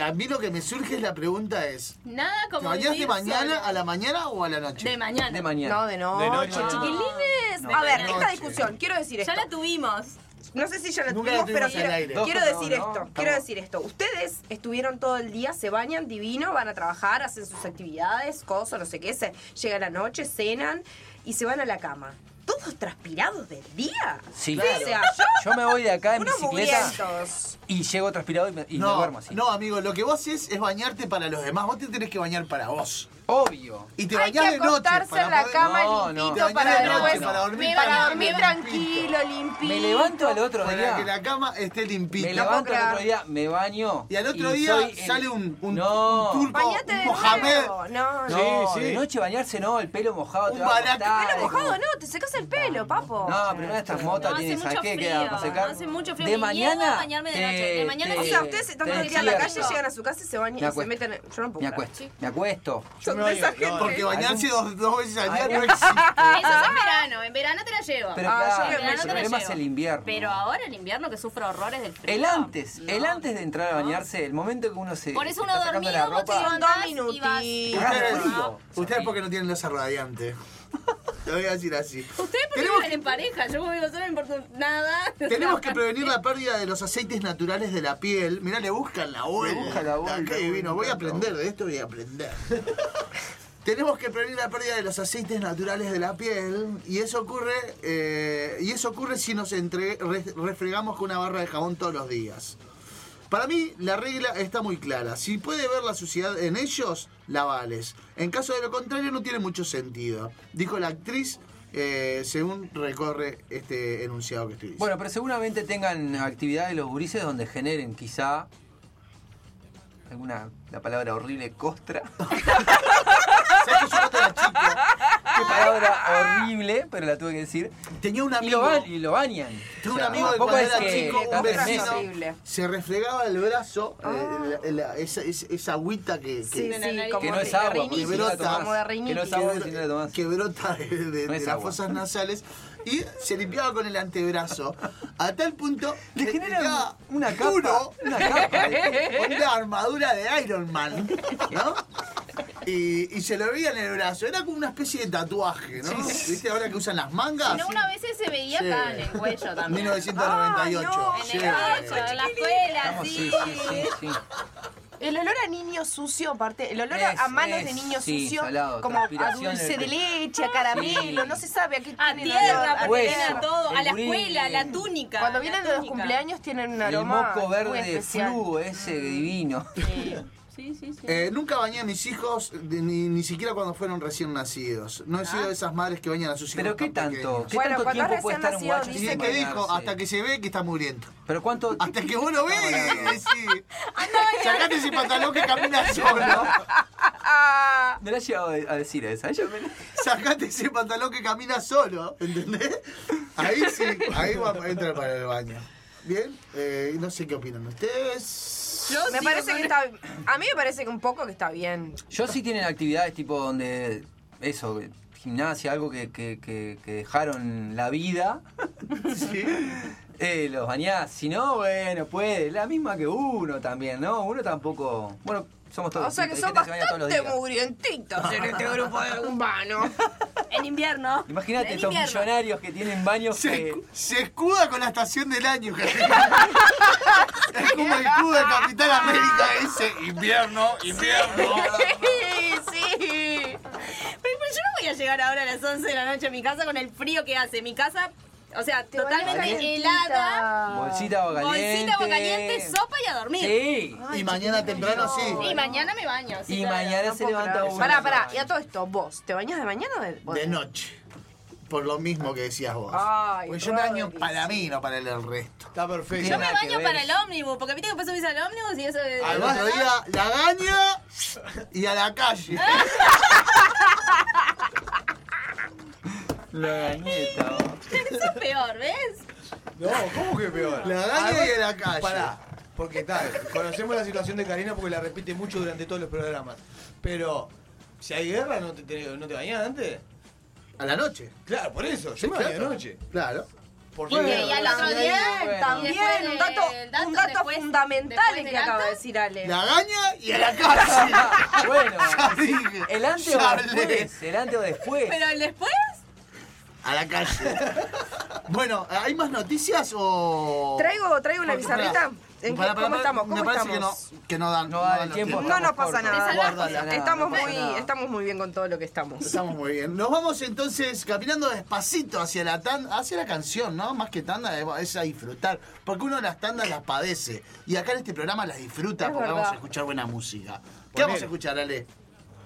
[SPEAKER 4] A, a mí lo que me surge es la pregunta es,
[SPEAKER 7] Nada
[SPEAKER 4] ¿te
[SPEAKER 7] como.
[SPEAKER 4] bañás de
[SPEAKER 7] vivir
[SPEAKER 4] mañana
[SPEAKER 7] sola.
[SPEAKER 4] a la mañana o a la noche?
[SPEAKER 7] De mañana.
[SPEAKER 6] De mañana.
[SPEAKER 8] No, de noche.
[SPEAKER 4] De noche,
[SPEAKER 8] No.
[SPEAKER 7] Chiquilines, de
[SPEAKER 8] A ver,
[SPEAKER 7] mañana.
[SPEAKER 8] esta discusión, quiero decir esto.
[SPEAKER 7] Ya la tuvimos.
[SPEAKER 8] No sé si ya la
[SPEAKER 4] Nunca
[SPEAKER 8] tuvimos,
[SPEAKER 4] la tuvimos
[SPEAKER 8] pero
[SPEAKER 4] al
[SPEAKER 8] quiero,
[SPEAKER 4] aire.
[SPEAKER 8] quiero
[SPEAKER 4] No,
[SPEAKER 8] decir
[SPEAKER 4] no,
[SPEAKER 8] esto.
[SPEAKER 4] no.
[SPEAKER 8] quiero decir esto. Ustedes estuvieron todo el día, se bañan divino, van a trabajar, hacen sus actividades, cosas, no sé qué. Se, llega la noche, cenan y se van a la cama. Todos transpirados del día.
[SPEAKER 6] Sí,
[SPEAKER 8] O sea, yo-
[SPEAKER 6] yo me voy de acá en
[SPEAKER 8] unos
[SPEAKER 6] bicicleta
[SPEAKER 8] mugrientos.
[SPEAKER 6] y llego transpirado y me, y me
[SPEAKER 4] No,
[SPEAKER 6] duermo así.
[SPEAKER 4] no, amigo, lo que vos haces es bañarte para los demás. Vos te tenés que bañar para vos.
[SPEAKER 6] Obvio.
[SPEAKER 4] Y te
[SPEAKER 8] Hay
[SPEAKER 4] bañás
[SPEAKER 8] que
[SPEAKER 4] de noche.
[SPEAKER 8] acostarse
[SPEAKER 4] para
[SPEAKER 8] en la
[SPEAKER 4] poder-
[SPEAKER 8] cama
[SPEAKER 6] No, no.
[SPEAKER 8] limpito
[SPEAKER 4] Te bañás
[SPEAKER 8] para
[SPEAKER 4] de noche
[SPEAKER 8] después-
[SPEAKER 4] para dormir
[SPEAKER 8] para
[SPEAKER 4] tranquilo.
[SPEAKER 8] dormir tranquilo limpito.
[SPEAKER 6] Me levanto al otro
[SPEAKER 4] Para
[SPEAKER 6] día.
[SPEAKER 4] que la cama esté limpita.
[SPEAKER 6] Me levanto al otro día, me baño.
[SPEAKER 4] Este Y al otro día sale un- un- un turco, Bañate un de Mohamed. nuevo. No,
[SPEAKER 6] sí,
[SPEAKER 4] no.
[SPEAKER 6] sí. De noche bañarse no, el pelo mojado te va a
[SPEAKER 4] balac-
[SPEAKER 6] costar,
[SPEAKER 8] Pelo
[SPEAKER 6] es como-
[SPEAKER 8] mojado, no, te secas el pelo, papo.
[SPEAKER 6] No, pero una de estas motas
[SPEAKER 8] No, hace
[SPEAKER 6] tiene, ¿sabes
[SPEAKER 8] mucho
[SPEAKER 6] qué? Queda
[SPEAKER 8] frío,
[SPEAKER 6] para secar.
[SPEAKER 8] hace mucho frío,
[SPEAKER 6] De
[SPEAKER 8] me
[SPEAKER 6] mañana.
[SPEAKER 8] niego a bañarme de noche, de
[SPEAKER 6] te-
[SPEAKER 8] mañana
[SPEAKER 6] te-
[SPEAKER 8] o sea, ustedes están todo el
[SPEAKER 6] te
[SPEAKER 8] día en la
[SPEAKER 6] encierro.
[SPEAKER 8] calle, llegan a su casa y se bañan
[SPEAKER 6] Me
[SPEAKER 8] y se
[SPEAKER 6] acuesto.
[SPEAKER 8] meten. en- Yo no puedo.
[SPEAKER 6] Me
[SPEAKER 8] creer.
[SPEAKER 6] acuesto, me acuesto.
[SPEAKER 8] Son de esa gente.
[SPEAKER 4] Porque bañarse dos, dos veces al día no
[SPEAKER 6] Algún-
[SPEAKER 4] existe.
[SPEAKER 7] Eso es en verano, en verano te la llevo.
[SPEAKER 6] Pero
[SPEAKER 7] En
[SPEAKER 6] claro,
[SPEAKER 7] verano
[SPEAKER 6] el
[SPEAKER 7] te la
[SPEAKER 6] problema es
[SPEAKER 7] llevo.
[SPEAKER 6] el invierno.
[SPEAKER 7] Pero ahora el invierno que sufro horrores del frío.
[SPEAKER 6] El antes, el antes de entrar a bañarse, el momento que uno se.
[SPEAKER 7] Por eso
[SPEAKER 6] se
[SPEAKER 7] uno
[SPEAKER 6] está sacando
[SPEAKER 7] dormido,
[SPEAKER 6] la
[SPEAKER 7] vos te
[SPEAKER 6] ropa.
[SPEAKER 7] levantás y vas.
[SPEAKER 4] Ustedes,
[SPEAKER 7] Ah.
[SPEAKER 4] ustedes porque no tienen losa radiante. Te voy a decir así.
[SPEAKER 7] Ustedes porque
[SPEAKER 4] Tenemos-
[SPEAKER 7] viven en pareja, yo vivo sola, no importa nada.
[SPEAKER 4] Tenemos que prevenir la pérdida de los aceites naturales de la piel. Mirá, le buscan la vuelta.
[SPEAKER 6] buscan la vuelta,
[SPEAKER 4] Qué divino. Voy a aprender de esto, voy a aprender. Tenemos que prevenir la pérdida de los aceites naturales de la piel y eso ocurre eh, y eso ocurre si nos entre- re- refregamos con una barra de jabón todos los días. Para mí la regla está muy clara. Si puede ver la suciedad en ellos, la vales. En caso de lo contrario no tiene mucho sentido, dijo la actriz eh, según recorre este enunciado que estoy diciendo.
[SPEAKER 6] Bueno, pero seguramente tengan actividades los gurises donde generen quizá alguna la palabra horrible costra. Qué palabra horrible, pero la tuve que decir.
[SPEAKER 4] Tenía un
[SPEAKER 6] amigo y lo, ba- y lo bañan.
[SPEAKER 4] Tengo
[SPEAKER 6] O sea,
[SPEAKER 4] un amigo de
[SPEAKER 6] tampoco
[SPEAKER 4] cuando
[SPEAKER 6] es
[SPEAKER 4] era
[SPEAKER 6] que
[SPEAKER 4] chico, un
[SPEAKER 6] tantos
[SPEAKER 4] vecino,
[SPEAKER 6] meses.
[SPEAKER 4] se refregaba el brazo, eh, la- la- esa, esa- esa agüita que, que,
[SPEAKER 8] Sí, sí,
[SPEAKER 6] Que Ah. como no de es agua, porque si no la
[SPEAKER 4] brota,
[SPEAKER 6] tomás. Como de rinitis. Que no es agua,
[SPEAKER 4] que-
[SPEAKER 6] si no la tomás.
[SPEAKER 4] que brota de, de-
[SPEAKER 6] No es
[SPEAKER 4] de las
[SPEAKER 6] agua.
[SPEAKER 4] fosas nasales y se limpiaba con el antebrazo. A tal punto
[SPEAKER 6] Le
[SPEAKER 4] que
[SPEAKER 6] genera
[SPEAKER 4] quedaba
[SPEAKER 6] una capa,
[SPEAKER 4] puro,
[SPEAKER 6] una capa.
[SPEAKER 4] una armadura de Iron Man, ¿no? Y, y se lo veía en el brazo, era como una especie de tatuaje, ¿no? ¿Viste ahora que usan las mangas?
[SPEAKER 7] Sino una vez se veía
[SPEAKER 4] Sí.
[SPEAKER 7] acá en el cuello también. Ah, En el
[SPEAKER 4] 1998.
[SPEAKER 7] cuello, en la escuela,
[SPEAKER 6] Vamos,
[SPEAKER 7] sí.
[SPEAKER 6] sí, sí, sí, sí.
[SPEAKER 8] El olor a niño sucio, aparte, el olor a-
[SPEAKER 6] Es-
[SPEAKER 8] a manos
[SPEAKER 6] es,
[SPEAKER 8] de niño
[SPEAKER 6] sí,
[SPEAKER 8] sucio,
[SPEAKER 6] salado,
[SPEAKER 8] como a
[SPEAKER 6] transpiración
[SPEAKER 8] dulce
[SPEAKER 6] en
[SPEAKER 8] de
[SPEAKER 6] el-
[SPEAKER 8] leche, a caramelo,
[SPEAKER 6] Sí.
[SPEAKER 8] no se sabe a qué
[SPEAKER 7] A
[SPEAKER 8] tienen olor,
[SPEAKER 7] tierra, porque
[SPEAKER 6] hueso,
[SPEAKER 7] era todo. A
[SPEAKER 6] el
[SPEAKER 7] la
[SPEAKER 6] brillo.
[SPEAKER 7] escuela, a la túnica.
[SPEAKER 8] Cuando
[SPEAKER 7] la
[SPEAKER 8] vienen los
[SPEAKER 7] túnica.
[SPEAKER 8] cumpleaños tienen un
[SPEAKER 6] El
[SPEAKER 8] aroma
[SPEAKER 6] moco
[SPEAKER 8] muy
[SPEAKER 6] verde
[SPEAKER 8] especial.
[SPEAKER 6] fluo ese divino.
[SPEAKER 7] Sí, sí, sí.
[SPEAKER 4] Eh, nunca bañé a mis hijos, de- ni, ni siquiera cuando fueron recién nacidos. No he sido de esas madres que bañan a sus hijos.
[SPEAKER 6] Pero qué
[SPEAKER 4] tan
[SPEAKER 6] tanto,
[SPEAKER 4] pequeños.
[SPEAKER 6] qué tanto tiempo puede estar un guacho
[SPEAKER 4] Dice
[SPEAKER 6] sin
[SPEAKER 4] que dijo,
[SPEAKER 6] bañarse?
[SPEAKER 4] hasta que se ve que está muriendo.
[SPEAKER 6] Pero cuánto
[SPEAKER 4] Hasta que vos lo ves, sí.
[SPEAKER 7] Anda a bailar.
[SPEAKER 4] Sacate ese pantalón que camina solo.
[SPEAKER 6] no le ha llegado a decir esa. Yo me-
[SPEAKER 4] Sacate ese pantalón que camina solo, ¿entendés? Ahí sí, ahí va a entrar para el baño. Bien, eh, no sé qué opinan ustedes.
[SPEAKER 8] me parece que está, a mí me parece que un poco que está bien.
[SPEAKER 6] Yo sí tienen actividades tipo donde eso, gimnasia, algo que, que- que- que dejaron la vida. Eh, los bañás, si no, bueno, puede, la misma que uno también, ¿no? Uno tampoco. Bueno, somos todos.
[SPEAKER 8] O sea que
[SPEAKER 6] hay
[SPEAKER 8] son
[SPEAKER 6] gente se baña todos los
[SPEAKER 8] bastante
[SPEAKER 6] días.
[SPEAKER 8] mugrientitos en este grupo de urbanos.
[SPEAKER 7] En invierno.
[SPEAKER 6] Imagínate
[SPEAKER 7] En
[SPEAKER 6] estos
[SPEAKER 7] invierno.
[SPEAKER 6] millonarios que tienen baños que.
[SPEAKER 4] Se escuda con la estación del año, Javier. Es como el escudo de Capital América ese. Invierno, invierno.
[SPEAKER 7] Sí, sí. Pero, pero yo no voy a llegar ahora a las 11 de la noche a mi casa con el frío que hace. Mi casa, o sea, totalmente helada.
[SPEAKER 6] Bolsita o caliente.
[SPEAKER 7] Bolsita, agua caliente, sopa y a dormir.
[SPEAKER 6] Sí.
[SPEAKER 4] Y mañana temprano sí.
[SPEAKER 7] Y mañana me baño. sí,
[SPEAKER 6] Y
[SPEAKER 7] claro.
[SPEAKER 6] mañana se levanta uno.
[SPEAKER 8] Pará, pará, y a todo esto, vos, ¿te bañas de mañana o de, vos?
[SPEAKER 4] De noche. Por lo mismo que decías vos.
[SPEAKER 8] Ay,
[SPEAKER 4] Porque yo me daño para mí, no para el resto.
[SPEAKER 9] Está perfecto.
[SPEAKER 7] Yo me baño para el ómnibus, porque viste que después subís al ómnibus y eso es.
[SPEAKER 4] Al otro día la gaña y a la calle.
[SPEAKER 6] La gañeta.
[SPEAKER 7] Eso es peor, ¿ves?
[SPEAKER 9] No, ¿cómo que peor?
[SPEAKER 4] La gaña y a la
[SPEAKER 9] Además,
[SPEAKER 4] calle.
[SPEAKER 9] Pará, porque tal, conocemos la situación de Karina porque la repite mucho durante todos los programas. Pero, si hay guerra, ¿no te, te- no te bañás antes?
[SPEAKER 4] A la noche.
[SPEAKER 9] Claro, por eso,
[SPEAKER 4] Sí,
[SPEAKER 9] yo me baño de
[SPEAKER 4] claro.
[SPEAKER 9] noche.
[SPEAKER 4] Claro.
[SPEAKER 9] Porque
[SPEAKER 7] Y, y al otro día.
[SPEAKER 8] También,
[SPEAKER 7] después
[SPEAKER 8] un dato,
[SPEAKER 7] del dato,
[SPEAKER 8] un dato
[SPEAKER 7] después-
[SPEAKER 8] fundamental
[SPEAKER 7] después
[SPEAKER 8] que
[SPEAKER 7] del
[SPEAKER 8] acaba de
[SPEAKER 7] acto.
[SPEAKER 8] decir Ale.
[SPEAKER 4] La gaña y a la calle.
[SPEAKER 6] Bueno,
[SPEAKER 4] Ya dije.
[SPEAKER 6] el antes
[SPEAKER 4] Ya
[SPEAKER 6] o
[SPEAKER 4] hablé.
[SPEAKER 6] después. El antes o después.
[SPEAKER 7] Pero el después.
[SPEAKER 4] A la calle. Bueno, ¿hay más noticias o...?
[SPEAKER 8] Traigo, traigo una
[SPEAKER 4] Porque, pará.
[SPEAKER 8] bizarrita. ¿En qué-
[SPEAKER 4] Pará, pará,
[SPEAKER 8] ¿Cómo
[SPEAKER 4] pará.
[SPEAKER 8] estamos?
[SPEAKER 4] Me
[SPEAKER 8] ¿Cómo
[SPEAKER 4] parece
[SPEAKER 8] estamos?
[SPEAKER 4] que no, que no dan,
[SPEAKER 6] No da
[SPEAKER 4] dan
[SPEAKER 6] el tiempo.
[SPEAKER 8] No nos pasa
[SPEAKER 6] cortos.
[SPEAKER 8] nada.
[SPEAKER 7] Te salvaste.
[SPEAKER 6] Guardala.
[SPEAKER 8] Estamos
[SPEAKER 6] No pasa
[SPEAKER 8] muy,
[SPEAKER 6] nada.
[SPEAKER 8] estamos muy bien con todo lo que estamos.
[SPEAKER 4] Estamos muy bien. Nos vamos entonces caminando despacito hacia la tan- hacia la canción, ¿no? Más que tanda es- es a disfrutar, porque uno las tandas las padece y acá en este programa las disfruta
[SPEAKER 8] Es
[SPEAKER 4] porque
[SPEAKER 8] verdad.
[SPEAKER 4] vamos a escuchar buena música. ¿Qué
[SPEAKER 9] Ponele. Eh,
[SPEAKER 4] vamos a escuchar, Ale?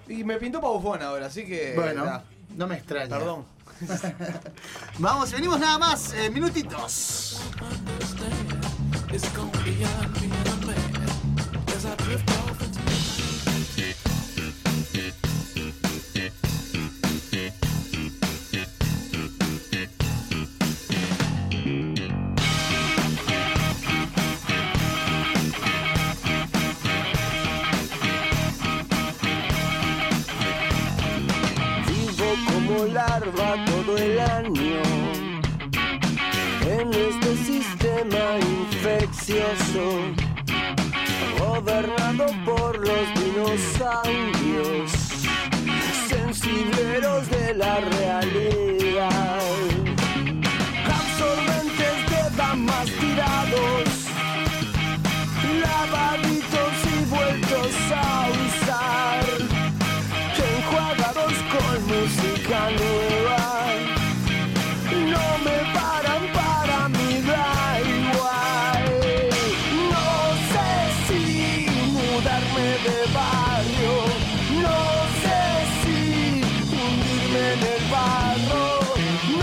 [SPEAKER 9] Y me pintó pa' bufón ahora, así que.
[SPEAKER 4] bueno,
[SPEAKER 9] nada,
[SPEAKER 4] no me extraña.
[SPEAKER 9] perdón.
[SPEAKER 4] Vamos, venimos nada más, eh, minutitos.
[SPEAKER 5] It's gonna be on me and me as I drift off into
[SPEAKER 13] Vivo como larva todo el año en este sistema infeccioso, gobernado por los dinosaurios, sensibleros de la realidad, absorbentes de damas tirados, lavaditos y vueltos a usar enjuagados con música nueva. No me paran para mí, da igual. No sé si mudarme de barrio, no sé si hundirme en el barro,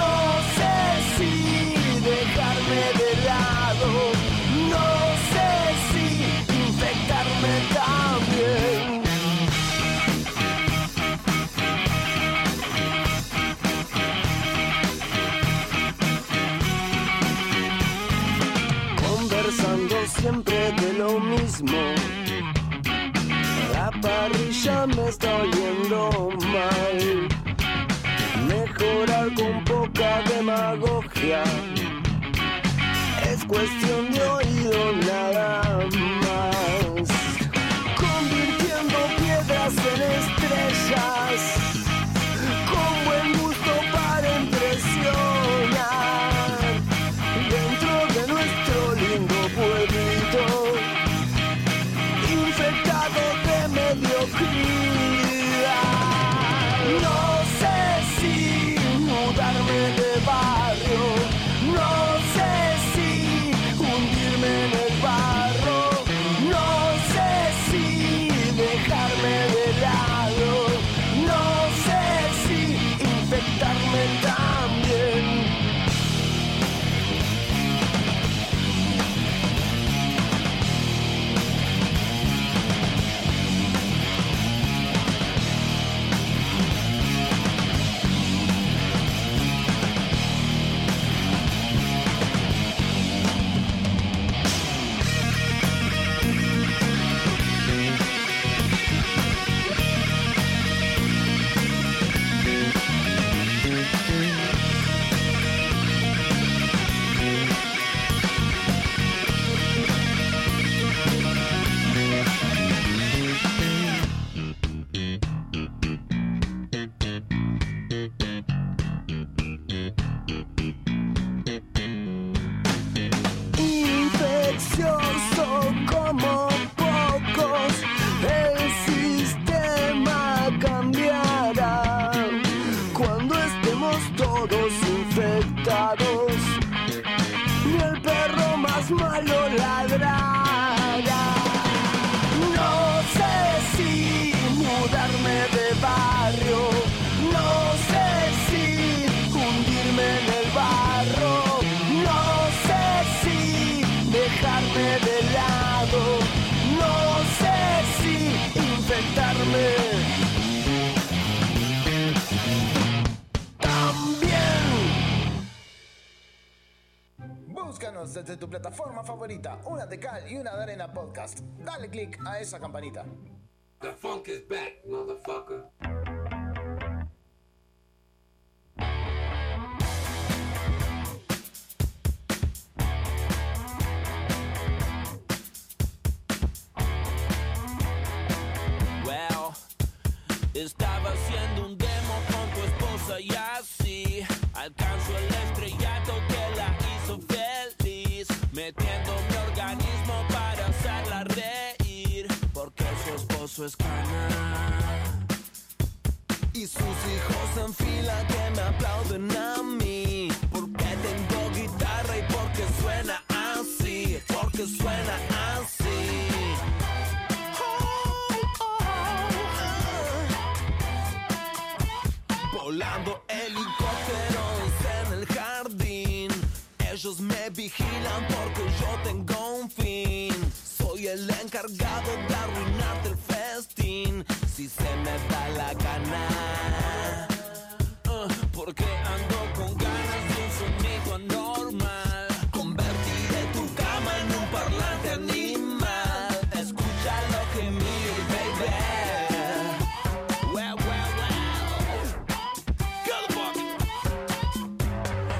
[SPEAKER 13] no sé si dejarme de lado, no sé si infectarme también. conversando siempre de lo mismo. La parrilla me está oliendo mal. Mejorar con poca demagogia es cuestión de oído nada más. Convirtiendo piedras en estrellas. Con buen gusto para impresionar dentro de nuestro lindo pueblito, infectado de mediocridad. No sé si mudarme de barrio, no sé si hundirme en el barro, no sé si dejarme de lado, no sé si infectarme también. infeccioso como pocos. El sistema cambiará cuando estemos todos infectados. Ni el perro más malo ladrará. No sé si mudarme de barrio. No sé si hundirme en el barro. No sé si dejarme de lado. No sé si infectarme. También.
[SPEAKER 2] Búscanos desde tu plataforma favorita, una de cal y una de arena podcast. Dale click a esa campanita.
[SPEAKER 5] The funk is back, motherfucker.
[SPEAKER 18] Well, estaba haciendo un demo con tu esposa y así alcanzo el estrellato que la hizo feliz, metiendo mi organismo para hacerla reír, porque su esposo es cana y sus hijos en fila que me aplauden a mí, porque tengo guitarra y porque suena así, porque suena así. Volando helicóptero Ellos me vigilan porque yo tengo un fin. Soy el encargado de arruinarte el festín. Si se me da la gana. Ah, porque ando con ganas de un sonido anormal. Convertiré tu cama en un parlante animal. Escucha lo que mi baby. Wow, wow, wow. Get the fuck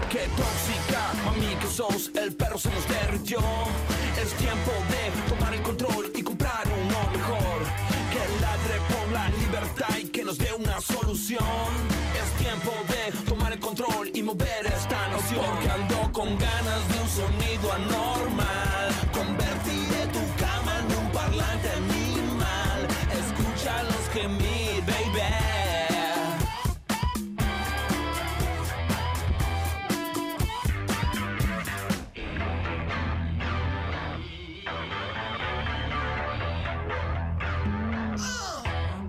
[SPEAKER 18] que tóxica, mami, que sos el perro se nos derritió. Es tiempo de tomar el control y comprar uno mejor. Que ladre por la libertad y que nos dé una solución. Es tiempo de tomar el control y mover esta noción. Porque ando con ganas de un sonido anormal. Convertiré tu cama en un parlante animal. Escucha los gemir, baby.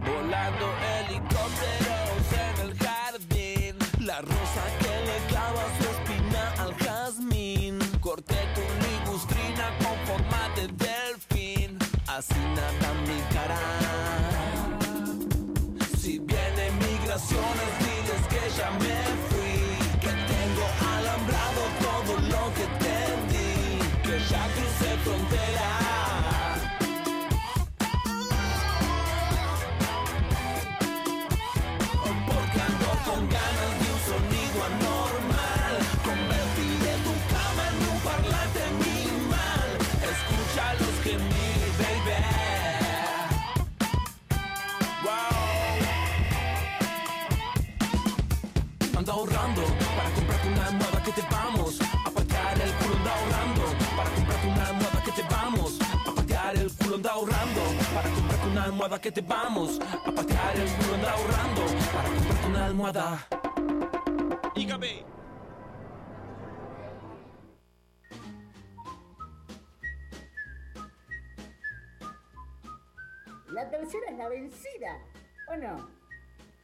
[SPEAKER 18] Volando helicópteros en el jardín. La rosa que le clava su espina al jazmín. Corté tu ligustrina con forma de delfín. Así nada mi cara. Si viene migraciones, diles que ya me fui. Que tengo alambrado todo lo que te di. Que ya crucé frontera. Porque ando con ganas de un sonido anormal Convertiré tu cama en un parlante animal Escucha los gemir, baby Wow Ando ahorrando para comprarte una almohada que te vamos A patear el culo ando ahorrando Para comprarte una almohada que te vamos A patear el culo ando ahorrando Para comprarte una almohada que te vamos A patear el culo ando ahorrando Para comprarte una almohada Ígame
[SPEAKER 16] La tercera es la vencida, ¿o no?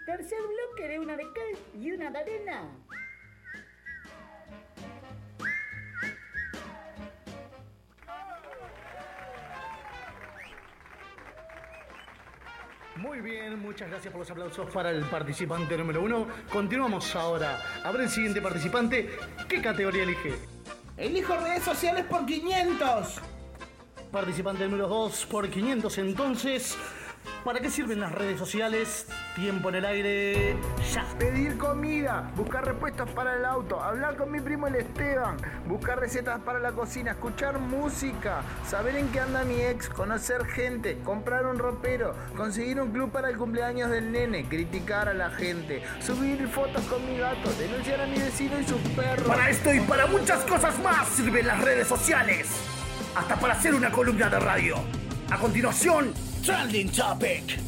[SPEAKER 16] Tercer bloque de una de cal y una de arena.
[SPEAKER 4] Muy bien, muchas gracias por los aplausos para el participante número uno. Continuamos ahora. Abre el siguiente participante. ¿Qué categoría elige? Elijo redes sociales por 500. Participante número 2 por 500 entonces. ¿Para qué sirven las redes sociales? Tiempo en el aire. Ya.
[SPEAKER 2] Pedir comida, buscar respuestas para el auto, hablar con mi primo el Esteban, buscar recetas para la cocina, escuchar música, saber en qué anda mi ex, conocer gente, comprar un ropero, conseguir un club para el cumpleaños del nene, criticar a la gente, subir fotos con mi gato, denunciar a mi vecino y sus perros.
[SPEAKER 19] Para esto y para muchas cosas más sirven las redes sociales. Hasta para hacer una columna de radio. A continuación, Trending Topic.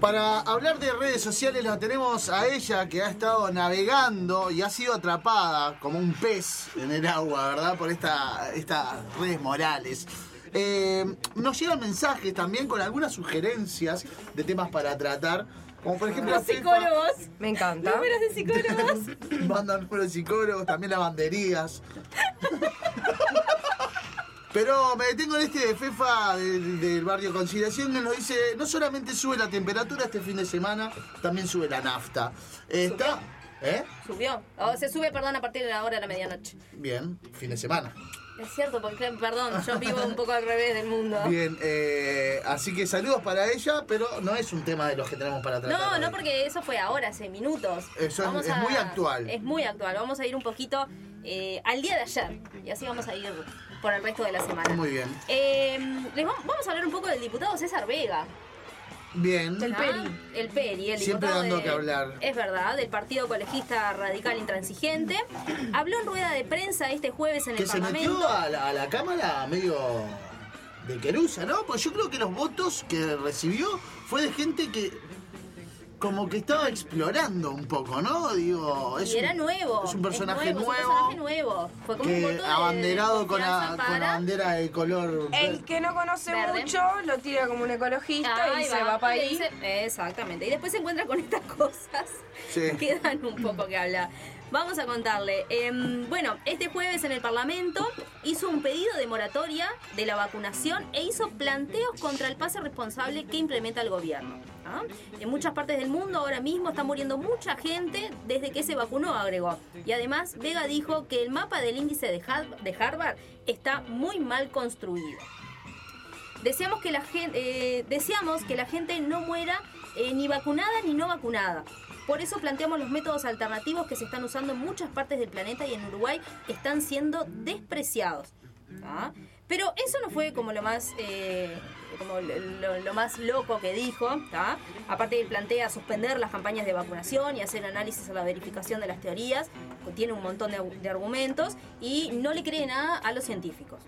[SPEAKER 4] Para hablar de redes sociales la tenemos a ella que ha estado navegando y ha sido atrapada como un pez en el agua, ¿verdad? Por esta, estas redes morales. Eh, nos llegan mensajes también con algunas sugerencias de temas para tratar. Como por ejemplo...
[SPEAKER 8] Los psicólogos. Me encanta.
[SPEAKER 4] Números
[SPEAKER 8] de psicólogos.
[SPEAKER 4] Mandan por los psicólogos, también lavanderías. Pero me detengo en este de Fefa del, del barrio Conciliación que nos dice, no solamente sube la temperatura este fin de semana, también sube la nafta. Está, ¿eh?
[SPEAKER 7] Subió. Oh, se sube, perdón, a partir de la hora de la medianoche.
[SPEAKER 4] Bien, fin de semana.
[SPEAKER 7] Es cierto, porque, perdón, yo vivo un poco al revés del mundo.
[SPEAKER 4] Bien, eh, así que saludos para ella, pero no es un tema de los que tenemos para tratar.
[SPEAKER 7] No,
[SPEAKER 4] hoy.
[SPEAKER 7] no, porque eso fue ahora, hace minutos.
[SPEAKER 4] Eso es- es muy actual.
[SPEAKER 7] Es muy actual. Vamos a ir un poquito eh, al día de ayer. Y así vamos a ir por el resto de la semana.
[SPEAKER 4] Muy bien.
[SPEAKER 7] Eh, les vam- vamos a hablar un poco del diputado César Vega.
[SPEAKER 4] Bien.
[SPEAKER 7] Ah, El Peri, el
[SPEAKER 4] Siempre
[SPEAKER 7] diputado
[SPEAKER 4] dando
[SPEAKER 7] de-
[SPEAKER 4] que hablar.
[SPEAKER 7] Es verdad, del Partido Colegista Radical Intransigente. Habló en rueda de prensa este jueves en
[SPEAKER 4] Que
[SPEAKER 7] el
[SPEAKER 4] se
[SPEAKER 7] Parlamento.
[SPEAKER 4] metió a la, a la cámara medio de querusa, ¿no? Pues yo creo que los votos que recibió fue de gente que
[SPEAKER 10] como que estaba explorando un poco, ¿no? Digo, es
[SPEAKER 7] y era
[SPEAKER 10] un,
[SPEAKER 7] nuevo.
[SPEAKER 10] Es un personaje
[SPEAKER 7] es
[SPEAKER 10] nuevo,
[SPEAKER 7] Es un personaje nuevo. Fue como un
[SPEAKER 10] que
[SPEAKER 7] voto de-
[SPEAKER 10] abanderado
[SPEAKER 7] de
[SPEAKER 10] con la,
[SPEAKER 7] confianza
[SPEAKER 10] con la
[SPEAKER 7] para-
[SPEAKER 10] bandera de color.
[SPEAKER 8] El que no conoce
[SPEAKER 7] Verde.
[SPEAKER 8] mucho lo tira como un ecologista
[SPEAKER 7] Ahí
[SPEAKER 8] y se va para
[SPEAKER 7] y
[SPEAKER 8] ahí.
[SPEAKER 7] dice- exactamente. Y después se encuentra con estas cosas
[SPEAKER 8] Sí.
[SPEAKER 7] que dan un poco que hablar. Vamos a contarle. Em, bueno, este jueves en el Parlamento hizo un pedido de moratoria de la vacunación e hizo planteos contra el pase responsable que implementa el gobierno. ¿ah? En muchas partes del mundo ahora mismo está muriendo mucha gente desde que se vacunó, agregó. Y además, Vega dijo que el mapa del índice de Har- de Harvard está muy mal construido. Deseamos que la gente, deseamos que la gente no muera eh, ni vacunada ni no vacunada. Por eso planteamos los métodos alternativos que se están usando en muchas partes del planeta y en Uruguay que están siendo despreciados. ¿Ah? Pero eso no fue como lo más eh, como lo, lo- lo más loco que dijo. ¿tá? Aparte que plantea suspender las campañas de vacunación y hacer análisis a la verificación de las teorías. Tiene un montón de, de argumentos y no le cree nada a los científicos.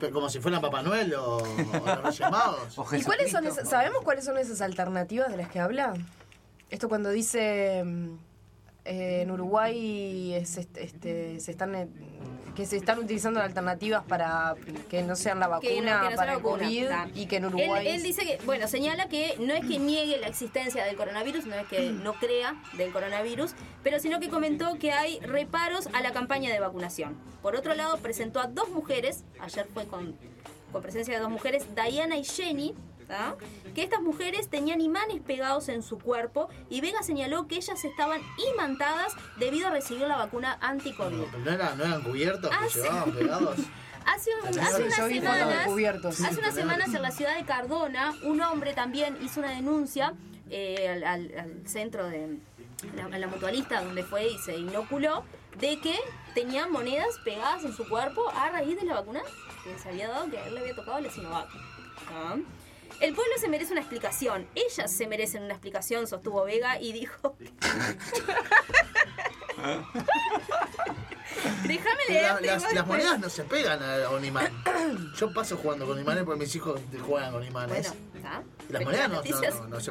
[SPEAKER 10] Pero como si fuera Papá Noel o, o los Reyes Magos.
[SPEAKER 8] ¿Y cuáles son esas, sabemos cuáles son esas alternativas de las que habla? Esto cuando dice mm, eh, en Uruguay es este- este, se están eh, que se están utilizando alternativas para que no sean la vacuna
[SPEAKER 7] Que no- que no sea
[SPEAKER 8] para
[SPEAKER 7] la
[SPEAKER 8] el
[SPEAKER 7] vacuna,
[SPEAKER 8] COVID
[SPEAKER 7] claro.
[SPEAKER 8] y que en
[SPEAKER 7] Él-
[SPEAKER 8] Uruguay
[SPEAKER 7] Él, dice que, bueno, señala que no es que niegue la existencia del coronavirus, no es que no crea del coronavirus, pero sino que comentó que hay reparos a la campaña de vacunación. Por otro lado, presentó a dos mujeres, ayer fue con, con presencia de dos mujeres, Diana y Jenny, ¿tá? que estas mujeres tenían imanes pegados en su cuerpo y Vega señaló que ellas estaban imantadas debido a recibir la vacuna anti-COVID.
[SPEAKER 10] ¿No, era- no eran cubiertos que
[SPEAKER 7] Ah, sí.
[SPEAKER 10] llevaban pegados?
[SPEAKER 7] Hace, un-
[SPEAKER 10] Sí,
[SPEAKER 7] hace
[SPEAKER 10] yo
[SPEAKER 7] unas
[SPEAKER 10] vi fotos de
[SPEAKER 7] semanas,
[SPEAKER 10] cubiertos.
[SPEAKER 7] hace unas
[SPEAKER 10] Sí,
[SPEAKER 7] semanas
[SPEAKER 10] claro.
[SPEAKER 7] en la ciudad de Cardona, un hombre también hizo una denuncia eh, al, al- al centro de la, a la mutualista donde fue y se inoculó de que tenía monedas pegadas en su cuerpo a raíz de la vacuna que se había dado que a él le había tocado la Sinovac. Ah. El pueblo se merece una explicación. Ellas se merecen una explicación, sostuvo Vega y dijo. Déjame
[SPEAKER 10] Pero la-
[SPEAKER 7] leer.
[SPEAKER 10] las, las monedas no se pegan a, a un imán. Yo paso jugando con imanes porque mis hijos juegan con imanes.
[SPEAKER 7] Bueno, ¿tá?
[SPEAKER 10] Y las
[SPEAKER 7] ¿Ah? Pero
[SPEAKER 10] monedas no,
[SPEAKER 7] noticias
[SPEAKER 10] no- no- no se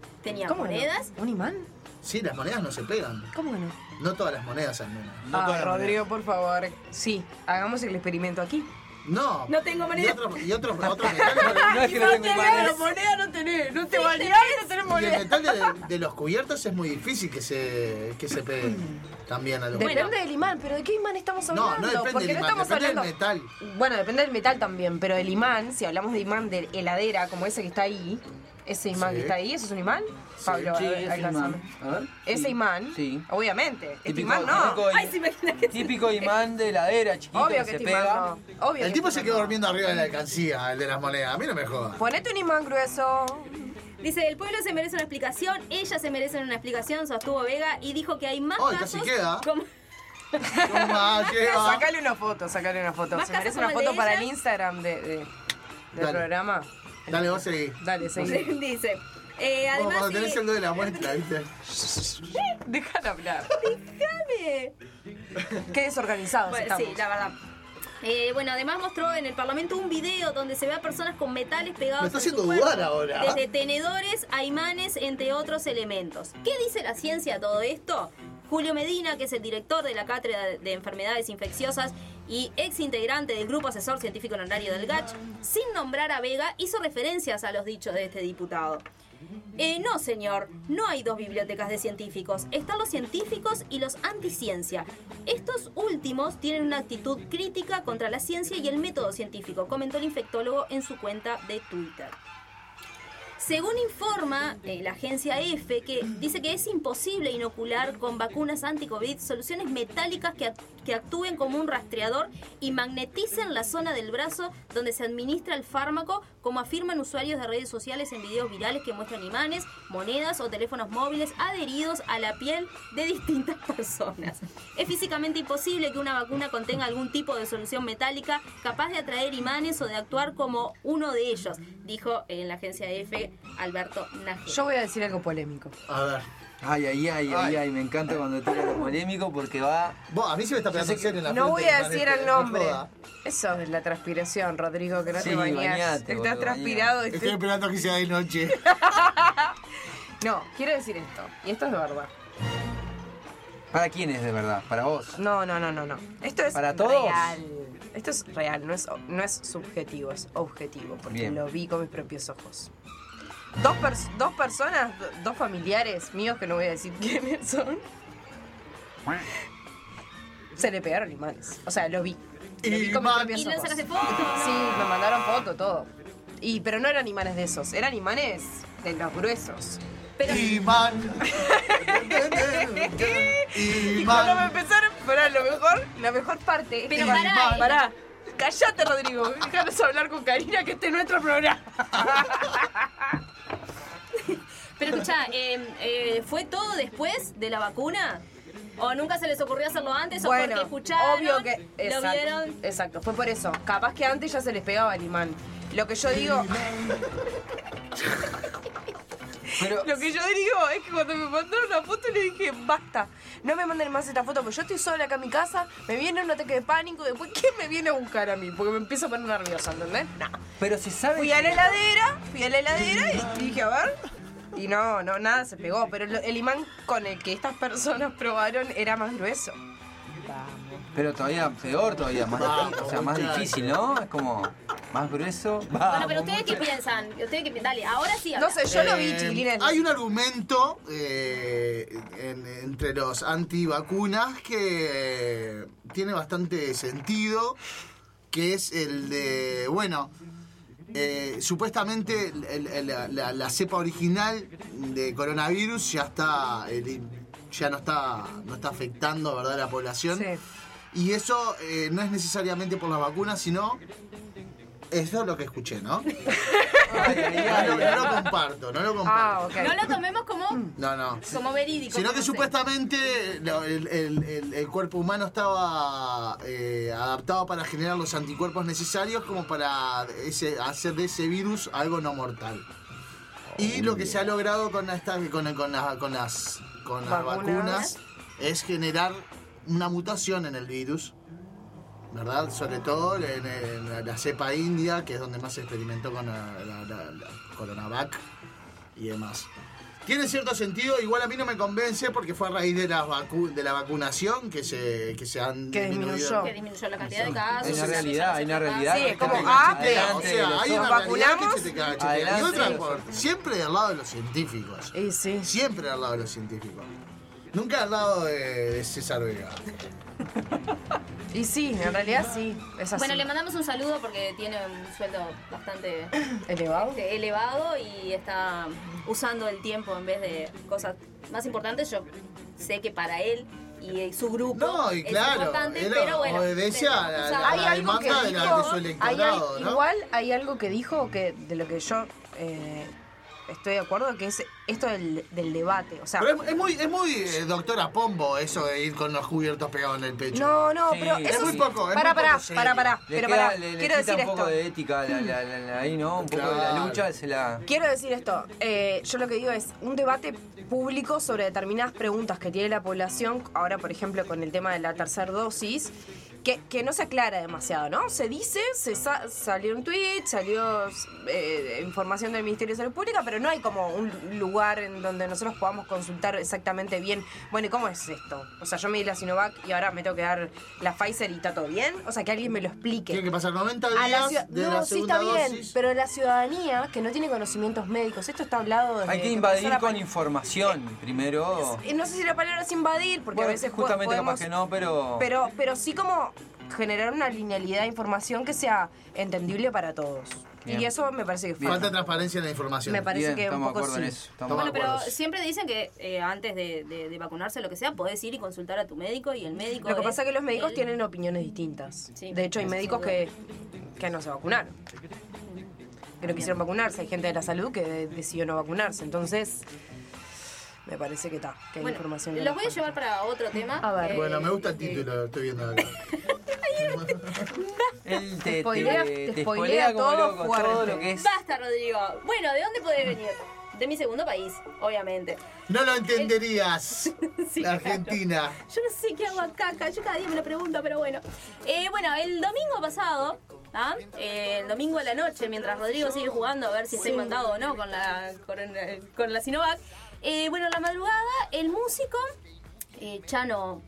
[SPEAKER 10] pegan.
[SPEAKER 7] Tenía
[SPEAKER 8] ¿Cómo no?
[SPEAKER 7] monedas.
[SPEAKER 8] ¿Un imán?
[SPEAKER 10] Sí, las monedas no se pegan.
[SPEAKER 8] ¿Cómo que no?
[SPEAKER 10] No todas las monedas, al menos. No
[SPEAKER 8] Ah,
[SPEAKER 10] todas las
[SPEAKER 8] Rodrigo, por favor. Sí, hagamos el experimento aquí.
[SPEAKER 10] No.
[SPEAKER 8] No tengo
[SPEAKER 10] monedas. Y otros y otros otros metales.
[SPEAKER 8] No es que no tengo imanes. moneda no tenés, no te bañás y no tenés
[SPEAKER 10] Y
[SPEAKER 8] moneda.
[SPEAKER 10] el metal de, de los cubiertos es muy difícil que se, que se pegue
[SPEAKER 8] Mm.
[SPEAKER 10] también a los
[SPEAKER 8] Depende del imán, pero ¿de qué imán estamos
[SPEAKER 10] No, no
[SPEAKER 8] hablando?
[SPEAKER 10] depende
[SPEAKER 8] Porque
[SPEAKER 10] del
[SPEAKER 8] no
[SPEAKER 10] imán,
[SPEAKER 8] estamos
[SPEAKER 10] depende del
[SPEAKER 8] hablando. Bueno, depende del metal también, pero el imán, si hablamos de imán de heladera, como ese que está ahí, ese imán
[SPEAKER 6] Sí.
[SPEAKER 8] que está ahí, ¿eso es un imán? Pablo,
[SPEAKER 6] sí,
[SPEAKER 8] a ver,
[SPEAKER 6] es un
[SPEAKER 8] alcanzame.
[SPEAKER 6] imán. A ver.
[SPEAKER 8] Ese imán,
[SPEAKER 6] Sí.
[SPEAKER 8] obviamente. Este
[SPEAKER 6] Típico-
[SPEAKER 8] imán no.
[SPEAKER 6] típico-
[SPEAKER 8] Ay,
[SPEAKER 6] Típico imán de heladera, chiquito,
[SPEAKER 8] Obvio
[SPEAKER 6] que,
[SPEAKER 8] que
[SPEAKER 6] se
[SPEAKER 8] este
[SPEAKER 6] pega.
[SPEAKER 8] imán no. Obvio
[SPEAKER 10] El
[SPEAKER 8] que
[SPEAKER 10] tipo se quedó durmiendo arriba de la alcancía, el de las monedas. A mí no me jodas.
[SPEAKER 8] Ponete un imán grueso.
[SPEAKER 7] Dice, el pueblo se merece una explicación, ellas se merecen una explicación, sostuvo Vega y dijo que hay más
[SPEAKER 10] Ay,
[SPEAKER 7] casos.
[SPEAKER 10] casi queda.
[SPEAKER 7] como-
[SPEAKER 8] Sacale una foto, sacale una foto.
[SPEAKER 7] Más
[SPEAKER 8] Se merece
[SPEAKER 7] casos
[SPEAKER 8] una
[SPEAKER 7] como el
[SPEAKER 8] foto
[SPEAKER 7] de
[SPEAKER 8] para
[SPEAKER 7] ella.
[SPEAKER 8] el Instagram de, de- del
[SPEAKER 10] Dale.
[SPEAKER 8] programa.
[SPEAKER 10] Dale, vos seguí.
[SPEAKER 8] Dale, seguí.
[SPEAKER 7] Dice, eh,
[SPEAKER 10] Como
[SPEAKER 7] además...
[SPEAKER 10] cuando tenés
[SPEAKER 7] sí-
[SPEAKER 10] el do de la muestra, ¿viste?
[SPEAKER 8] Dejan hablar.
[SPEAKER 7] Déjame.
[SPEAKER 8] Qué desorganizados
[SPEAKER 7] Bueno,
[SPEAKER 8] estamos.
[SPEAKER 7] sí, la verdad. Eh, bueno, además mostró en el Parlamento un video donde se ve a personas con metales pegados.
[SPEAKER 10] Me está
[SPEAKER 7] en su
[SPEAKER 10] haciendo dudar
[SPEAKER 7] cuerpo,
[SPEAKER 10] ahora.
[SPEAKER 7] Desde tenedores a imanes, entre otros elementos. ¿Qué dice la ciencia de todo esto? Julio Medina, que es el director de la Cátedra de Enfermedades Infecciosas y ex integrante del Grupo Asesor Científico Honorario del GACH, sin nombrar a Vega, hizo referencias a los dichos de este diputado. Eh, no, señor, no hay dos bibliotecas de científicos. Están los científicos y los anticiencia. Estos últimos tienen una actitud crítica contra la ciencia y el método científico, comentó el infectólogo en su cuenta de Twitter. Según informa eh, la agencia EFE, que dice que es imposible inocular con vacunas anti-COVID soluciones metálicas que, act- que actúen como un rastreador y magneticen la zona del brazo donde se administra el fármaco, como afirman usuarios de redes sociales en videos virales que muestran imanes, monedas o teléfonos móviles adheridos a la piel de distintas personas. Es físicamente imposible que una vacuna contenga algún tipo de solución metálica capaz de atraer imanes o de actuar como uno de ellos, dijo en la agencia EFE Alberto Naje.
[SPEAKER 8] Yo voy a decir algo polémico.
[SPEAKER 10] A ver.
[SPEAKER 6] Ay, ay, ay, ay, ay, me encanta cuando tira lo polémico porque va.
[SPEAKER 10] Vos, a mí se me está pegando en serio en la
[SPEAKER 8] No voy a decir
[SPEAKER 6] este,
[SPEAKER 8] el nombre. Eso es la transpiración, Rodrigo, que no
[SPEAKER 6] Sí,
[SPEAKER 8] te bañás.
[SPEAKER 6] bañate,
[SPEAKER 8] Estás
[SPEAKER 6] boludo,
[SPEAKER 8] transpirado. y
[SPEAKER 10] Estoy esperando que sea de noche.
[SPEAKER 8] No, quiero decir esto, y esto es de verdad.
[SPEAKER 6] ¿Para quién es de verdad? ¿Para vos?
[SPEAKER 8] No, no, no, no, no. Esto es
[SPEAKER 6] ¿Para todos?
[SPEAKER 8] real. Esto es real, no es, no es subjetivo, es objetivo, porque
[SPEAKER 6] Bien.
[SPEAKER 8] lo vi con mis propios ojos. Dos, pers- dos personas, do- dos familiares míos que no voy a decir quiénes son, se le pegaron imanes. O sea, lo vi. Lo vi con mis propios
[SPEAKER 7] Y no se
[SPEAKER 8] ojos.
[SPEAKER 7] las de fotos.
[SPEAKER 8] Sí, me mandaron foto, todo. Y, pero no eran imanes de esos, eran imanes de los gruesos.
[SPEAKER 20] Imán.
[SPEAKER 8] Y cuando me empezaron, pero lo mejor, la mejor parte. es
[SPEAKER 7] Pero
[SPEAKER 8] que-
[SPEAKER 7] pará, eh.
[SPEAKER 8] pará. Callate, Rodrigo. Déjanos hablar con Karina, que este es nuestro programa.
[SPEAKER 7] Pero escucha, ¿fue todo después de la vacuna? ¿O nunca se les ocurrió hacerlo antes? ¿O porque escucharon?
[SPEAKER 8] obvio que.
[SPEAKER 7] ¿Lo
[SPEAKER 8] Exacto,
[SPEAKER 7] vieron?
[SPEAKER 8] exacto, fue por eso. Capaz que antes ya se les pegaba el imán. Lo que yo digo. Lo que yo digo es que cuando me mandaron la foto le dije, basta, no me manden más esta foto, porque yo estoy sola acá en mi casa, me viene un ataque de pánico, y después ¿quién me viene a buscar a mí? Porque me empiezo a poner nerviosa, ¿entendés? No.
[SPEAKER 6] Pero si sabe.
[SPEAKER 8] Fui a la heladera, fui a la heladera y dije, a ver. Y no, no, nada se pegó, pero lo- el imán con el que estas personas probaron era más grueso.
[SPEAKER 6] Pero todavía peor, todavía más, o sea, más difícil, ¿no? Es como más grueso.
[SPEAKER 7] Bueno,
[SPEAKER 6] Vamos,
[SPEAKER 7] pero ustedes qué
[SPEAKER 6] mucho-
[SPEAKER 7] piensan? Ustedes qué piensan? Dale, ahora sí. habla.
[SPEAKER 8] Ah, No sé, yo lo vi,
[SPEAKER 4] Eh,
[SPEAKER 8] chiquilines.
[SPEAKER 4] Hay un argumento eh, en- entre los antivacunas que tiene bastante sentido, que es el de, bueno, eh, supuestamente el- el- el- la, la- la cepa original de coronavirus ya está, el- ya no está, no está afectando, ¿verdad?, a la población. Y eso eh, no es necesariamente por las vacunas, sino... Eso es lo que escuché, ¿no? no, lo- no lo comparto, no lo comparto.
[SPEAKER 8] Ah,
[SPEAKER 7] No lo tomemos como,
[SPEAKER 4] No, no.
[SPEAKER 7] como verídico.
[SPEAKER 4] Sino que
[SPEAKER 7] no sé.
[SPEAKER 4] supuestamente lo- el, el- el- el cuerpo humano estaba eh, adaptado para generar los anticuerpos necesarios como para ese- hacer de ese virus algo no mortal. Y
[SPEAKER 7] Oh,
[SPEAKER 4] lo que se ha logrado con, esta- con, con las- con las, con las
[SPEAKER 8] Vacunas.
[SPEAKER 4] vacunas es generar una mutación en el virus, ¿verdad? Sobre todo en, en la, la cepa india, que es donde más se experimentó con la, la- la- la coronavac y demás. Tiene cierto sentido, igual a mí no me convence porque fue a raíz de la, vacu- de la vacunación que se, que se han
[SPEAKER 8] Que
[SPEAKER 4] disminuido.
[SPEAKER 7] Que disminuyó la cantidad de casos.
[SPEAKER 6] Hay una realidad, hay una realidad.
[SPEAKER 8] Sí, es como,
[SPEAKER 4] ah,
[SPEAKER 6] Adelante,
[SPEAKER 4] o sea, hay
[SPEAKER 6] los
[SPEAKER 4] una
[SPEAKER 6] ojos.
[SPEAKER 4] realidad que se te caga chetea. Y
[SPEAKER 6] Adelante,
[SPEAKER 4] otra,
[SPEAKER 6] los
[SPEAKER 4] por- siempre del lado de los científicos. Siempre del lado de los científicos. Nunca al lado de, de César Vega.
[SPEAKER 8] Y sí, en realidad sí, es así.
[SPEAKER 7] Bueno, le mandamos un saludo porque tiene un sueldo bastante
[SPEAKER 8] ¿Elevado?
[SPEAKER 7] este, elevado y está usando el tiempo en vez de cosas más importantes. Yo sé que para él y eh, su grupo
[SPEAKER 4] No, y
[SPEAKER 7] es
[SPEAKER 4] claro,
[SPEAKER 7] importante,
[SPEAKER 4] él
[SPEAKER 7] pero bueno.
[SPEAKER 4] obedece a la-
[SPEAKER 7] tenemos
[SPEAKER 4] a
[SPEAKER 7] que usar-
[SPEAKER 4] la Hay algo que demanda de la- dijo- de su electorado,
[SPEAKER 8] Hay al-
[SPEAKER 4] ¿no?
[SPEAKER 8] Igual hay algo que dijo que de lo que yo eh, estoy de acuerdo, que es esto del, del debate. O sea,
[SPEAKER 4] Pero es, es muy, es muy eh, doctora Pombo eso de ir con los cubiertos pegados en el pecho.
[SPEAKER 8] No, no, pero eso
[SPEAKER 4] es muy
[SPEAKER 8] sí.
[SPEAKER 4] poco. Es
[SPEAKER 8] Pará,
[SPEAKER 4] muy
[SPEAKER 8] pará,
[SPEAKER 4] poco serio.
[SPEAKER 8] pará, pará.
[SPEAKER 6] Le
[SPEAKER 8] Pero
[SPEAKER 6] queda-
[SPEAKER 8] pará,
[SPEAKER 6] le- le
[SPEAKER 8] quiero
[SPEAKER 6] quita
[SPEAKER 8] decir
[SPEAKER 6] un poco
[SPEAKER 8] esto.
[SPEAKER 6] de ética la- la- la- la- ahí, ¿no? Un poco de la
[SPEAKER 4] Claro.
[SPEAKER 6] lucha, se la.
[SPEAKER 8] Quiero decir esto, eh, yo lo que digo es un debate público sobre determinadas preguntas que tiene la población, ahora por ejemplo con el tema de la tercera dosis, que, que no se aclara demasiado, ¿no? Se dice, se sa- salió un tweet, salió eh, información del Ministerio de Salud Pública, pero no hay como un lugar en donde nosotros podamos consultar exactamente bien, bueno, ¿y cómo es esto? O sea, yo me di la Sinovac y ahora me tengo que dar la Pfizer y está todo bien, o sea, que alguien me lo explique.
[SPEAKER 4] Tiene que pasar 90
[SPEAKER 8] A la
[SPEAKER 4] días
[SPEAKER 8] ciu-
[SPEAKER 4] de
[SPEAKER 8] no,
[SPEAKER 4] la
[SPEAKER 8] sí está
[SPEAKER 4] segunda
[SPEAKER 8] bien,
[SPEAKER 4] dosis.
[SPEAKER 8] pero la ciudadanía que no tiene conocimientos médicos, esto está hablado desde
[SPEAKER 6] Hay que
[SPEAKER 8] empezó
[SPEAKER 6] invadir
[SPEAKER 8] la
[SPEAKER 6] con información primero.
[SPEAKER 8] pandemia. Eh, No sé si la palabra es invadir, porque
[SPEAKER 6] Bueno,
[SPEAKER 8] a veces po-
[SPEAKER 6] justamente
[SPEAKER 8] podemos-
[SPEAKER 6] capaz que no, pero.
[SPEAKER 8] pero pero sí como generar una linealidad de información que sea entendible para todos.
[SPEAKER 4] Bien.
[SPEAKER 8] Y eso me parece que falta.
[SPEAKER 4] Falta transparencia en la información.
[SPEAKER 8] Me parece Bien, que un estamos de poco
[SPEAKER 6] acuerdo en sí. eso, estamos
[SPEAKER 7] Bueno,
[SPEAKER 4] de
[SPEAKER 7] pero
[SPEAKER 4] acuerdo.
[SPEAKER 7] siempre dicen que eh, antes de, de- de vacunarse, lo que sea, podés ir y consultar a tu médico y el médico.
[SPEAKER 8] Lo que
[SPEAKER 7] es
[SPEAKER 8] pasa es que los médicos
[SPEAKER 7] el-
[SPEAKER 8] tienen opiniones distintas. de hecho, hay
[SPEAKER 7] eso sin
[SPEAKER 8] médicos
[SPEAKER 7] duda.
[SPEAKER 8] que, que no se vacunaron. Que no quisieron vacunarse. Hay gente de la salud que de- decidió no vacunarse. Entonces, me parece que está. Que hay
[SPEAKER 7] Bueno,
[SPEAKER 8] información. que
[SPEAKER 7] los
[SPEAKER 8] nos
[SPEAKER 7] voy a llevar para otro tema. Eh,
[SPEAKER 8] A ver.
[SPEAKER 4] Bueno, me gusta el título, estoy viendo acá.
[SPEAKER 6] Él te,
[SPEAKER 7] Te spoilea- te spoilea
[SPEAKER 6] te spoilea como
[SPEAKER 7] todo
[SPEAKER 6] loco todo
[SPEAKER 7] fuerte.
[SPEAKER 6] lo que es.
[SPEAKER 7] Basta, Rodrigo. Bueno, ¿de dónde podés venir? De mi segundo país, obviamente.
[SPEAKER 4] No lo entenderías. la Argentina.
[SPEAKER 7] Yo no sé qué hago acá, acá, yo cada día me lo pregunto, pero bueno. Eh, bueno, el domingo pasado, ¿ah? Eh, el domingo a la noche, mientras Rodrigo sigue jugando a ver si está
[SPEAKER 8] Sí.
[SPEAKER 7] contado o no con la, con, con la Sinovac, Eh, bueno, la madrugada, el músico, eh, Chano,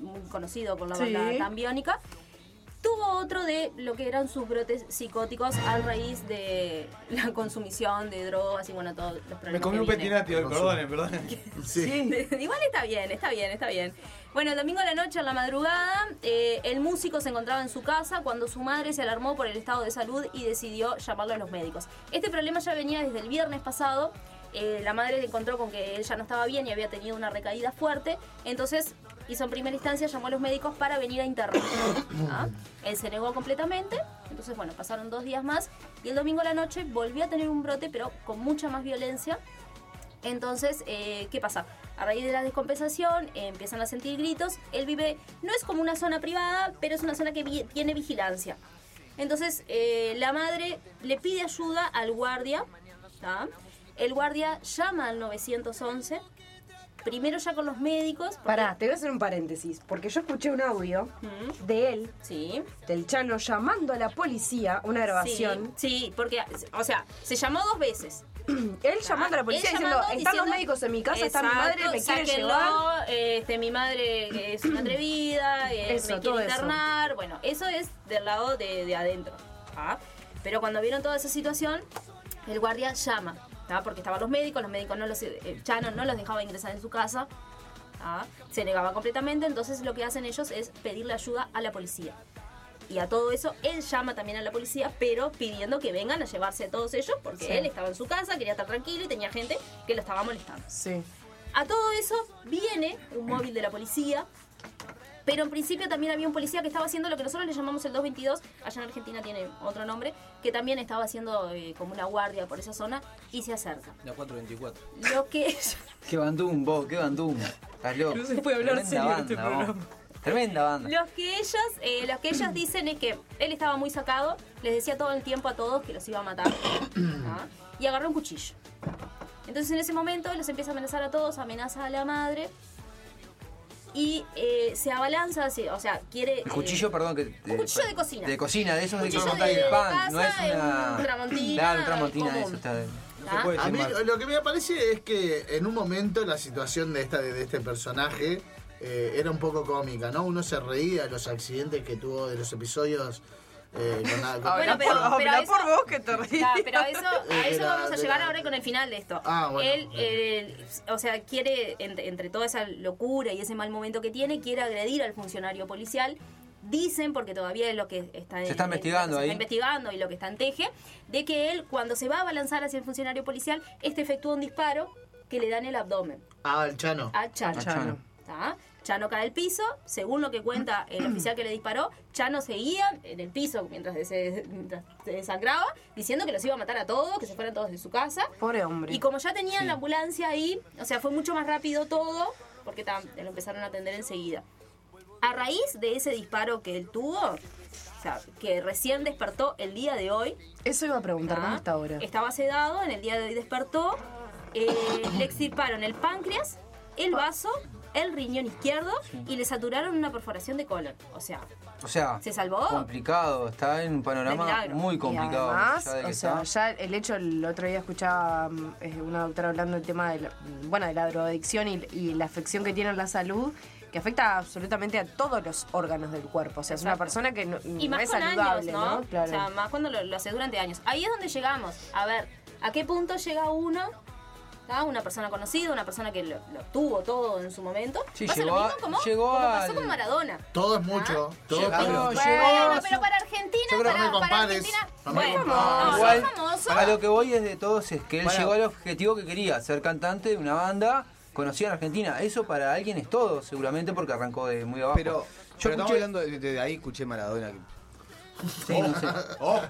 [SPEAKER 7] muy conocido con la
[SPEAKER 8] Sí.
[SPEAKER 7] banda Cambiónica, tuvo otro de lo que eran sus brotes psicóticos a raíz de la consumición de drogas y bueno, todos los problemas.
[SPEAKER 9] Me comí un
[SPEAKER 7] que vienen.
[SPEAKER 9] petinati, perdón, perdón.
[SPEAKER 7] Sí. Igual está bien, está bien, está bien. Bueno, el domingo a la noche, en la madrugada, eh, el músico se encontraba en su casa cuando su madre se alarmó por el estado de salud y decidió llamarlo a los médicos. Este problema ya venía desde el viernes pasado. Eh, la madre le encontró con que él ya no estaba bien y había tenido una recaída fuerte. Entonces hizo en primera instancia, llamó a los médicos para venir a internar. ¿Ah? Él se negó completamente. Entonces, bueno, pasaron dos días más. Y el domingo a la noche volvió a tener un brote, pero con mucha más violencia. Entonces, eh, ¿qué pasa? A raíz de la descompensación eh, empiezan a sentir gritos. Él vive, no es como una zona privada, pero es una zona que vi- tiene vigilancia. Entonces, eh, la madre le pide ayuda al guardia. ¿tá? El guardia llama al 911. Primero ya con los médicos. porque-
[SPEAKER 8] Pará, te voy a hacer un paréntesis, porque yo escuché un audio
[SPEAKER 7] Mm.
[SPEAKER 8] de él, del Chano, llamando a la policía, una grabación.
[SPEAKER 7] Sí, sí, porque, o sea, se llamó dos veces.
[SPEAKER 8] Él llamando a la policía
[SPEAKER 7] Él
[SPEAKER 8] diciendo,
[SPEAKER 7] llamando,
[SPEAKER 8] están los médicos en mi casa, está mi
[SPEAKER 7] Exacto,
[SPEAKER 8] madre, me quieren
[SPEAKER 7] sáquenlo,
[SPEAKER 8] llevar.
[SPEAKER 7] Este, mi madre es una atrevida, eh,
[SPEAKER 8] Eso,
[SPEAKER 7] me
[SPEAKER 8] todo
[SPEAKER 7] quiere
[SPEAKER 8] eso.
[SPEAKER 7] internar. Bueno, eso es del lado de, de adentro. ¿ah? Pero cuando vieron toda esa situación, el guardia llama, ¿tá? porque estaban los médicos, los médicos no los, eh, Chano no los dejaba ingresar en su casa, ¿tá? se negaba completamente, entonces lo que hacen ellos es pedirle ayuda a la policía. Y a todo eso, él llama también a la policía, pero pidiendo que vengan a llevarse a todos ellos, porque
[SPEAKER 8] Sí.
[SPEAKER 7] él estaba en su casa, quería estar tranquilo y tenía gente que lo estaba molestando.
[SPEAKER 8] Sí.
[SPEAKER 7] A todo eso viene un móvil de la policía, pero en principio también había un policía que estaba haciendo lo que nosotros le llamamos el 222, allá en Argentina tiene otro nombre, que también estaba haciendo eh, como una guardia por esa zona y se acerca.
[SPEAKER 6] La 424.
[SPEAKER 7] Lo que...
[SPEAKER 6] Qué bandum, vos, qué bandum. Estás loco.
[SPEAKER 7] No se puede hablar
[SPEAKER 6] Tremenda
[SPEAKER 7] serio en
[SPEAKER 6] banda,
[SPEAKER 7] este
[SPEAKER 6] vos.
[SPEAKER 7] programa.
[SPEAKER 6] Tremenda banda.
[SPEAKER 7] Los que ellos, eh, los que ellos dicen es que él estaba muy sacado, les decía todo el tiempo a todos que los iba a matar ¿ah? y agarró un cuchillo. Entonces en ese momento los empieza a amenazar a todos, amenaza a la madre y eh, se abalanza, se- o sea, quiere
[SPEAKER 6] El cuchillo,
[SPEAKER 7] eh,
[SPEAKER 6] perdón, que. de-
[SPEAKER 7] cuchillo de cocina.
[SPEAKER 6] De cocina, de esos de que
[SPEAKER 7] Cuchillo
[SPEAKER 6] cortan
[SPEAKER 7] de-
[SPEAKER 6] el
[SPEAKER 7] de
[SPEAKER 6] pan. No Ah, es
[SPEAKER 7] casa,
[SPEAKER 6] una.
[SPEAKER 7] un tramontina,
[SPEAKER 6] Claro, un tramontina,
[SPEAKER 7] común.
[SPEAKER 6] eso está. de-
[SPEAKER 7] ¿Ah?
[SPEAKER 10] a mí lo que me parece es que en un momento la situación de, esta, de este personaje eh, era un poco cómica, ¿no? Uno se reía de los accidentes que tuvo, de los episodios eh, con la- con-
[SPEAKER 7] Bueno, pero, pero a eso,
[SPEAKER 8] vos que te ríes.
[SPEAKER 7] Claro, pero a eso, a eso
[SPEAKER 10] Era-
[SPEAKER 7] vamos a llegar
[SPEAKER 10] era-
[SPEAKER 7] ahora con el final de esto.
[SPEAKER 10] Ah, bueno.
[SPEAKER 7] Él, eh, o sea, quiere, entre, entre toda esa locura y ese mal momento que tiene, quiere agredir al funcionario policial. Dicen, porque todavía es lo que está en-
[SPEAKER 6] Se está
[SPEAKER 7] en-
[SPEAKER 6] investigando
[SPEAKER 7] se
[SPEAKER 6] ahí.
[SPEAKER 7] está investigando y lo que está en teje, de que él, cuando se va a abalanzar hacia el funcionario policial, este efectúa un disparo que le da en el abdomen.
[SPEAKER 10] Ah, el Chano.
[SPEAKER 7] A Chano. ¿Tá? Chano cae al piso, según lo que cuenta el oficial que le disparó, Chano seguía en el piso mientras se, mientras se desangraba, diciendo que los iba a matar a todos, que se fueran todos de su casa.
[SPEAKER 8] Pobre hombre.
[SPEAKER 7] Y como ya tenían
[SPEAKER 8] Sí.
[SPEAKER 7] la ambulancia ahí, o sea, fue mucho más rápido todo, porque tam- lo empezaron a atender enseguida. A raíz de ese disparo que él tuvo, o sea, que recién despertó el día de hoy,
[SPEAKER 8] Eso iba a preguntar, ¿cómo
[SPEAKER 7] Ah.
[SPEAKER 8] está ahora?
[SPEAKER 7] estaba sedado, en el día de hoy despertó, eh, le extirparon el páncreas, el vaso, el riñón izquierdo y le saturaron una perforación de colon. O sea,
[SPEAKER 6] O sea.
[SPEAKER 7] ¿Se salvó?
[SPEAKER 6] Complicado, está en un
[SPEAKER 7] De
[SPEAKER 6] panorama
[SPEAKER 7] milagro.
[SPEAKER 6] muy complicado.
[SPEAKER 8] Y además,
[SPEAKER 6] ya de que
[SPEAKER 8] o sea,
[SPEAKER 6] está.
[SPEAKER 8] ya el hecho, el otro día escuchaba mm, eh, una doctora hablando del tema de la, bueno, de la drogadicción y, y la afección que tiene en la salud, que afecta absolutamente a todos los órganos del cuerpo. O sea, es una persona que no,
[SPEAKER 6] Mm,
[SPEAKER 7] y
[SPEAKER 8] no
[SPEAKER 7] más
[SPEAKER 8] es
[SPEAKER 7] con años,
[SPEAKER 8] saludable,
[SPEAKER 7] ¿no?
[SPEAKER 8] Claro.
[SPEAKER 7] O sea, más cuando lo, lo haces durante años. Ahí es donde llegamos. A ver, ¿a qué punto llega uno? ¿tá? Una persona conocida, una persona que lo, lo tuvo todo en su momento.
[SPEAKER 6] Sí,
[SPEAKER 7] Pasa
[SPEAKER 6] llegó
[SPEAKER 7] lo
[SPEAKER 6] a-
[SPEAKER 7] mismo como,
[SPEAKER 6] llegó
[SPEAKER 7] como pasó
[SPEAKER 6] al-
[SPEAKER 7] con Maradona. ¿Ah?
[SPEAKER 10] Todo es mucho. Todo
[SPEAKER 6] Llegó,
[SPEAKER 10] es mucho.
[SPEAKER 6] llegó,
[SPEAKER 7] Bueno, pero para Argentina,
[SPEAKER 10] Yo creo que
[SPEAKER 7] para,
[SPEAKER 10] no me
[SPEAKER 7] para
[SPEAKER 10] compares.
[SPEAKER 7] Argentina.
[SPEAKER 10] No me
[SPEAKER 7] Bueno,
[SPEAKER 10] compares.
[SPEAKER 7] no, no
[SPEAKER 6] Ah, Igual,
[SPEAKER 7] es famoso.
[SPEAKER 6] a lo que voy es de todos es que él
[SPEAKER 7] Bueno.
[SPEAKER 6] llegó al objetivo que quería, ser cantante de una banda conocida en Argentina. Eso para alguien es todo, seguramente, porque arrancó de muy abajo.
[SPEAKER 9] Pero,
[SPEAKER 6] yo
[SPEAKER 9] pero estamos
[SPEAKER 6] escuché-
[SPEAKER 9] hablando de, de ahí, escuché Maradona.
[SPEAKER 6] Sí, no sé.
[SPEAKER 9] Oh.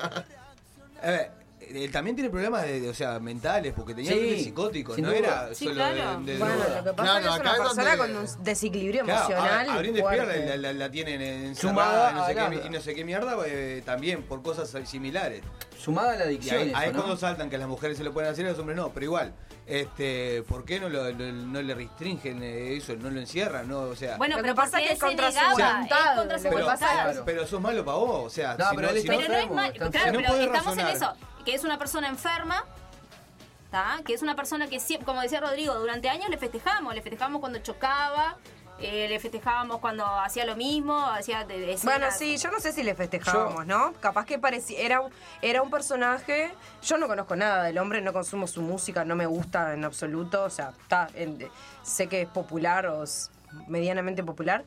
[SPEAKER 9] A ver, él también tiene problemas de, de- o sea, mentales, porque tenía
[SPEAKER 6] Sí,
[SPEAKER 9] un psicótico,
[SPEAKER 6] sin
[SPEAKER 9] no
[SPEAKER 6] duda.
[SPEAKER 9] era
[SPEAKER 6] Sí,
[SPEAKER 9] solo
[SPEAKER 6] claro.
[SPEAKER 9] de, de
[SPEAKER 8] bueno,
[SPEAKER 9] droga.
[SPEAKER 8] lo que pasa es que es una persona con un desequilibrio
[SPEAKER 9] Claro,
[SPEAKER 8] emocional.
[SPEAKER 9] a- Abriendo
[SPEAKER 8] fuerte.
[SPEAKER 9] Espierra la, la, la- la tienen en
[SPEAKER 6] Sumada
[SPEAKER 9] no sé
[SPEAKER 6] a
[SPEAKER 9] qué,
[SPEAKER 6] la-
[SPEAKER 9] y no sé qué mierda eh, también por cosas similares.
[SPEAKER 6] Sumada a la adicción.
[SPEAKER 9] Y ahí
[SPEAKER 6] eso,
[SPEAKER 9] ahí es
[SPEAKER 6] ¿no?
[SPEAKER 9] cuando saltan que a las mujeres se lo pueden hacer y a los hombres no, pero igual, este, ¿por qué no, lo- no- no le restringen eh, eso, no lo encierran? No, o sea,
[SPEAKER 7] Bueno,
[SPEAKER 8] Lo que
[SPEAKER 7] pero
[SPEAKER 8] pasa
[SPEAKER 7] pasa
[SPEAKER 8] es que
[SPEAKER 7] que
[SPEAKER 8] es
[SPEAKER 7] se
[SPEAKER 8] contra su
[SPEAKER 7] negaba,
[SPEAKER 8] voluntad,
[SPEAKER 7] es contra su
[SPEAKER 9] pero,
[SPEAKER 7] voluntad.
[SPEAKER 9] pero- pero sos malo para vos, o sea,
[SPEAKER 6] No,
[SPEAKER 9] si
[SPEAKER 6] pero él
[SPEAKER 9] si
[SPEAKER 6] está
[SPEAKER 7] Pero no es
[SPEAKER 6] enfermo,
[SPEAKER 7] mal,
[SPEAKER 6] entonces
[SPEAKER 7] claro,
[SPEAKER 6] no
[SPEAKER 7] pero
[SPEAKER 6] puede
[SPEAKER 7] estamos en
[SPEAKER 6] razonar.
[SPEAKER 7] eso, que es una persona enferma ¿tá? que es una persona que, siempre, como decía Rodrigo, durante años le festejamos, le festejamos cuando chocaba, eh, le festejábamos cuando hacía lo mismo, hacía de, de
[SPEAKER 8] Bueno,
[SPEAKER 7] escenas.
[SPEAKER 8] sí, yo no sé si le festejábamos, ¿no? Capaz que parecía, era, un- era un personaje, yo no conozco nada del hombre, no consumo su música, no me gusta en absoluto, o sea, está en- sé que es popular o es medianamente popular.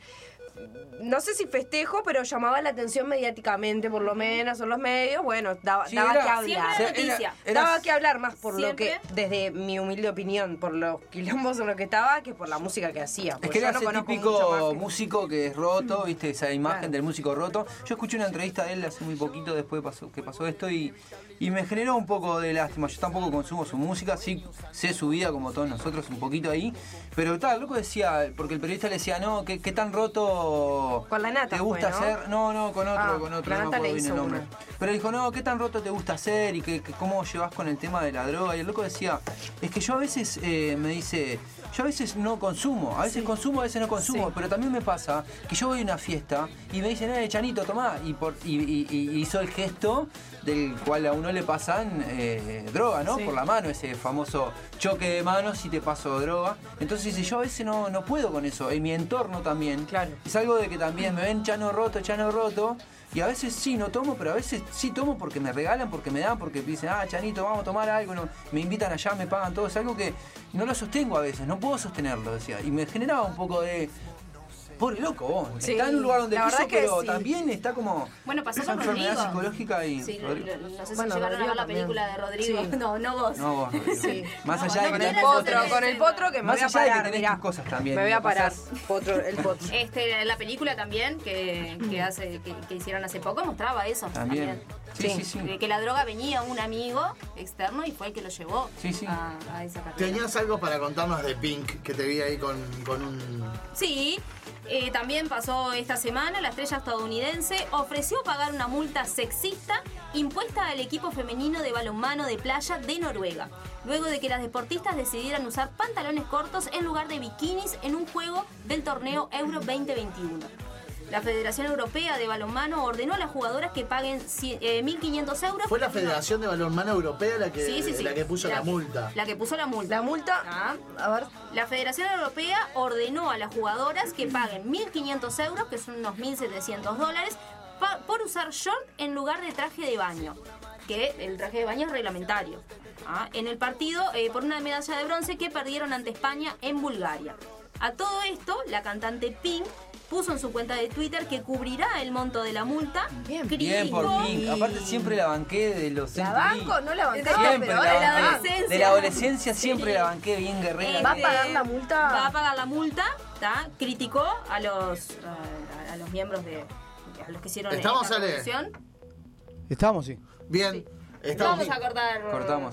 [SPEAKER 8] No sé si festejo, pero llamaba la atención mediáticamente, por lo menos, en los medios. Bueno, daba,
[SPEAKER 15] Sí,
[SPEAKER 8] daba
[SPEAKER 15] era-
[SPEAKER 8] que
[SPEAKER 15] siempre era
[SPEAKER 8] hablar.
[SPEAKER 15] O sea, era- noticia. era-
[SPEAKER 8] daba que hablar más por
[SPEAKER 15] Siempre.
[SPEAKER 8] lo que, desde mi humilde opinión, por los quilombos en lo que estaba, que por la música que hacía.
[SPEAKER 6] Es
[SPEAKER 8] porque
[SPEAKER 6] que
[SPEAKER 8] Pues yo
[SPEAKER 6] era
[SPEAKER 8] no
[SPEAKER 6] ese
[SPEAKER 8] conozco mucho más
[SPEAKER 6] típico
[SPEAKER 8] que-
[SPEAKER 6] músico que es roto, ¿viste? Esa imagen
[SPEAKER 8] Claro.
[SPEAKER 6] del músico roto. Yo escuché una entrevista de él hace muy poquito después pasó, que pasó esto y, y me generó un poco de lástima. Yo tampoco consumo su música, sí sé su vida como todos nosotros, un poquito ahí. Pero tal, loco decía, porque el periodista le decía, no, ¿qué, qué tan roto
[SPEAKER 8] Con la nata
[SPEAKER 6] te gusta
[SPEAKER 8] fue, ¿no?
[SPEAKER 6] hacer? No, no, con otro,
[SPEAKER 8] Ah,
[SPEAKER 6] con otro,
[SPEAKER 8] la
[SPEAKER 6] no me
[SPEAKER 8] nata
[SPEAKER 6] acuerdo
[SPEAKER 8] le
[SPEAKER 6] bien el
[SPEAKER 8] hizo
[SPEAKER 6] nombre.
[SPEAKER 8] uno.
[SPEAKER 6] Pero dijo, no, ¿qué tan roto te gusta hacer? ¿Y qué, qué- cómo llevas con el tema de la droga? Y el loco decía, es que yo a veces, eh, me dice, yo a veces no consumo, a veces consumo, a veces no consumo, pero también me pasa que yo voy a una fiesta y me dicen, eh, Chanito, tomá, y, por, y, y- y hizo el gesto del cual a uno le pasan eh, droga, ¿no?
[SPEAKER 21] Sí.
[SPEAKER 6] Por la mano, ese famoso choque de manos y te paso droga. Entonces dice, yo a veces no, no puedo con eso, en mi entorno también. Claro. Es algo de que también me ven chano roto, chano roto. Y a veces sí, no tomo, pero a veces sí tomo porque me regalan, porque me dan, porque dicen, ah, Chanito, vamos a tomar algo, no, me invitan allá, me pagan todo. Es algo que no lo sostengo a veces, no puedo sostenerlo, decía. Y me generaba un poco de... Pobre loco, vos.
[SPEAKER 7] Sí,
[SPEAKER 6] está en un lugar donde
[SPEAKER 7] la verdad
[SPEAKER 6] quiso,
[SPEAKER 7] que
[SPEAKER 6] pero
[SPEAKER 7] sí.
[SPEAKER 6] también está como...
[SPEAKER 7] Bueno, pasó
[SPEAKER 6] esa
[SPEAKER 7] con
[SPEAKER 6] enfermedad
[SPEAKER 7] Rodrigo.
[SPEAKER 6] psicológica y...
[SPEAKER 7] Sí, lo-
[SPEAKER 6] Rodrigo.
[SPEAKER 7] lo- no sé si
[SPEAKER 8] Bueno,
[SPEAKER 7] llegaron a ver la
[SPEAKER 8] Rodrigo
[SPEAKER 7] película de Rodrigo. No, no vos.
[SPEAKER 6] No, vos, Rodrigo.
[SPEAKER 7] Sí.
[SPEAKER 6] Más
[SPEAKER 7] No,
[SPEAKER 6] allá de
[SPEAKER 7] no,
[SPEAKER 6] que
[SPEAKER 7] no
[SPEAKER 6] tenés
[SPEAKER 7] era
[SPEAKER 6] tu-
[SPEAKER 7] otro,
[SPEAKER 8] Con el potro que me
[SPEAKER 6] Más
[SPEAKER 8] voy a
[SPEAKER 6] allá de que
[SPEAKER 8] parar,
[SPEAKER 6] tenés
[SPEAKER 8] mirá.
[SPEAKER 6] tus cosas también.
[SPEAKER 8] Me voy a
[SPEAKER 6] lo pasás.
[SPEAKER 8] parar. Potro, el potro.
[SPEAKER 7] Este, la película también que, que hace, que, que hicieron hace poco mostraba eso.
[SPEAKER 6] También. Sí, sí, sí.
[SPEAKER 7] De que la droga venía un amigo externo y fue el que lo llevó
[SPEAKER 6] Sí, sí.
[SPEAKER 7] A, a esa carrera.
[SPEAKER 4] ¿Tenías algo para contarnos de Pink que te vi ahí con, con un.
[SPEAKER 7] Sí, eh, también pasó esta semana, la estrella estadounidense ofreció pagar una multa sexista impuesta al equipo femenino de balonmano de playa de Noruega, luego de que las deportistas decidieran usar pantalones cortos en lugar de bikinis en un juego del torneo Euro 2021. La Federación Europea de Balonmano ordenó a las jugadoras que paguen cien- eh, 1.500 euros.
[SPEAKER 4] Fue la Federación de Balonmano Europea la que,
[SPEAKER 7] Sí, sí, sí.
[SPEAKER 4] La que puso la,
[SPEAKER 7] que-
[SPEAKER 4] multa.
[SPEAKER 7] La que puso la multa. La multa. A ver. La Federación Europea ordenó a las jugadoras que paguen 1.500 euros, que son unos 1.700 dólares, pa- por usar short en lugar de traje de baño. Que el traje de baño es reglamentario. Ah, En el partido eh, por una medalla de bronce que perdieron ante España en Bulgaria. A todo esto, la cantante Pink puso en su cuenta de Twitter que cubrirá el monto de la multa.
[SPEAKER 6] Bien por
[SPEAKER 7] criticó-
[SPEAKER 6] mí. Aparte siempre la banqué de los
[SPEAKER 7] ¿La
[SPEAKER 6] MTV.
[SPEAKER 7] banco? No la bancaba,
[SPEAKER 6] Siempre
[SPEAKER 7] pero
[SPEAKER 6] la
[SPEAKER 7] ahora de la
[SPEAKER 6] banqué.
[SPEAKER 7] adolescencia.
[SPEAKER 6] De la adolescencia siempre la banqué bien guerrera.
[SPEAKER 7] Eh,
[SPEAKER 8] multa?
[SPEAKER 7] Va a pagar la multa, ¿tá? Criticó a los, a, a los miembros de. a los que hicieron
[SPEAKER 4] ¿Estamos,
[SPEAKER 7] esta
[SPEAKER 4] Ale?
[SPEAKER 7] revolución.
[SPEAKER 4] Estamos, sí. Bien. Estamos.
[SPEAKER 7] Vamos a cortar.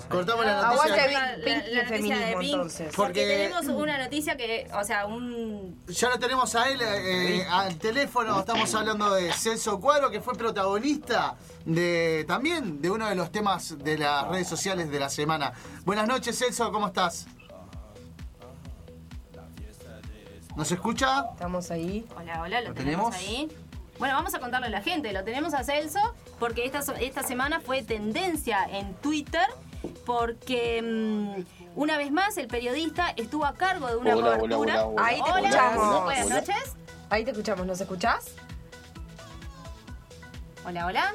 [SPEAKER 4] Cortamos la
[SPEAKER 7] Vamos a
[SPEAKER 4] noticia.
[SPEAKER 7] cortar la- la- la noticia de Pink, Porque,
[SPEAKER 4] Porque mm,
[SPEAKER 7] tenemos una noticia que. O sea, un.
[SPEAKER 4] Ya lo tenemos a él eh, al teléfono. Estamos hablando de Celso Cuadro, que fue protagonista de también de uno de los temas de las redes sociales de la semana. Buenas noches, Celso, ¿cómo estás? ¿Nos escucha?
[SPEAKER 8] Estamos ahí.
[SPEAKER 7] Hola, hola, lo,
[SPEAKER 4] ¿Lo
[SPEAKER 7] tenemos?
[SPEAKER 4] tenemos?
[SPEAKER 7] ahí. Bueno, vamos a contarle a la gente. Lo tenemos a Celso porque esta, so- esta semana fue tendencia en Twitter porque mm, una vez más el periodista estuvo a cargo de una
[SPEAKER 8] Hola, hola,
[SPEAKER 7] cobertura.
[SPEAKER 8] hola, hola. Ahí te
[SPEAKER 7] Hola,
[SPEAKER 8] escuchamos.
[SPEAKER 7] Buenas
[SPEAKER 8] Hola.
[SPEAKER 7] noches.
[SPEAKER 8] Ahí te escuchamos, ¿nos escuchás?
[SPEAKER 7] Hola, hola.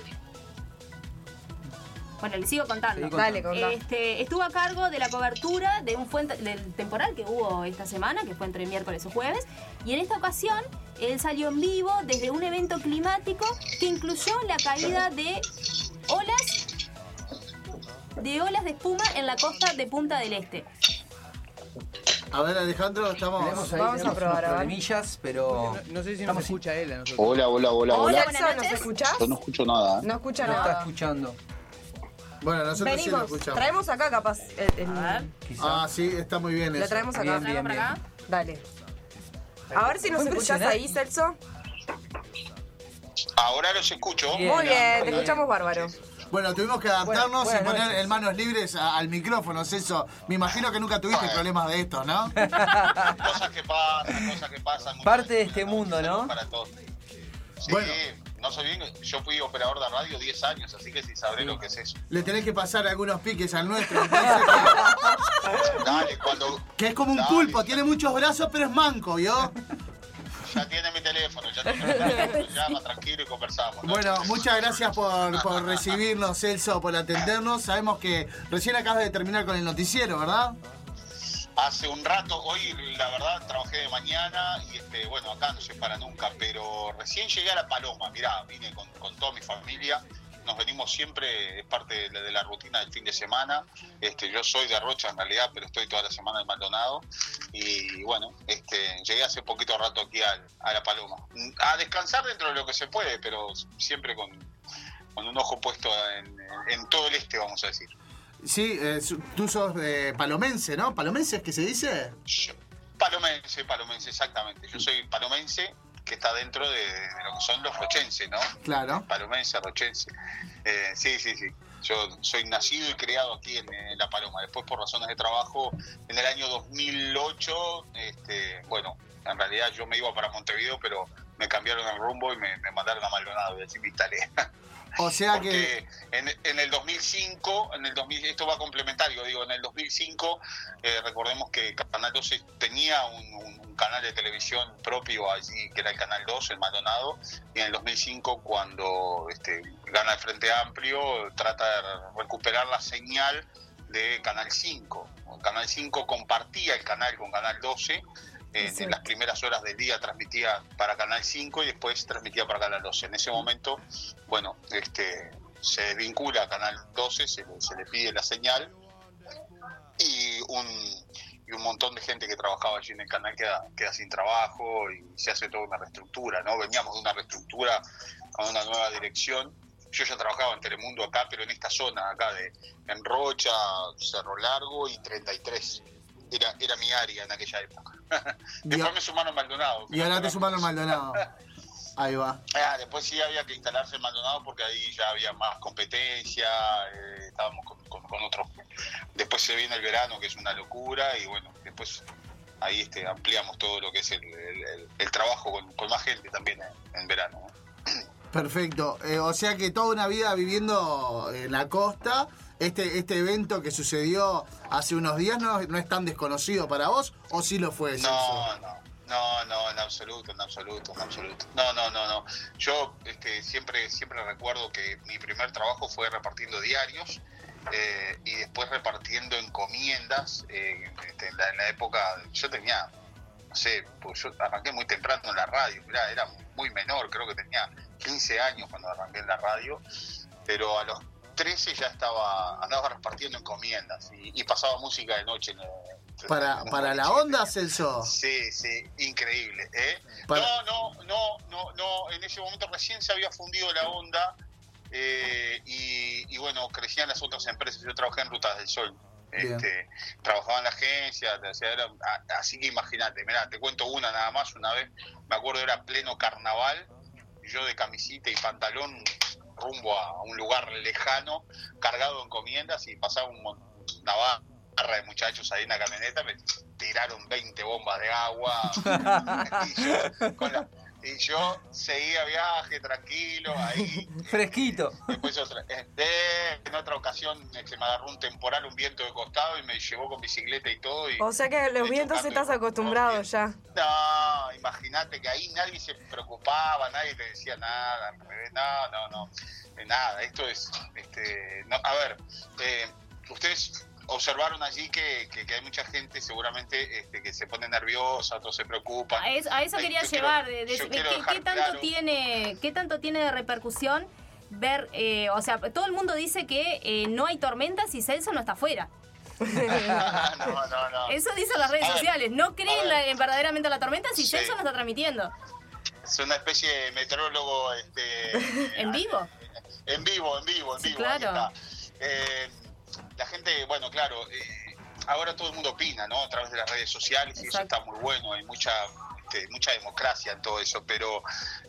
[SPEAKER 7] Bueno, le sigo contando.
[SPEAKER 8] Seguí contando. Dale, contá.
[SPEAKER 7] Este, estuvo a cargo de la cobertura de un fuente, del temporal que hubo esta semana, que fue entre miércoles y jueves. Y en esta ocasión, él salió en vivo desde un evento climático que incluyó la caída de olas de olas de espuma en la costa de Punta del Este.
[SPEAKER 4] A ver, Alejandro, estamos.
[SPEAKER 6] Tenemos ahí, tenemos unos problemillas, pero. No, sé si nos escucha él a nosotros.
[SPEAKER 22] Hola, hola, hola, hola.
[SPEAKER 8] Celso, ¿nos escuchás?
[SPEAKER 22] Yo no escucho nada. ¿eh?
[SPEAKER 8] No escucha
[SPEAKER 6] No está
[SPEAKER 8] nada.
[SPEAKER 6] escuchando.
[SPEAKER 4] Bueno, nosotros sí lo
[SPEAKER 8] Venimos,
[SPEAKER 4] escuchamos.
[SPEAKER 8] traemos acá capaz. eh, el- el-
[SPEAKER 4] Ah, sí, está muy bien
[SPEAKER 8] lo
[SPEAKER 4] eso.
[SPEAKER 8] traemos acá. para acá? Dale. A ver si nos
[SPEAKER 4] Fue
[SPEAKER 8] escuchás ahí, Celso.
[SPEAKER 22] Ahora los escucho.
[SPEAKER 8] Muy bien, te escuchamos bárbaro.
[SPEAKER 4] Bueno, tuvimos que adaptarnos
[SPEAKER 8] Buenas-
[SPEAKER 4] y
[SPEAKER 8] buenas
[SPEAKER 4] poner
[SPEAKER 8] noches.
[SPEAKER 4] en manos libres a- al micrófono, Celso. Me imagino que nunca tuviste problemas de estos, ¿no?
[SPEAKER 22] Cosas que pasan, cosas que pasan.
[SPEAKER 6] Parte de este mundo, ¿no?
[SPEAKER 22] Para todos. Sí, no soy bien, yo fui operador de radio 10 años, así que sí sabré lo que es eso.
[SPEAKER 10] Le tenés que pasar algunos piques al nuestro. Dale,
[SPEAKER 22] cuando.
[SPEAKER 10] Que es como un pulpo, tiene muchos brazos, pero es manco, ¿vio?
[SPEAKER 22] Ya tiene mi teléfono, ya tiene mi teléfono, llama tranquilo y conversamos. ¿no?
[SPEAKER 10] Bueno, muchas gracias por, por recibirnos, Celso, por atendernos. Sabemos que recién acabas de terminar con el noticiero, ¿verdad?
[SPEAKER 22] Hace un rato, hoy la verdad trabajé de mañana y este, bueno, acá no soy para nunca, pero recién llegué a La Paloma, mirá, vine con, con toda mi familia, nos venimos siempre, es parte de la, de la rutina del fin de semana, este, yo soy de Rocha en realidad, pero estoy toda la semana en Maldonado y bueno, este, llegué hace poquito rato aquí al- a, La Paloma, a descansar dentro de lo que se puede, pero siempre con, con un ojo puesto en- en todo el este, vamos a decir.
[SPEAKER 10] Sí, eh, su- tú sos eh, palomense, ¿no? ¿Palomense es que se dice?
[SPEAKER 22] Palomense, palomense, exactamente. Yo soy palomense que está dentro de, de lo que son los rochenses, ¿no?
[SPEAKER 10] Claro.
[SPEAKER 22] Palomense, rochense. Eh, sí, sí, sí. Yo soy nacido y criado aquí en, eh, La Paloma. Después, por razones de trabajo, en el año 2008, este, bueno, en realidad yo me iba para Montevideo, pero me cambiaron el rumbo y me, me mandaron a Maldonado, y así me instalé.
[SPEAKER 10] O sea que...
[SPEAKER 22] Porque en, en el 2005, en el 2000, esto va complementario, digo, en el 2005 eh, recordemos que Canal 12 tenía un, un- un canal de televisión propio allí, que era el Canal 2, el Maldonado, y en el 2005 cuando este, gana el Frente Amplio trata de recuperar la señal de Canal 5. Canal 5 compartía el canal con Canal 12. eh, en las primeras horas del día transmitía para Canal 5 y después transmitía para Canal 12. En ese momento, bueno, este, se desvincula a Canal 12, se le- se le pide la señal y un, y un montón de gente que trabajaba allí en el canal queda, queda sin trabajo y se hace toda una reestructura, ¿no? Veníamos de una reestructura a una nueva dirección. Yo ya trabajaba en Telemundo acá, pero en esta zona acá de en Rocha, Cerro Largo y 33. Era, era mi área en aquella época. Después me sumaron Maldonado.
[SPEAKER 10] Y ahora te sumaron Maldonado. Ahí va.
[SPEAKER 22] Ah, después sí había que instalarse en Maldonado porque ahí ya había más competencia, eh, estábamos con, con- con otros. Después se viene el verano, que es una locura, y bueno, después ahí este, ampliamos todo lo que es el, el- el- el trabajo con, con más gente también eh, en, en verano. ¿no?
[SPEAKER 10] Perfecto. Eh, o sea que toda una vida viviendo en la costa, este, este evento que sucedió hace unos días no, no es tan desconocido para vos, o sí lo fue. Celso?
[SPEAKER 22] No, no. No, no, en absoluto, en absoluto, en absoluto. No, no, no, no. Yo este, siempre, siempre recuerdo que mi primer trabajo fue repartiendo diarios eh, y después repartiendo encomiendas. eh, este, en, la, en la época, yo tenía, no sé, pues yo arranqué muy temprano en la radio, mirá, era muy menor, creo que tenía 15 años cuando arranqué en la radio, pero a los 13 ya estaba, andaba repartiendo encomiendas y, y pasaba música de noche en el-
[SPEAKER 10] Para, para la onda, Celso.
[SPEAKER 22] Sí, sí, increíble. ¿eh?
[SPEAKER 10] Para-
[SPEAKER 22] No, no, no, no, no. En ese momento recién se había fundido la onda eh, y, y bueno, crecían las otras empresas. Yo trabajé en Rutas del Sol.
[SPEAKER 10] Bien.
[SPEAKER 22] Este, trabajaba en la agencia, o sea, era- a- así que imagínate, mirá, te cuento una nada más, una vez, me acuerdo era pleno carnaval, yo de camisita y pantalón rumbo a, a un lugar lejano, cargado de encomiendas y pasaba un mon- una barra de muchachos ahí en la camioneta, me tiraron 20 bombas de agua, y yo seguía viaje tranquilo ahí.
[SPEAKER 6] Fresquito.
[SPEAKER 22] Después otra, eh, eh, en otra ocasión eh, se me agarró un temporal, un viento de costado y me llevó con bicicleta y todo. Y
[SPEAKER 8] O sea que a los
[SPEAKER 22] me
[SPEAKER 8] vientos
[SPEAKER 22] chocando.
[SPEAKER 8] estás acostumbrado ya.
[SPEAKER 22] No, imagínate que ahí nadie se preocupaba, nadie te decía nada, al revés, no, no, no, eh, nada, esto es, este, no, a ver, eh, ustedes observaron allí que, que- que hay mucha gente seguramente este, que se pone nerviosa, otros se preocupan.
[SPEAKER 7] A eso, a eso
[SPEAKER 22] Ay,
[SPEAKER 7] quería
[SPEAKER 22] yo quiero-
[SPEAKER 7] llevar, de- de-
[SPEAKER 22] yo
[SPEAKER 7] de-
[SPEAKER 22] quiero
[SPEAKER 7] ¿qué,
[SPEAKER 22] dejar
[SPEAKER 7] qué tanto
[SPEAKER 22] claro-
[SPEAKER 7] tiene, ¿qué tanto tiene de repercusión ver, eh, o sea, todo el mundo dice que eh, no hay tormentas si Celso no está afuera?
[SPEAKER 22] no, no, no.
[SPEAKER 7] Eso dicen las redes
[SPEAKER 22] A ver,
[SPEAKER 7] sociales, no creen la- en verdaderamente la tormenta si
[SPEAKER 22] Sí.
[SPEAKER 7] Celso no está transmitiendo.
[SPEAKER 22] Es una especie de meteorólogo este,
[SPEAKER 7] ¿En vivo?
[SPEAKER 22] En vivo, en vivo, en
[SPEAKER 7] Sí,
[SPEAKER 22] vivo.
[SPEAKER 7] claro.
[SPEAKER 22] ahí está. Eh, la gente, bueno, claro, eh, ahora todo el mundo opina, ¿no? A través de las redes sociales y eso está muy bueno, hay mucha este, mucha democracia en todo eso, pero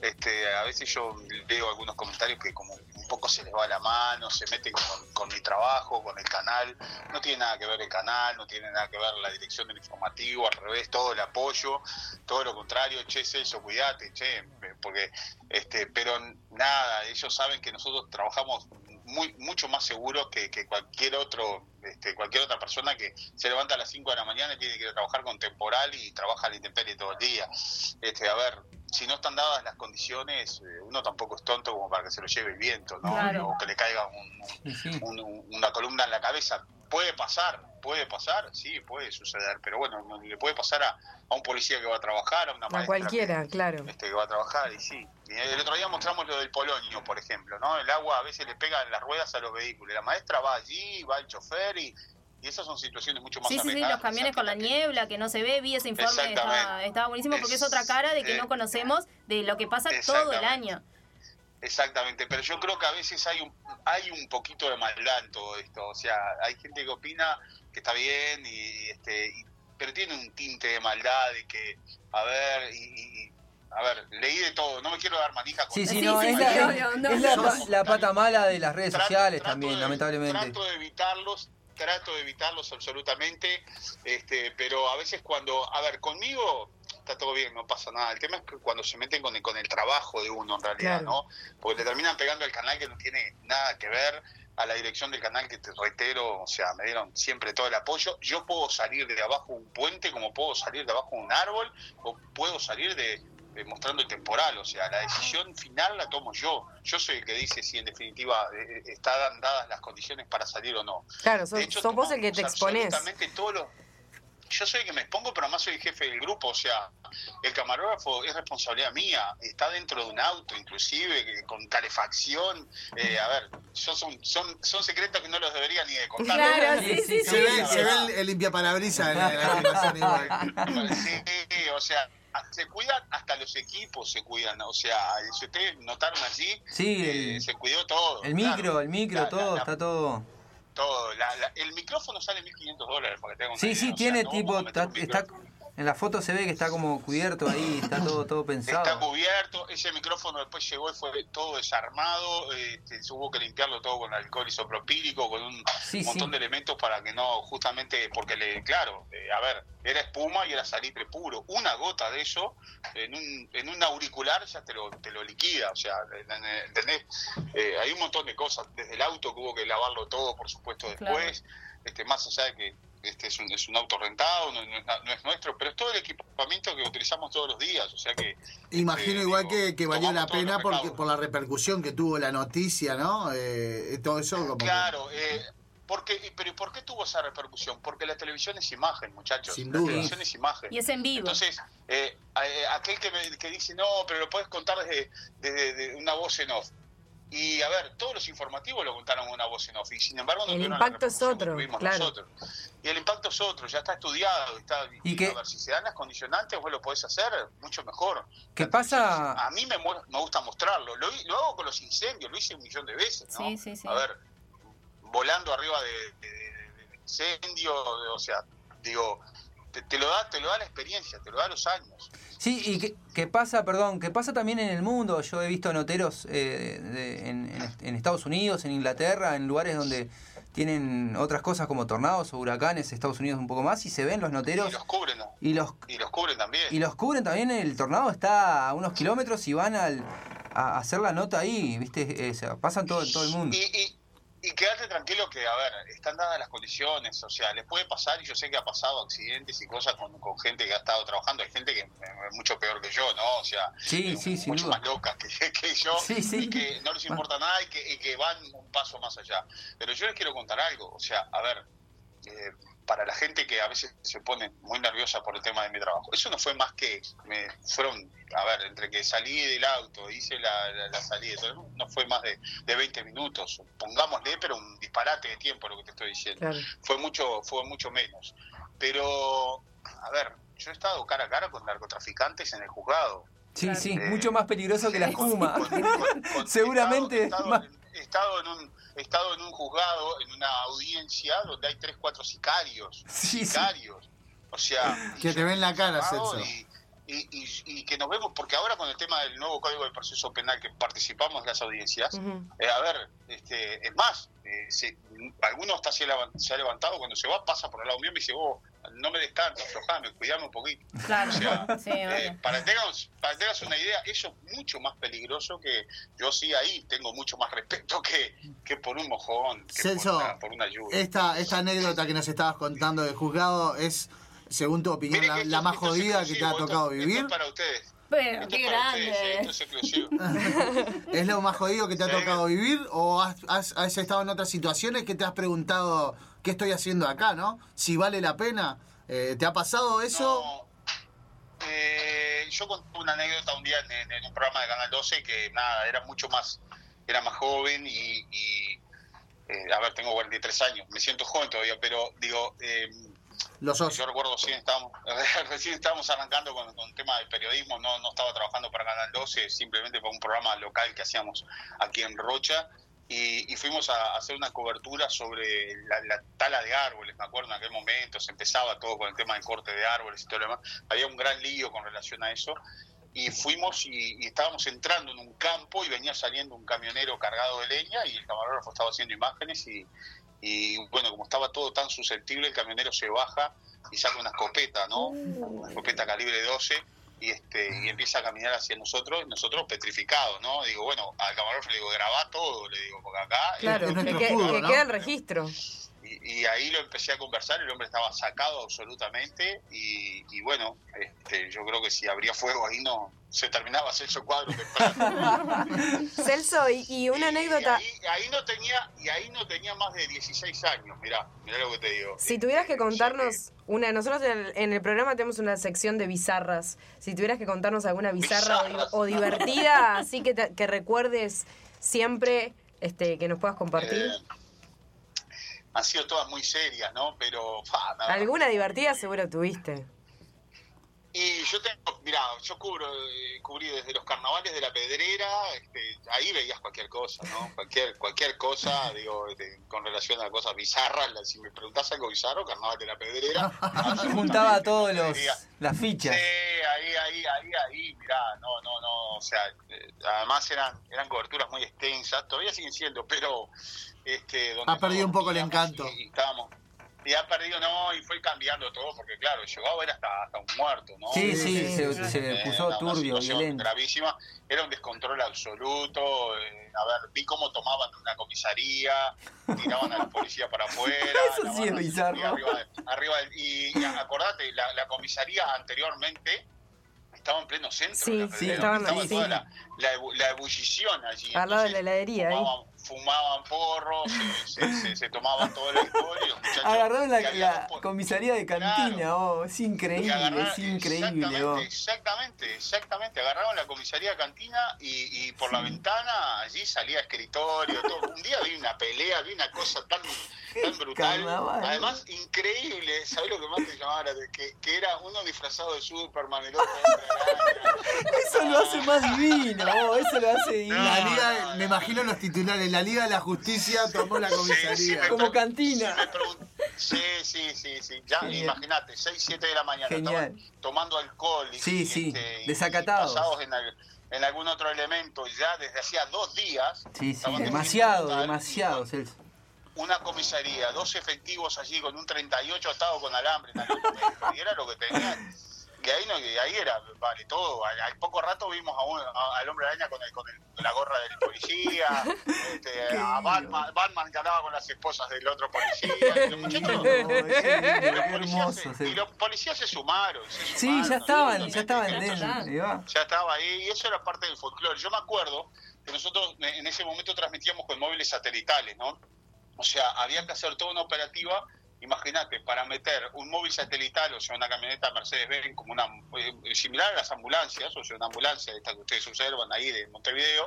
[SPEAKER 22] este, a veces yo veo algunos comentarios que como un poco se les va la mano, se meten con, con mi trabajo, con el canal, no tiene nada que ver el canal, no tiene nada que ver la dirección del informativo, al revés, todo el apoyo, todo lo contrario, che, Celso, cuidate, che, porque este, pero nada, ellos saben que nosotros trabajamos muy mucho más seguros que, que cualquier otro este, cualquier otra persona que se levanta a las 5 de la mañana y tiene que ir a trabajar con temporal y trabaja al intemperie todo el día. Este, a ver, si no están dadas las condiciones, eh, uno tampoco es tonto como para que se lo lleve el viento, ¿no?
[SPEAKER 5] Claro.
[SPEAKER 22] O que le caiga un- un- un- una columna en la cabeza. Puede pasar, puede pasar, sí, puede suceder, pero bueno, no- le puede pasar a, a un policía que va a trabajar, a una
[SPEAKER 3] A
[SPEAKER 22] maestra
[SPEAKER 3] cualquiera, claro.
[SPEAKER 22] este, que va a trabajar y sí. Y El otro día mostramos lo del polonio, por ejemplo, ¿no? El agua a veces le pega en las ruedas a los vehículos. La maestra va allí, va el chofer y, y esas son situaciones mucho más
[SPEAKER 7] Sí, sí, sí,
[SPEAKER 22] amenazadas.
[SPEAKER 7] los camiones con la niebla, que no se ve, vi ese informe,
[SPEAKER 22] Exactamente.
[SPEAKER 7] estaba, estaba buenísimo porque es otra cara de que
[SPEAKER 22] Eh,
[SPEAKER 7] no conocemos de lo que pasa todo el
[SPEAKER 22] exactamente.
[SPEAKER 7] año.
[SPEAKER 22] Exactamente, pero yo creo que a veces hay un, hay un poquito de maldad en todo esto. O sea, hay gente que opina que está bien, y, y, este, y- pero tiene un tinte de maldad, de que, a ver, y, y- y- a ver, leí de todo, no me quiero dar manija con
[SPEAKER 6] Sí, sí, no, es, la, es- es la pa- la pata mala de las redes sociales también, lamentablemente.
[SPEAKER 22] trato de evitarlos, trato de evitarlos absolutamente, este, pero a veces cuando, a ver, conmigo está todo bien, no pasa nada. El tema es que cuando se meten con el, con el trabajo de uno en realidad,
[SPEAKER 5] Claro.
[SPEAKER 22] ¿no? Porque te terminan pegando al canal que no tiene nada que ver, a la dirección del canal que te reitero, o sea, me dieron siempre todo el apoyo. Yo puedo salir de abajo un puente como puedo salir de abajo un árbol o puedo salir de, de mostrando el temporal, o sea, la decisión final la tomo yo. Yo soy el que dice si en definitiva eh, eh, están dadas las condiciones para salir o no.
[SPEAKER 3] Claro, sos, sos vos el que te
[SPEAKER 22] Tomamos
[SPEAKER 3] exponés.
[SPEAKER 22] absolutamente todo lo- Yo soy el que me expongo, pero además soy el jefe del grupo. O sea, el camarógrafo es responsabilidad mía. Está dentro de un auto, inclusive, que- con calefacción. Eh, a ver, yo son, son, son secretos que no los debería ni de contar.
[SPEAKER 10] se ve, se ve el, el limpiaparabrisas en la- en la habitación igual.
[SPEAKER 22] Sí, o sea, se cuidan hasta los equipos, se cuidan. O sea, si ustedes notaron allí,
[SPEAKER 6] Sí,
[SPEAKER 22] eh,
[SPEAKER 6] el-
[SPEAKER 22] se cuidó todo.
[SPEAKER 6] El
[SPEAKER 22] claro.
[SPEAKER 6] micro, el micro,
[SPEAKER 22] La-
[SPEAKER 6] todo,
[SPEAKER 22] la-
[SPEAKER 6] está todo.
[SPEAKER 22] todo. La- la- el micrófono sale 1.500 dólares, para que tengan una
[SPEAKER 6] Sí,
[SPEAKER 22] idea,
[SPEAKER 6] sí,
[SPEAKER 22] o sea,
[SPEAKER 6] tiene
[SPEAKER 22] no
[SPEAKER 6] tipo, está, está- en la foto se ve que está como cubierto ahí, está todo, todo
[SPEAKER 22] Está
[SPEAKER 6] pensado.
[SPEAKER 22] cubierto, ese micrófono después llegó y fue todo desarmado, este, se hubo que limpiarlo todo con alcohol isopropílico, con un
[SPEAKER 6] Sí,
[SPEAKER 22] montón
[SPEAKER 6] sí.
[SPEAKER 22] de elementos para que no, justamente, porque le, claro, eh, a ver, era espuma y era salitre puro, una gota de eso en un, en un auricular ya te lo, te lo liquida, o sea, en- en- ¿entendés? Eh, hay un montón de cosas, desde el auto que hubo que lavarlo todo, por supuesto, después, este, más allá de que este es un, es un auto rentado, no, no es na- no es nuestro, pero es todo el equipamiento que utilizamos todos los días, o sea que
[SPEAKER 10] Imagino igual que, que valió la pena porque, por la repercusión que tuvo la noticia, ¿no? Eh, todo eso como que-
[SPEAKER 22] Claro, eh, porque, y- pero ¿y ¿por qué tuvo esa repercusión? Porque la televisión es imagen, muchachos.
[SPEAKER 10] Sin
[SPEAKER 22] La
[SPEAKER 10] duda.
[SPEAKER 22] televisión es imagen.
[SPEAKER 7] Y es en vivo.
[SPEAKER 22] Entonces, eh, a- eh, aquel que, me- que dice, no, pero lo puedes contar desde, desde- de una voz en off. Y a ver, todos los informativos lo contaron con una voz en off. Y sin embargo, no
[SPEAKER 3] El
[SPEAKER 22] tuvieron la
[SPEAKER 3] impacto es otro,
[SPEAKER 22] tuvimos
[SPEAKER 3] claro.
[SPEAKER 22] nosotros. Y el impacto es otro, ya está estudiado. Está,
[SPEAKER 6] ¿Y
[SPEAKER 22] y
[SPEAKER 6] qué?
[SPEAKER 22] a ver, si se dan las condicionantes, vos lo podés hacer mucho mejor.
[SPEAKER 6] ¿Qué pasa?
[SPEAKER 7] Ah.
[SPEAKER 22] A mí me, mu- me gusta mostrarlo. Lo, hi- lo hago con los incendios, lo hice un millón de veces. ¿no?
[SPEAKER 7] Sí, sí, sí.
[SPEAKER 22] A ver, volando arriba de, de- de- de incendio, de- o sea, digo, te, te lo da, te lo da la experiencia, te lo da los años.
[SPEAKER 6] Sí, y que, que pasa, perdón, que pasa también en el mundo. Yo he visto noteros eh, de- en, en- en Estados Unidos, en Inglaterra, en lugares donde tienen otras cosas como tornados o huracanes, Estados Unidos un poco más, y se ven los noteros.
[SPEAKER 22] Y los cubren, ¿no?
[SPEAKER 6] Y los,
[SPEAKER 22] y los cubren también.
[SPEAKER 6] y los cubren también, el tornado está a unos kilómetros y van al, a hacer la nota ahí, ¿viste? Eh, o sea, pasan todo, en todo el mundo.
[SPEAKER 22] Y quédate tranquilo que, a ver, están dadas las condiciones, o sea, les puede pasar, y yo sé que ha pasado accidentes y cosas con, con gente que ha estado trabajando, hay gente que es mucho peor que yo, ¿no? O sea,
[SPEAKER 6] Sí, sí, sin
[SPEAKER 22] mucho
[SPEAKER 6] duda.
[SPEAKER 22] más locas que, que yo
[SPEAKER 6] Sí, sí. Ah.
[SPEAKER 22] y que no les importa nada y que, y que van un paso más allá. Pero yo les quiero contar algo, o sea, a ver, eh, para la gente que a veces se pone muy nerviosa por el tema de mi trabajo, eso no fue más que, me fueron, a ver, entre que salí del auto, hice la, la- la salida, entonces no fue más de, de 20 minutos, pongámosle, pero un disparate de tiempo lo que te estoy diciendo.
[SPEAKER 5] Claro.
[SPEAKER 22] Fue mucho, fue mucho menos. Pero, a ver, yo he estado cara a cara con narcotraficantes en el juzgado.
[SPEAKER 6] Sí, sí,
[SPEAKER 22] Eh,
[SPEAKER 6] mucho más peligroso que la espuma. Seguramente. más-
[SPEAKER 22] he estado en un he estado en un juzgado en una audiencia donde hay tres cuatro sicarios sicarios o sea
[SPEAKER 10] que te ven la cara,
[SPEAKER 22] juzgado
[SPEAKER 10] Celso.
[SPEAKER 22] y, y- y- y que nos vemos porque ahora con el tema del nuevo código de proceso penal que participamos en las audiencias
[SPEAKER 15] Uhum.
[SPEAKER 5] Ujú.
[SPEAKER 22] eh, a ver este es más eh, se- algunos hasta se, levan- se ha levantado cuando se va pasa por el lado mío y me dice vos no me des tanto, aflojame, cuidame un poquito.
[SPEAKER 7] Claro,
[SPEAKER 22] O sea,
[SPEAKER 7] sí,
[SPEAKER 22] eh,
[SPEAKER 7] obvio.
[SPEAKER 22] para, que tengas, para que tengas una idea, eso es mucho más peligroso que yo sí ahí tengo mucho más respeto que, que por un mojón, que
[SPEAKER 10] Celso,
[SPEAKER 22] por, una, por una lluvia.
[SPEAKER 10] Esta, esta anécdota que nos estabas contando del juzgado es, según tu opinión, la, la más jodida que te ha tocado vivir.
[SPEAKER 7] Pero qué grande.
[SPEAKER 10] ¿Es lo más jodido que te ha tocado vivir? ¿O has, has- has estado en otras situaciones que te has preguntado qué estoy haciendo acá, no? Si vale la pena. Eh, ¿Te ha pasado eso?
[SPEAKER 22] Eh, yo conté una anécdota un día en, en- en un programa de Canal 12 que nada, era mucho más, era más joven y, y, eh, a ver, tengo 43 años, me siento joven todavía, pero digo, eh,
[SPEAKER 10] Lo sos.
[SPEAKER 22] yo recuerdo recién estábamos, recién estábamos arrancando con, con tema de periodismo, no, no estaba trabajando para Canal 12, simplemente para un programa local que hacíamos aquí en Rocha. Y, y fuimos a hacer una cobertura sobre la, la tala de árboles, me acuerdo en aquel momento, se empezaba todo con el tema del corte de árboles y todo lo demás, había un gran lío con relación a eso, y fuimos y, y estábamos entrando en un campo y venía saliendo un camionero cargado de leña y el camarógrafo estaba haciendo imágenes y, y bueno, como estaba todo tan susceptible, el camionero se baja y saca una escopeta, ¿no? Una escopeta calibre 12 y este y empieza a caminar hacia nosotros, nosotros petrificados, ¿no? Digo, bueno, al camarógrafo le digo, grabá todo, le digo, porque acá...
[SPEAKER 3] Claro,
[SPEAKER 22] es
[SPEAKER 3] que,
[SPEAKER 22] nuestro
[SPEAKER 3] que-
[SPEAKER 22] escudo,
[SPEAKER 3] que
[SPEAKER 22] ¿no?
[SPEAKER 3] queda el registro.
[SPEAKER 22] y, y ahí lo empecé a conversar, el hombre estaba sacado absolutamente y, y bueno, este, yo creo que si abría fuego ahí no se terminaba Celso Cuadro temprano.
[SPEAKER 8] Celso, y, y una anécdota.
[SPEAKER 22] y ahí no tenía y ahí no tenía más de 16 años, mirá, mirá lo que te digo.
[SPEAKER 8] Si tuvieras que contarnos una, nosotros en el, en el programa tenemos una sección de bizarras. Si tuvieras que contarnos alguna bizarra o di- o, divertida, así que, te- que recuerdes siempre, este, que nos puedas
[SPEAKER 6] Eh,
[SPEAKER 8] compartir.
[SPEAKER 22] Han sido todas muy serias, ¿no? Pero fa, nada.
[SPEAKER 8] Alguna divertida seguro tuviste.
[SPEAKER 22] Y yo tengo, mirá, yo cubro, eh, cubrí desde los carnavales de la Pedrera, este, ahí veías cualquier cosa, ¿no? Cualquier, cualquier cosa, digo, este, con relación a cosas bizarras, la- si me preguntás algo bizarro, carnaval de la Pedrera.
[SPEAKER 6] Juntaba todos los las fichas.
[SPEAKER 22] Eh, ahí, ahí, ahí, ahí, mirá, no, no, no, o sea, eh, además eran, eran coberturas muy extensas, todavía siguen siendo, pero este, donde
[SPEAKER 10] Has perdido un poco el encanto.
[SPEAKER 22] y estábamos. Y ha perdido, no, y fue cambiando todo, porque claro, llegaba era hasta, hasta un muerto, ¿no?
[SPEAKER 6] Sí, sí, se- se puso
[SPEAKER 22] una- una
[SPEAKER 6] turbio,
[SPEAKER 22] situación
[SPEAKER 6] violento.
[SPEAKER 22] Gravísima, era un descontrol absoluto. eh, a ver, vi cómo tomaban de una comisaría, tiraban a la policía para afuera.
[SPEAKER 6] Eso sí
[SPEAKER 22] la
[SPEAKER 6] es
[SPEAKER 22] barra-
[SPEAKER 6] bizarro.
[SPEAKER 22] y arriba de- arriba de- y, y acordate, la, la comisaría anteriormente estaba en pleno centro.
[SPEAKER 8] Sí,
[SPEAKER 22] de la
[SPEAKER 8] sí,
[SPEAKER 22] Federal,
[SPEAKER 8] estaban
[SPEAKER 22] estaba
[SPEAKER 8] así.
[SPEAKER 22] toda la, la ebu- la ebullición allí.
[SPEAKER 8] Al lado de la heladería, ¿eh? ahí.
[SPEAKER 22] Fumaban, fumaban porros, se, se- se- se tomaban todo el alcohol y los muchachos.
[SPEAKER 6] Agarraron la,
[SPEAKER 22] y había
[SPEAKER 6] la comisaría de cantina, oh, es increíble, es increíble, oh.
[SPEAKER 22] Exactamente, exactamente. Agarraron la comisaría de cantina y, y por la ventana allí salía escritorio. Todo. Un día vi una pelea, vi una cosa tan, tan brutal.
[SPEAKER 6] carnaval.
[SPEAKER 22] Además, increíble. ¿Sabes lo que más te llamaba? Era de Que, que era uno disfrazado de Superman, el otro de
[SPEAKER 6] Eso lo hace más divino, oh, eso lo hace divino.
[SPEAKER 10] La Liga, me imagino los titulares, la Liga de la Justicia tomó la comisaría.
[SPEAKER 22] Sí, sí, me
[SPEAKER 6] Como
[SPEAKER 22] pregun-
[SPEAKER 6] cantina.
[SPEAKER 22] sí, me pregun- Sí, sí, sí, sí. Ya,
[SPEAKER 6] Genial.
[SPEAKER 22] imagínate, 6, 7 de la mañana.
[SPEAKER 6] Genial.
[SPEAKER 22] estaban tomando alcohol y,
[SPEAKER 6] Sí, sí,
[SPEAKER 22] este, y- y
[SPEAKER 6] desacatados.
[SPEAKER 22] basados en, al- en algún otro elemento. Y ya desde hacía dos días,
[SPEAKER 6] Sí, sí,
[SPEAKER 22] estaban
[SPEAKER 6] demasiado, demasiado, Celso.
[SPEAKER 22] una comisaría, dos efectivos allí con un 38 atado con alambre. tal vez, Y era lo que tenían. Y ahí, no, y ahí era, vale, todo. Al, al poco rato vimos a un- a- al hombre araña con, el- con el- con la gorra del policía, este, a Batman, Batman que andaba con las esposas del otro policía. Y los muchachos-
[SPEAKER 6] Qué hermoso,
[SPEAKER 22] y
[SPEAKER 6] Celso.
[SPEAKER 22] los policías se sumaron. se
[SPEAKER 6] Sí, ya
[SPEAKER 22] sumaron,
[SPEAKER 6] estaban,
[SPEAKER 22] ¿no?
[SPEAKER 6] ya estaban
[SPEAKER 22] Ya
[SPEAKER 6] dentro.
[SPEAKER 22] estaban.
[SPEAKER 6] ahí va.
[SPEAKER 22] Ya estaba ahí, y eso era parte del folclore. Yo me acuerdo que nosotros eh, en ese momento transmitíamos con móviles satelitales, ¿no? O sea, había que hacer toda una operativa. Imagínate, para meter un móvil satelital, o sea, una camioneta Mercedes-Benz, como una, eh, similar a las ambulancias, o sea, una ambulancia esta que ustedes observan ahí de Montevideo,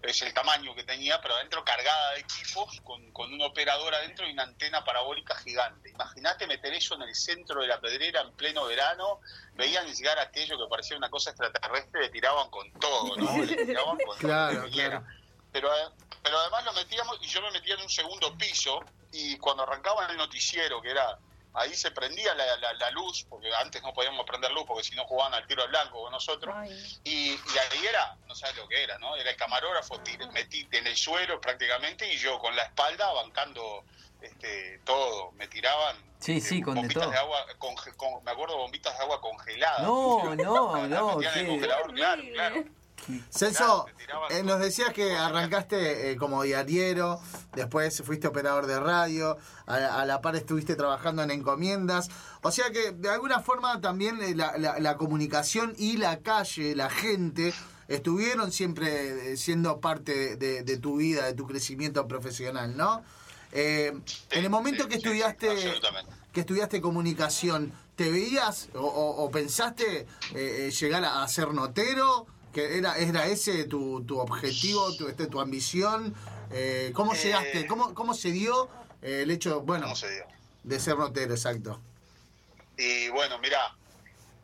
[SPEAKER 22] es el tamaño que tenía, pero adentro cargada de equipos, con, con un operador adentro y una antena parabólica gigante. Imagínate meter eso en el centro de la pedrera en pleno verano, veían llegar aquello que parecía una cosa extraterrestre, le tiraban con todo, ¿no? Le tiraban con
[SPEAKER 10] Claro,
[SPEAKER 22] todo lo que viniera. Pero, eh, pero además lo metíamos y yo me metía en un segundo piso y cuando arrancaban el noticiero, que era, ahí se prendía la, la- la luz, porque antes no podíamos prender luz porque si no jugaban al tiro al blanco con nosotros, y, y ahí era, no sabes lo que era, ¿no? Era el camarógrafo tir- metí en el suelo prácticamente y yo con la espalda bancando este, todo, me tiraban
[SPEAKER 6] Sí, sí, con de
[SPEAKER 22] bombitas
[SPEAKER 6] todo.
[SPEAKER 22] de agua, conge- con- me acuerdo bombitas de agua congeladas.
[SPEAKER 6] No, no, no,
[SPEAKER 22] Metían en el
[SPEAKER 6] qué-
[SPEAKER 22] congelador, claro, claro.
[SPEAKER 4] Celso, eh, nos decías que arrancaste eh, como diariero, después fuiste operador de radio, a, a la par estuviste trabajando en encomiendas. O sea que de alguna forma también eh, la, la- la comunicación y la calle, la gente, estuvieron siempre eh, siendo parte de, de tu vida, de tu crecimiento profesional, ¿no? Eh, en el momento que estudiaste que estudiaste comunicación, ¿te veías o, o- o pensaste eh, eh, llegar a, a ser notero? ¿Que era, era ese tu, tu objetivo, tu, este, tu ambición? Eh, ¿Cómo
[SPEAKER 22] Eh,
[SPEAKER 4] llegaste? ¿Cómo, ¿Cómo se dio eh, el hecho, bueno, de ser notero, exacto?
[SPEAKER 22] Y bueno, mirá,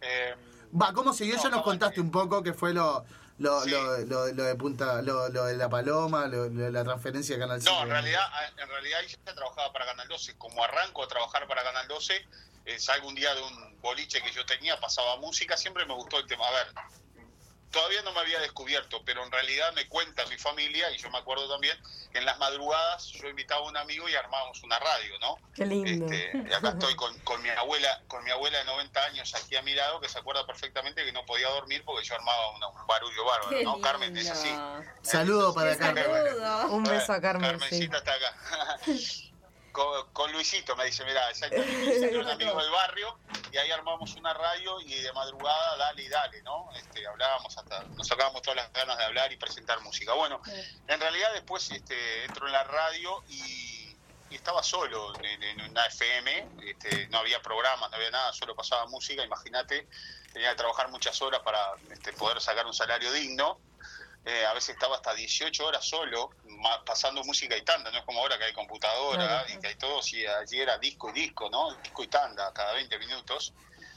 [SPEAKER 22] eh,
[SPEAKER 4] Va, ¿cómo se dio? ya nos contaste un poco que fue lo... Lo, lo, lo- lo de punta lo, lo de la paloma lo, lo de la transferencia de canal
[SPEAKER 22] No,
[SPEAKER 4] 5.
[SPEAKER 22] en realidad, eh, ah, en realidad yo ya trabajaba para Canal 12. Como arranco a trabajar para Canal 12, eh, salgo un día de un boliche que yo tenía, pasaba música, siempre me gustó el tema. A ver, todavía no me había descubierto, pero en realidad me cuenta mi familia, y yo me acuerdo también, que en las madrugadas yo invitaba a un amigo y armábamos una radio, ¿no?
[SPEAKER 15] Qué lindo.
[SPEAKER 22] Este, acá estoy con, con mi abuela, con mi abuela de 90 años aquí a mi lado, que se acuerda perfectamente que no podía dormir porque yo armaba una- un barullo bárbaro,
[SPEAKER 15] Qué
[SPEAKER 22] ¿no? Carmen, es así.
[SPEAKER 4] Saludo para Carmen.
[SPEAKER 8] Un beso a Carmen. sí.
[SPEAKER 22] Carmencita está acá. Con, con Luisito me dice, mira, exactamente, Luisito era un amigo del barrio y ahí armamos una radio y de madrugada dale y dale, ¿no? Este, hablábamos hasta, nos sacábamos todas las ganas de hablar y presentar música. Bueno, en realidad después este, entro en la radio y, y estaba solo en, en una FM, este, no había programas, no había nada, solo pasaba música, imagínate, tenía que trabajar muchas horas para este, poder sacar un salario digno. Eh, a veces estaba hasta 18 horas solo, ma- pasando música y tanda, no es como ahora que hay computadora
[SPEAKER 16] Claro.
[SPEAKER 22] y que hay todo, si allí era disco y disco, ¿no? Disco y tanda, cada 20 minutos.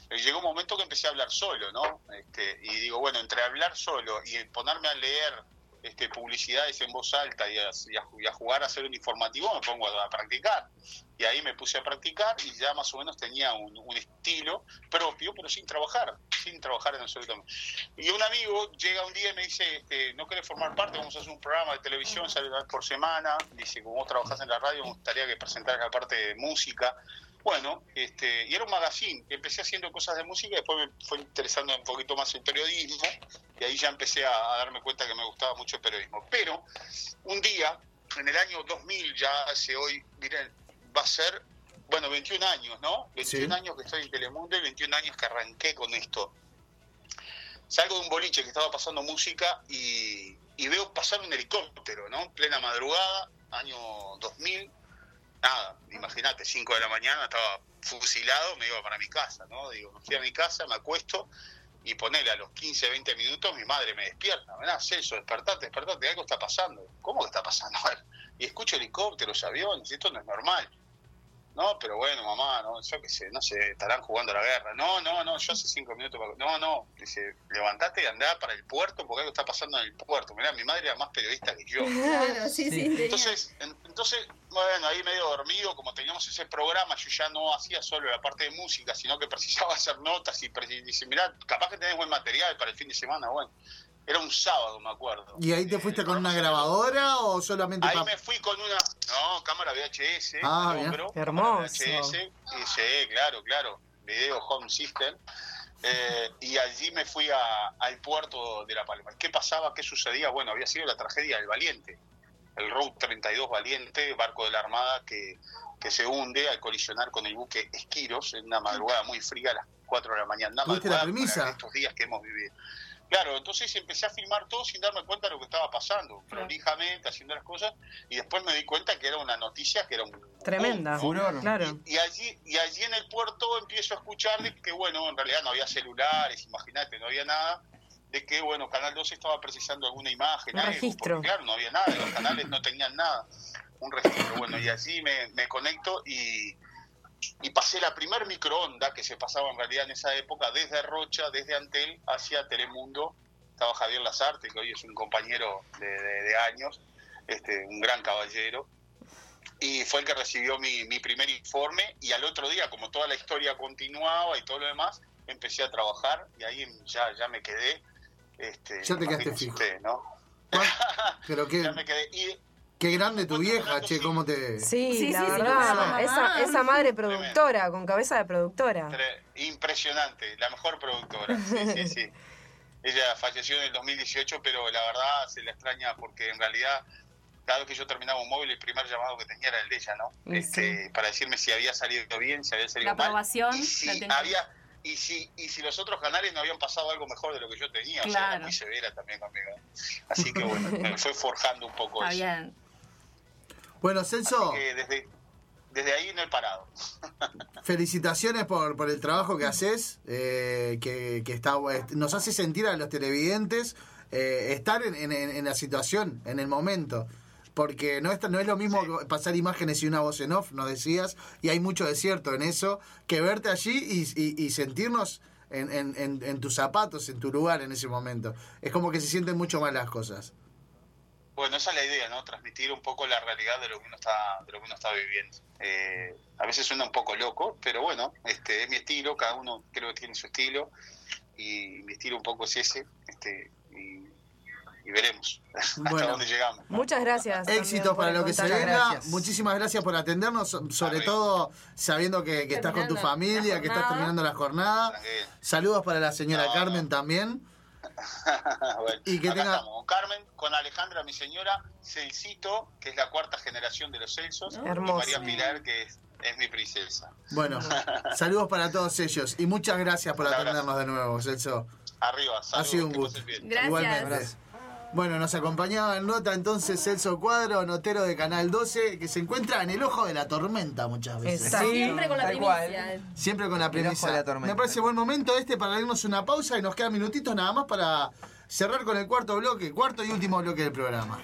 [SPEAKER 22] Eh, Llegó un momento que empecé a hablar solo, ¿no? Este, y digo, bueno, entre hablar solo y ponerme a leer este, publicidades en voz alta y a, y a- y a jugar a hacer un informativo, me pongo a, a practicar. Y ahí me puse a practicar y ya más o menos tenía un, un estilo propio, pero sin trabajar, sin trabajar en absolutamente. Y un amigo llega un día y me dice, este, no querés formar parte, vamos a hacer un programa de televisión, sale una vez por semana, dice, como vos trabajás en la radio, me gustaría que presentaras la parte de música. Bueno, este, y era un magazine, empecé haciendo cosas de música, después me fue interesando un poquito más el periodismo, y ahí ya empecé a, a darme cuenta que me gustaba mucho el periodismo. Pero un día, en el año 2000, ya hace hoy, miren, va a ser, bueno, 21 años, ¿no? 21 años que estoy en Telemundo y 21 años que arranqué con esto salgo de un boliche que estaba pasando música y, y veo pasar un helicóptero, ¿no? En plena madrugada, año 2000. Nada, imagínate, 5 de la mañana, estaba fusilado, me iba para mi casa, ¿no? Digo, me fui a mi casa, me acuesto y ponele a los 15, 20 minutos, mi madre me despierta. Mirá, Celso, despertate, despertate, algo está pasando. ¿Cómo que está pasando? A ver, y escucho helicópteros, aviones, esto no es normal. No, pero bueno, mamá, no, yo qué sé, no sé, estarán jugando a la guerra. No, no, no, yo hace cinco minutos. para- No, no, dice, levantate y andá para el puerto porque algo está pasando en el puerto. Mirá, mi madre era más periodista que yo.
[SPEAKER 23] Claro, sí, sí, tenía.
[SPEAKER 22] Entonces, en- entonces, bueno, ahí medio dormido, como teníamos ese programa, yo ya no hacía solo la parte de música, sino que precisaba hacer notas y preci- dice, mirá, capaz que tenés buen material para el fin de semana, bueno. Era un sábado, me acuerdo.
[SPEAKER 4] y ahí te fuiste con una grabadora o solamente
[SPEAKER 22] Ahí
[SPEAKER 4] pa-
[SPEAKER 22] me fui con una. No, cámara VHS.
[SPEAKER 4] Ah,
[SPEAKER 22] al
[SPEAKER 4] mirá.
[SPEAKER 22] hombro,
[SPEAKER 4] Qué
[SPEAKER 22] cámara
[SPEAKER 4] hermoso.
[SPEAKER 22] VHS. Y sí, claro, claro. Video Home System. Eh, y allí me fui a- al puerto de La Palma. ¿Qué pasaba? ¿Qué sucedía? Bueno, había sido la tragedia del Valiente. El Road 32 Valiente, barco de la Armada que, que se hunde al colisionar con el buque Esquiros en una madrugada muy fría a las 4 de la mañana. Una
[SPEAKER 4] ¿Tuviste la
[SPEAKER 22] madrugada como
[SPEAKER 4] premisa?
[SPEAKER 22] de estos días que hemos vivido. Claro, entonces empecé a filmar todo sin darme cuenta de lo que estaba pasando, prolijamente, haciendo las cosas, y después me di cuenta que era una noticia, que era un
[SPEAKER 8] Tremenda.
[SPEAKER 6] Furor.
[SPEAKER 8] Claro.
[SPEAKER 22] y allí y allí en el puerto empiezo a escuchar de que bueno en realidad no había celulares imagínate no había nada de que bueno Canal 12 estaba precisando alguna imagen
[SPEAKER 8] Un
[SPEAKER 22] algo,
[SPEAKER 8] registro.
[SPEAKER 22] porque, claro no había nada los canales no tenían nada un registro bueno y allí me, me conecto y y pasé la primer microonda que se pasaba en realidad en esa época desde Rocha desde Antel hacia Telemundo estaba Javier Lazarte que hoy es un compañero de, de- de años este un gran caballero y fue el que recibió mi, mi primer informe y al otro día, como toda la historia continuaba y todo lo demás, empecé a trabajar y ahí ya, ya me quedé. Este,
[SPEAKER 4] Ya te quedaste
[SPEAKER 22] imagínense
[SPEAKER 4] fijo.
[SPEAKER 22] ustedes, ¿no?
[SPEAKER 4] pero qué,
[SPEAKER 22] Ya me quedé. Y,
[SPEAKER 4] qué Qué grande tu vieja, che, cómo te.
[SPEAKER 8] Sí, la verdad. esa, esa madre productora, con cabeza de productora.
[SPEAKER 22] Tre- Impresionante, la mejor productora. Sí, sí, sí. Ella falleció en el 2018, pero la verdad se la extraña porque en realidad cada vez que yo terminaba un móvil el primer llamado que tenía era el de ella, ¿no?
[SPEAKER 7] Y
[SPEAKER 22] Este, Para decirme si había salido bien, si había
[SPEAKER 7] La
[SPEAKER 22] salido mal.
[SPEAKER 7] aprobación. la
[SPEAKER 22] Si
[SPEAKER 7] tenía.
[SPEAKER 22] había y si y si los otros canales no habían pasado algo mejor de lo que yo tenía, o sea, era
[SPEAKER 7] Claro.
[SPEAKER 22] muy severa también conmigo. Así que bueno, me fue forjando un poco
[SPEAKER 7] Está
[SPEAKER 22] eso.
[SPEAKER 7] bien.
[SPEAKER 4] Bueno, Celso,
[SPEAKER 22] Así que desde, desde ahí no he parado.
[SPEAKER 4] felicitaciones por, por el trabajo que haces, eh, que, que está, eh, nos hace sentir a los televidentes eh, estar en, en- en- en la situación, en el momento. Porque no es, tan- no es lo mismo que pasar imágenes y una voz en off, nos decías, y hay mucho de cierto en eso, que verte allí y, y- y sentirnos en, en- en- en tus zapatos, en tu lugar en ese momento. Es como que se sienten mucho más las cosas.
[SPEAKER 22] Bueno, esa es la idea, ¿no? Transmitir un poco la realidad de lo que uno está, de lo que uno está viviendo. Eh, a veces suena un poco loco, pero bueno, este, es mi estilo, cada uno creo que tiene su estilo, y mi estilo un poco es ese, este, y, y veremos hasta
[SPEAKER 4] Bueno.
[SPEAKER 22] dónde llegamos.
[SPEAKER 8] Muchas gracias.
[SPEAKER 4] Éxitos para lo que se
[SPEAKER 8] ve
[SPEAKER 4] venga. Muchísimas gracias por atendernos, so- sobre todo sabiendo que, que estás con tu
[SPEAKER 8] Terminando
[SPEAKER 4] familia,
[SPEAKER 8] la
[SPEAKER 4] que estás
[SPEAKER 8] jornada.
[SPEAKER 4] terminando la jornada. Saludos para la señora Carmen también.
[SPEAKER 22] Bueno,
[SPEAKER 4] Y que
[SPEAKER 22] acá
[SPEAKER 4] tenga-
[SPEAKER 22] estamos, con Carmen, con Alejandra, mi señora, Celsito, que es la cuarta generación de los Celsos,
[SPEAKER 4] Hermoso.
[SPEAKER 22] y María Pilar, que es, es mi princesa.
[SPEAKER 4] Bueno, saludos para todos ellos y muchas gracias por atendernos de nuevo, Celso.
[SPEAKER 22] Arriba,
[SPEAKER 4] Ha
[SPEAKER 22] saludos,
[SPEAKER 4] sido un
[SPEAKER 22] que
[SPEAKER 4] gusto.
[SPEAKER 22] pasen bien.
[SPEAKER 4] Igualmente. Bueno, nos acompañaba en nota entonces Celso Cuadro, notero de Canal 12, que se encuentra en el ojo de la tormenta muchas veces.
[SPEAKER 16] Exacto. Siempre con la Tal cual. primicia.
[SPEAKER 4] Siempre con la
[SPEAKER 16] El ojo
[SPEAKER 4] premisa.
[SPEAKER 16] de la tormenta.
[SPEAKER 4] Me parece buen momento este para irnos una pausa y nos quedan minutitos nada más para cerrar con el cuarto bloque, cuarto y último bloque del programa.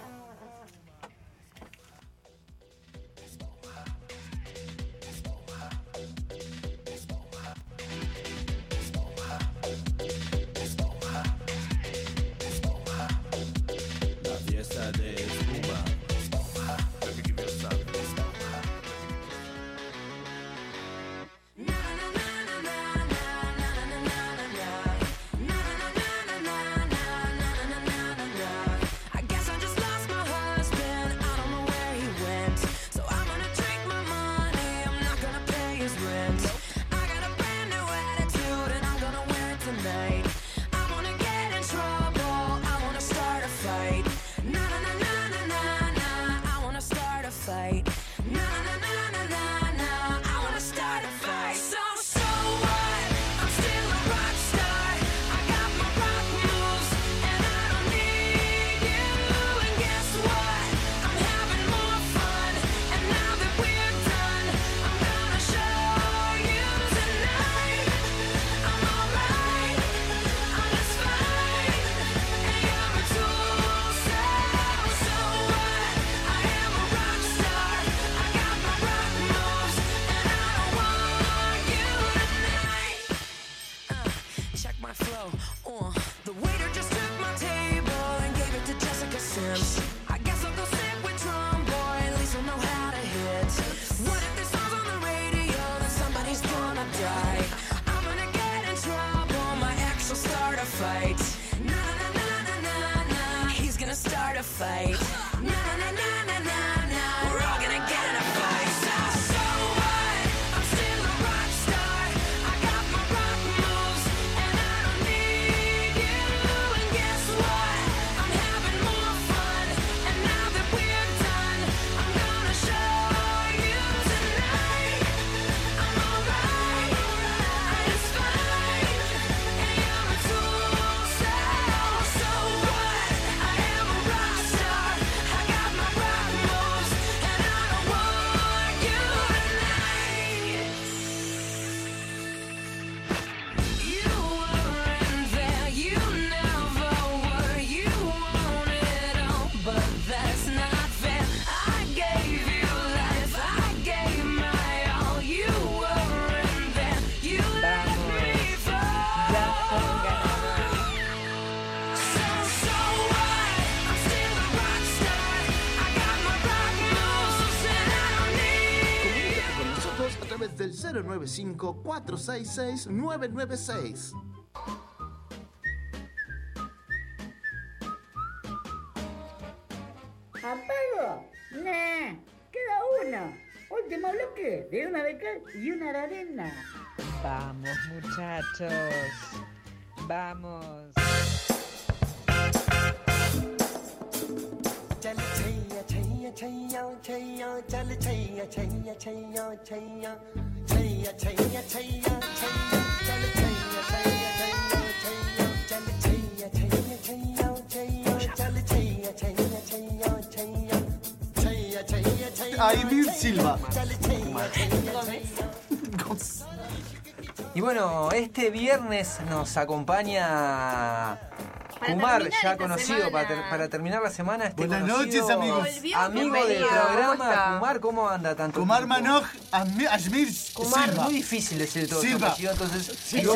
[SPEAKER 18] La fiesta de espuma.
[SPEAKER 15] I guess I just lost my husband. I don't know where he went. So I'm gonna drink my money. I'm not gonna pay his rent. I got a brand new attitude and I'm gonna wear it tonight. I wanna get in trouble. I wanna start a fight. Na na na na na na na. I wanna start a fight. Na na na na na na. I wanna start a fight. So so what? I'm still a rock star. I got my rock moves and I don't need you. And guess what? I'm having more fun. And now that we're done, I'm gonna show you tonight. I'm alright. I'm just fine. And you're a tool. So so what? I am a rock star. I got my rock moves and I don't want you tonight. Check my flow. Uh, the waiter just took my table and gave it to Jessica Sims. I guess I'll go sit with Tromboy. At least I'll know how to hit. What if this song's on the radio? Then somebody's gonna die. I'm gonna get in trouble. My ex will start a fight. Na na na na na na. He's gonna start a fight. Na na na na na na. We're all gonna get in a fight. So, so what? I'm still a rock star. I got my rock moves, and I don't need you. And guess what? I'm having more fun, and now that we're done, I'm gonna show you tonight. I'm alright, I just fine, and you're a tool. So, so what? I am a rock star. I got my rock moves, and I don't want you tonight. You weren't there, you never were, you want it all, but that's not fair. I gave you life, I gave my all, you weren't there, you let me fall. So, so what? I'm still a rock star. I got my rock moves, and I don't need
[SPEAKER 24] Comunícate con nosotros a través del 095-466-996.
[SPEAKER 25] Amigo,
[SPEAKER 16] todo? Nah, queda uno. Último bloque de una de cal y una de arena.
[SPEAKER 26] Vamos muchachos, vamos.
[SPEAKER 5] चल छैया छैया छैया छैया चल छैया छैया छैया छैया छैया छैया छैया छैया चल छैया छैया छैया छैया चल छैया छैया छैया छैया चल छैया छैया छैया छैया छैया छैया छैया
[SPEAKER 4] Aymir Silva.
[SPEAKER 5] चल छैया छैया छैया
[SPEAKER 6] Y bueno, este viernes nos acompaña
[SPEAKER 5] Para terminar
[SPEAKER 6] Kumar, ya
[SPEAKER 5] esta
[SPEAKER 6] conocido,
[SPEAKER 5] semana.
[SPEAKER 6] para, ter- para terminar la semana. Este
[SPEAKER 4] Buenas
[SPEAKER 6] conocido
[SPEAKER 4] noches, amigos. Volvió,
[SPEAKER 6] Amigo del
[SPEAKER 4] bienvenido. ¿Cómo
[SPEAKER 6] programa,
[SPEAKER 4] está?
[SPEAKER 6] Kumar, ¿cómo anda tanto?
[SPEAKER 4] Kumar
[SPEAKER 6] tiempo?
[SPEAKER 4] Manoj Ami- Ashmir
[SPEAKER 6] Kumar,
[SPEAKER 4] Silva.
[SPEAKER 6] muy difícil decir todo
[SPEAKER 4] Silva.
[SPEAKER 6] su apellido, entonces.
[SPEAKER 4] Sí, Silva.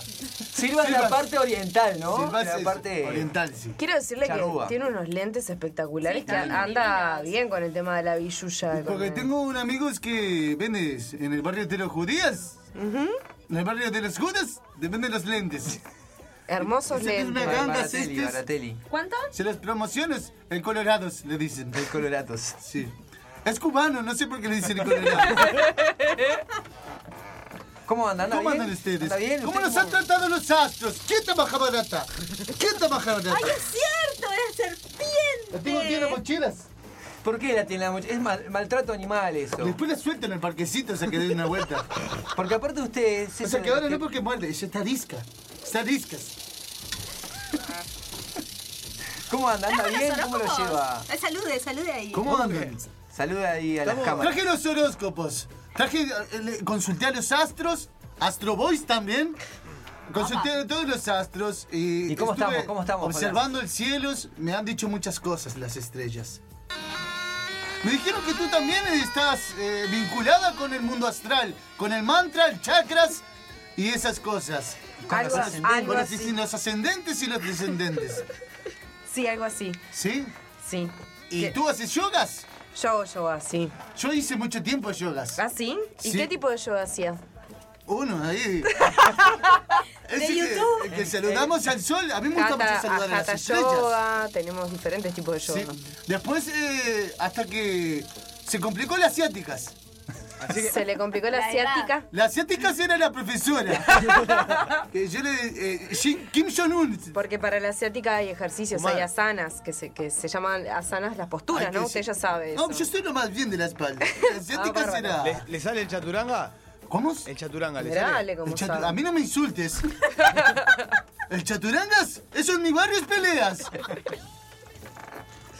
[SPEAKER 6] Silva es la
[SPEAKER 4] Silva.
[SPEAKER 6] parte oriental, ¿no?
[SPEAKER 4] Silva
[SPEAKER 6] la
[SPEAKER 4] es
[SPEAKER 6] parte
[SPEAKER 4] oriental, sí.
[SPEAKER 8] Quiero decirle
[SPEAKER 6] Charrúa.
[SPEAKER 8] que tiene unos lentes espectaculares
[SPEAKER 6] Sí,
[SPEAKER 8] que
[SPEAKER 6] están
[SPEAKER 8] anda bien con el tema de la billulla. con
[SPEAKER 4] Porque
[SPEAKER 8] el-
[SPEAKER 4] tengo un amigo que vende en el barrio de los judíos. En el barrio de los judíos, depende de los lentes.
[SPEAKER 8] Hermosos
[SPEAKER 4] Esas
[SPEAKER 8] lentes.
[SPEAKER 4] mismas gangas
[SPEAKER 8] Baratelli,
[SPEAKER 4] estas,
[SPEAKER 8] Baratelli. ¿Cuánto?
[SPEAKER 4] este Se las promociones el Colorados, le dicen. El
[SPEAKER 6] Colorados.
[SPEAKER 4] Sí. Es cubano, no sé por qué le dicen el Colorados.
[SPEAKER 6] ¿Cómo andan?
[SPEAKER 4] ¿Cómo
[SPEAKER 6] bien?
[SPEAKER 4] andan ustedes?
[SPEAKER 6] ¿Anda bien?
[SPEAKER 4] ¿Cómo
[SPEAKER 6] ¿Usted
[SPEAKER 4] nos han tratado los astros? ¿Quién trabaja barata? ¿Quién trabaja barata?
[SPEAKER 5] ¡Ay, es cierto! ¡Era serpiente!
[SPEAKER 4] mochilas.
[SPEAKER 6] ¿Por qué la tiene la mochila? Es mal- maltrato animal eso.
[SPEAKER 4] Después la sueltan en el parquecito, se quedó una vuelta.
[SPEAKER 6] Porque aparte ustedes.
[SPEAKER 4] O sea, que ahora no porque muerde, ella está disca. Está discas.
[SPEAKER 6] ¿Cómo anda? ¿Anda
[SPEAKER 7] Dame los
[SPEAKER 6] bien? ¿Cómo lo
[SPEAKER 7] horóscopos.
[SPEAKER 6] lleva?
[SPEAKER 7] Ay, Eh, salude, salude ahí.
[SPEAKER 4] ¿Cómo andan?
[SPEAKER 6] Saluda ahí a las
[SPEAKER 4] Estamos-
[SPEAKER 6] cámaras.
[SPEAKER 4] Traje los horóscopos. Traje, eh, le- consulté a los astros, Astro Boys también. Consulté a todos los astros y.
[SPEAKER 6] ¿Y cómo
[SPEAKER 4] estuve
[SPEAKER 6] estamos? ¿Cómo estamos, Julián?
[SPEAKER 4] Observando el cielo, me han dicho muchas cosas las estrellas. Me dijeron que tú también estás eh, vinculada con el mundo astral, con el mantra, el chakras y esas cosas.
[SPEAKER 8] Con los Algo- ascendentes. algo
[SPEAKER 4] Con los-
[SPEAKER 8] así.
[SPEAKER 4] los ascendentes y los descendentes.
[SPEAKER 8] Sí, algo así.
[SPEAKER 4] ¿Sí?
[SPEAKER 8] Sí.
[SPEAKER 4] ¿Y tú haces yogas?
[SPEAKER 8] Yo hago yoga, sí.
[SPEAKER 4] Yo hice mucho tiempo yogas.
[SPEAKER 8] ¿Ah, sí? ¿Y
[SPEAKER 4] Sí.
[SPEAKER 8] qué tipo de yoga hacías?
[SPEAKER 4] Uno ahí. Ese que- Que,
[SPEAKER 7] Este,
[SPEAKER 4] saludamos al sol. A mí me gusta mucho
[SPEAKER 8] Hatha-
[SPEAKER 4] saludar a las
[SPEAKER 8] Hatha
[SPEAKER 4] estrellas.
[SPEAKER 8] yoga, tenemos diferentes tipos de
[SPEAKER 4] Sí.
[SPEAKER 8] yoga.
[SPEAKER 4] Después, eh, hasta que se complicó las asiáticas.
[SPEAKER 8] Se le complicó la,
[SPEAKER 7] La edad.
[SPEAKER 8] asiática.
[SPEAKER 4] Las asiáticas era la profesora. Que yo le, eh, Shin- Kim Jong-un.
[SPEAKER 8] Porque para la asiática hay ejercicios,
[SPEAKER 4] Omar.
[SPEAKER 8] hay asanas, que se, que se llaman asanas las posturas,
[SPEAKER 4] Ay, que
[SPEAKER 8] ¿no?
[SPEAKER 4] sí.
[SPEAKER 8] Usted ya sabe.
[SPEAKER 4] No,
[SPEAKER 8] eso.
[SPEAKER 4] yo estoy lo más bien de la espalda. Las
[SPEAKER 6] Ah,
[SPEAKER 4] asiáticas era.
[SPEAKER 9] ¿Le, le sale el chaturanga?
[SPEAKER 4] ¿Cómo?
[SPEAKER 9] El chaturanga, ¿le
[SPEAKER 8] Mirá,
[SPEAKER 9] sale?
[SPEAKER 8] Ale, cómo
[SPEAKER 4] El chatu-
[SPEAKER 8] sabe.
[SPEAKER 4] a mí no me insultes. El chaturangas, eso en mi barrio es peleas.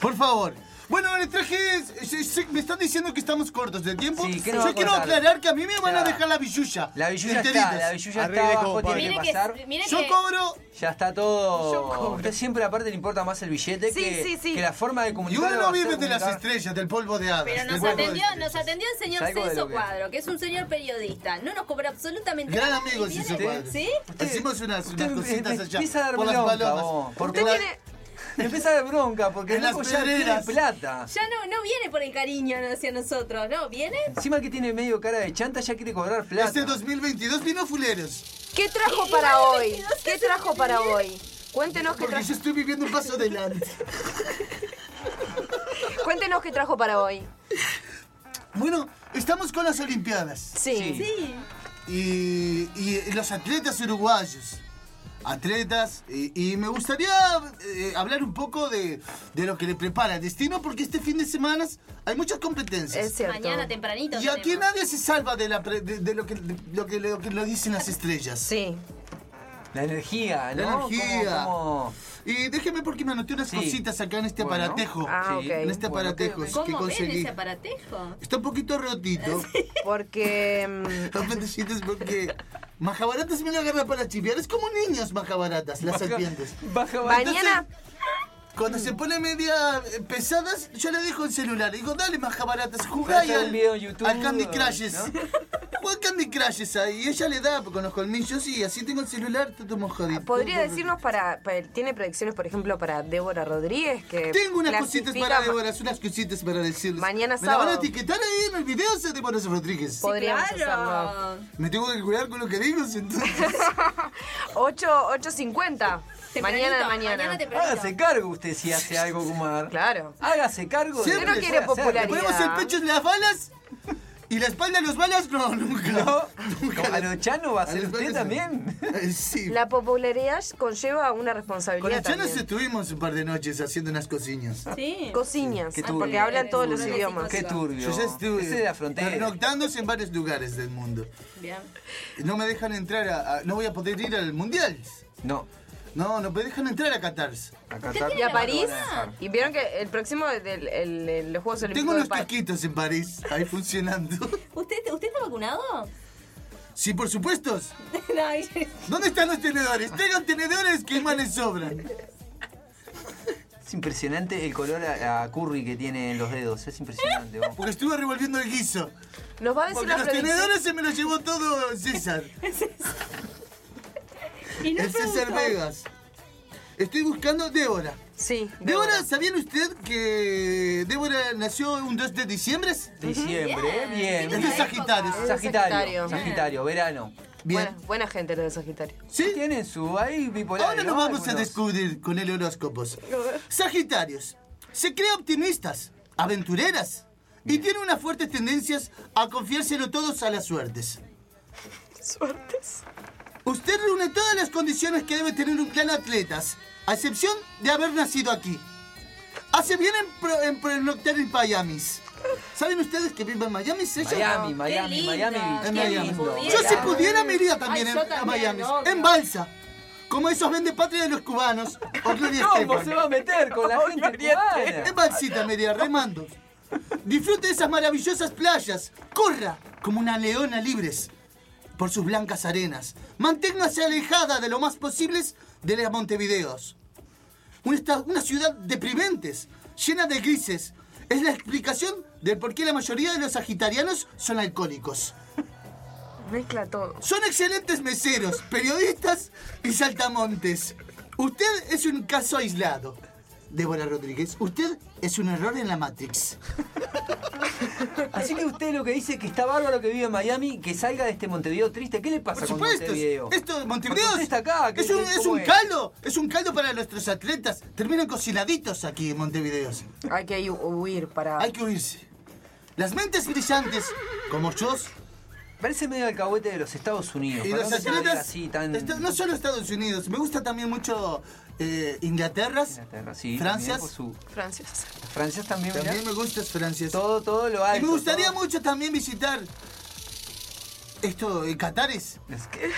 [SPEAKER 4] Por favor. Bueno, le traje. se- se- me están diciendo que estamos cortos de tiempo.
[SPEAKER 6] Sí, ¿qué nos va
[SPEAKER 4] Yo
[SPEAKER 6] a
[SPEAKER 4] quiero
[SPEAKER 6] contar?
[SPEAKER 4] aclarar que a mí me van a
[SPEAKER 6] Ya.
[SPEAKER 4] dejar la billulla.
[SPEAKER 6] La billulla
[SPEAKER 4] enteritas.
[SPEAKER 6] está, la billulla está abajo, tiene
[SPEAKER 7] Mire
[SPEAKER 6] que
[SPEAKER 7] que-
[SPEAKER 6] pasar.
[SPEAKER 7] mire
[SPEAKER 4] Yo
[SPEAKER 7] Eh, que-
[SPEAKER 4] cobro.
[SPEAKER 6] Ya está todo. Usted siempre aparte le importa más el billete
[SPEAKER 7] Sí,
[SPEAKER 6] que,
[SPEAKER 7] sí, sí.
[SPEAKER 6] que la forma de
[SPEAKER 4] Y
[SPEAKER 6] comunicar.
[SPEAKER 4] uno no vive de
[SPEAKER 6] comunicar.
[SPEAKER 4] las estrellas, del polvo de hadas.
[SPEAKER 7] Pero
[SPEAKER 4] del
[SPEAKER 7] nos
[SPEAKER 4] polvo de-
[SPEAKER 7] atendió, nos atendió el señor
[SPEAKER 4] Salgo de lo
[SPEAKER 7] Celso
[SPEAKER 4] que-
[SPEAKER 7] Cuadro, que es un señor periodista. No nos cobra absolutamente
[SPEAKER 4] Gran
[SPEAKER 7] nada.
[SPEAKER 4] amigo,
[SPEAKER 7] y
[SPEAKER 4] si
[SPEAKER 7] viene-
[SPEAKER 4] se puede.
[SPEAKER 7] ¿Sí?
[SPEAKER 4] Hacemos unas, unas
[SPEAKER 6] Usted
[SPEAKER 4] cositas
[SPEAKER 6] me
[SPEAKER 4] allá.
[SPEAKER 6] empieza a dar
[SPEAKER 4] Por las
[SPEAKER 6] bronca,
[SPEAKER 4] palomas.
[SPEAKER 6] vos, porque
[SPEAKER 4] Por
[SPEAKER 6] la-
[SPEAKER 4] la-
[SPEAKER 6] Me empieza a dar bronca porque
[SPEAKER 4] En
[SPEAKER 6] el
[SPEAKER 4] las
[SPEAKER 6] loco ya tiene
[SPEAKER 4] pedreras.
[SPEAKER 6] plata.
[SPEAKER 7] Ya no, no viene por el cariño hacia nosotros, ¿no? ¿Viene?
[SPEAKER 6] Encima que tiene medio cara de chanta, ya quiere cobrar plata.
[SPEAKER 4] Este 2022 vino fuleros.
[SPEAKER 8] ¿Qué trajo para hoy? ¿Qué trajo para hoy? Cuéntenos qué,
[SPEAKER 4] Porque yo estoy viviendo un paso adelante.
[SPEAKER 8] cuéntenos qué trajo para hoy.
[SPEAKER 4] Bueno, estamos con las Olimpiadas.
[SPEAKER 8] Sí. Sí.
[SPEAKER 4] Y, y los atletas uruguayos. Atletas. Y, y me gustaría eh, hablar un poco de, de lo que le prepara el destino, porque este fin de semana hay muchas competencias.
[SPEAKER 7] Mañana tempranito.
[SPEAKER 4] Y aquí
[SPEAKER 7] tenemos.
[SPEAKER 4] nadie se salva de, la pre- de- de lo, que, de lo que, lo que lo dicen las estrellas.
[SPEAKER 8] Sí.
[SPEAKER 6] La energía, ¿no?
[SPEAKER 4] La energía.
[SPEAKER 6] ¿Cómo- cómo?
[SPEAKER 4] Y déjeme porque me anoté unas
[SPEAKER 6] Sí.
[SPEAKER 4] cositas acá en este
[SPEAKER 6] Bueno.
[SPEAKER 4] aparatejo.
[SPEAKER 6] Ah, Sí. ok.
[SPEAKER 4] En este
[SPEAKER 6] Bueno,
[SPEAKER 4] aparatejo que
[SPEAKER 7] ¿Cómo ven
[SPEAKER 4] conseguí.
[SPEAKER 7] ese aparatejo?
[SPEAKER 4] Está un poquito rotito.
[SPEAKER 8] Porque. mm,
[SPEAKER 4] No me necesites porque. Majabaratas me lo agarra para chiviar. Es como niños, majabaratas, las
[SPEAKER 6] Maja-
[SPEAKER 4] serpientes.
[SPEAKER 6] majabaratas.
[SPEAKER 8] Mañana-
[SPEAKER 4] Entonces, Cuando se pone media eh, pesadas, yo le dejo el celular. Le digo, dale, majabaratas, jugá
[SPEAKER 6] Puede
[SPEAKER 4] ahí
[SPEAKER 6] hacer un
[SPEAKER 4] al,
[SPEAKER 6] video en YouTube,
[SPEAKER 4] al Candy Crushes.
[SPEAKER 6] ¿no?
[SPEAKER 4] Juega al Candy Crushes ahí. Y ella le da con los colmillos y así tengo el celular todo mojadito.
[SPEAKER 8] ¿Podría decirnos para, para- ¿Tiene predicciones, por ejemplo, para Débora Rodríguez? Que
[SPEAKER 4] Tengo unas
[SPEAKER 8] clasifica
[SPEAKER 4] cositas para
[SPEAKER 8] ma-
[SPEAKER 4] Débora, unas cositas para decirles.
[SPEAKER 8] Mañana
[SPEAKER 4] Me la van a
[SPEAKER 8] sábado.
[SPEAKER 4] etiquetar ahí en el video de Débora Rodríguez.
[SPEAKER 8] Podríamos hacerlo.
[SPEAKER 4] Me tengo que cuidar con lo que digo, entonces.
[SPEAKER 8] 8, 8.50.
[SPEAKER 3] Mañana de mañana.
[SPEAKER 4] Ah,
[SPEAKER 6] Hágase cargo usted si hace algo, Kumar.
[SPEAKER 3] Claro.
[SPEAKER 6] Hágase cargo. de
[SPEAKER 4] Siempre
[SPEAKER 6] lo que puede hacer.
[SPEAKER 4] ¿Le ponemos el pecho en las balas? ¿Y la espalda en los balas? No, nunca.
[SPEAKER 6] ¿A lo Chano
[SPEAKER 4] Ah,
[SPEAKER 6] va a ser usted también?
[SPEAKER 4] sí.
[SPEAKER 3] La popularidad conlleva una responsabilidad.
[SPEAKER 4] Con los chanos
[SPEAKER 3] también.
[SPEAKER 4] estuvimos un par de noches haciendo unas cocinhas.
[SPEAKER 3] Sí. Cociñas, porque hablan todos los idiomas.
[SPEAKER 4] Qué turbio. Yo ya estuve
[SPEAKER 6] Ese de la frontera.
[SPEAKER 4] pernoctándose en varios lugares del mundo. No me dejan entrar a, a- No voy a poder ir al mundial.
[SPEAKER 6] No.
[SPEAKER 4] No, no me dejan entrar a Qatar. A
[SPEAKER 3] Y a París, y vieron que el próximo del- el- el- los Juegos
[SPEAKER 4] Tengo
[SPEAKER 3] Olímpicos de
[SPEAKER 4] unos
[SPEAKER 3] París.
[SPEAKER 4] taquitos en París, ahí funcionando.
[SPEAKER 7] ¿Usted, ¿Usted está vacunado?
[SPEAKER 4] Sí, por supuesto.
[SPEAKER 7] No, yo-
[SPEAKER 4] ¿Dónde están los tenedores? Tengo tenedores que manes sobran.
[SPEAKER 6] Es impresionante el color a, a curry que tiene en los dedos. Es impresionante.
[SPEAKER 4] Porque estuve revolviendo el guiso.
[SPEAKER 3] Nos va a decir
[SPEAKER 4] Porque
[SPEAKER 3] la
[SPEAKER 4] los
[SPEAKER 3] predicción.
[SPEAKER 4] tenedores se me los llevó todo César.
[SPEAKER 7] no
[SPEAKER 4] el César
[SPEAKER 7] preguntó.
[SPEAKER 4] Vegas. Estoy buscando Débora.
[SPEAKER 3] Sí.
[SPEAKER 4] Débora, ¿sabían usted que Débora nació un 2 de diciembre?
[SPEAKER 6] Diciembre, bien.
[SPEAKER 4] Es de Sagitario.
[SPEAKER 3] Es de Sagitario.
[SPEAKER 6] Sagitario. Sagitario, verano.
[SPEAKER 3] Buena, buena gente los de Sagitario.
[SPEAKER 4] Sí.
[SPEAKER 6] Tienen su ahí bipolar.
[SPEAKER 4] Ahora
[SPEAKER 6] ¿no?
[SPEAKER 4] nos vamos a
[SPEAKER 6] Algunos.
[SPEAKER 4] descubrir con el horóscopos. Sagitarios. Se cree optimistas, aventureras y tiene unas fuertes tendencias a confiárselo todos a las suertes.
[SPEAKER 3] ¿Suertes?
[SPEAKER 4] Usted reúne todas las condiciones que debe tener un clan atletas, a excepción de haber nacido aquí. Hace bien en, pro, en pernoctar en Miami. ¿Saben ustedes que vive en Miami? ella?
[SPEAKER 6] Miami, Qué Miami, linda, Miami Beach.
[SPEAKER 4] En
[SPEAKER 6] qué
[SPEAKER 4] Miami.
[SPEAKER 6] lindo.
[SPEAKER 4] Yo si pudiera me iría
[SPEAKER 6] Ay,
[SPEAKER 4] también,
[SPEAKER 6] yo
[SPEAKER 4] en, a
[SPEAKER 6] también,
[SPEAKER 4] Miami.
[SPEAKER 6] obvio.
[SPEAKER 4] En balsa. Como esos vendepatria de los cubanos. O Gloria
[SPEAKER 6] ¿Cómo
[SPEAKER 4] Estefan.
[SPEAKER 6] se va a meter con la gente cubana?
[SPEAKER 4] En balsita media, remando. Disfrute de esas maravillosas playas. Corra como una leona libres por sus blancas arenas. Manténgase alejada de lo más posibles de las Montevideos. Una, esta- una ciudad deprimentes, llena de grises. Es la explicación de por qué la mayoría de los sagitarianos son alcohólicos.
[SPEAKER 3] Mezcla todo.
[SPEAKER 4] Son excelentes meseros, periodistas y saltamontes. Usted es un caso aislado. Débora Rodríguez, usted es un error en la Matrix.
[SPEAKER 6] Así que usted lo que dice es que está bárbaro que vive en Miami, que salga de este Montevideo triste. ¿Qué le pasa
[SPEAKER 4] Por
[SPEAKER 6] con
[SPEAKER 4] supuesto,
[SPEAKER 6] Montevideo?
[SPEAKER 4] esto de Montevideo
[SPEAKER 6] Porque usted está acá. Ah, ¿qué- pues.
[SPEAKER 4] es un,
[SPEAKER 6] cómo
[SPEAKER 4] es un caldo, es un caldo para nuestros atletas. Terminan cocinaditos aquí en Montevideo.
[SPEAKER 3] Hay que hu- huir para.
[SPEAKER 4] Hay que huirse. Las mentes brillantes, como yo,
[SPEAKER 6] Parece medio alcahuete de los Estados Unidos.
[SPEAKER 4] y
[SPEAKER 6] para
[SPEAKER 4] los
[SPEAKER 6] no ser
[SPEAKER 4] atletas,
[SPEAKER 6] así tan-
[SPEAKER 4] esto- no solo Estados Unidos, me gusta también mucho eh, Inglaterra,
[SPEAKER 6] sí,
[SPEAKER 4] Francia,
[SPEAKER 6] también por su-
[SPEAKER 3] Francia.
[SPEAKER 6] Francia también. mirá.
[SPEAKER 4] También me gusta Francia.
[SPEAKER 6] Todo, todo lo
[SPEAKER 4] Y
[SPEAKER 6] alto,
[SPEAKER 4] me gustaría mucho también visitar esto, eh, Catares.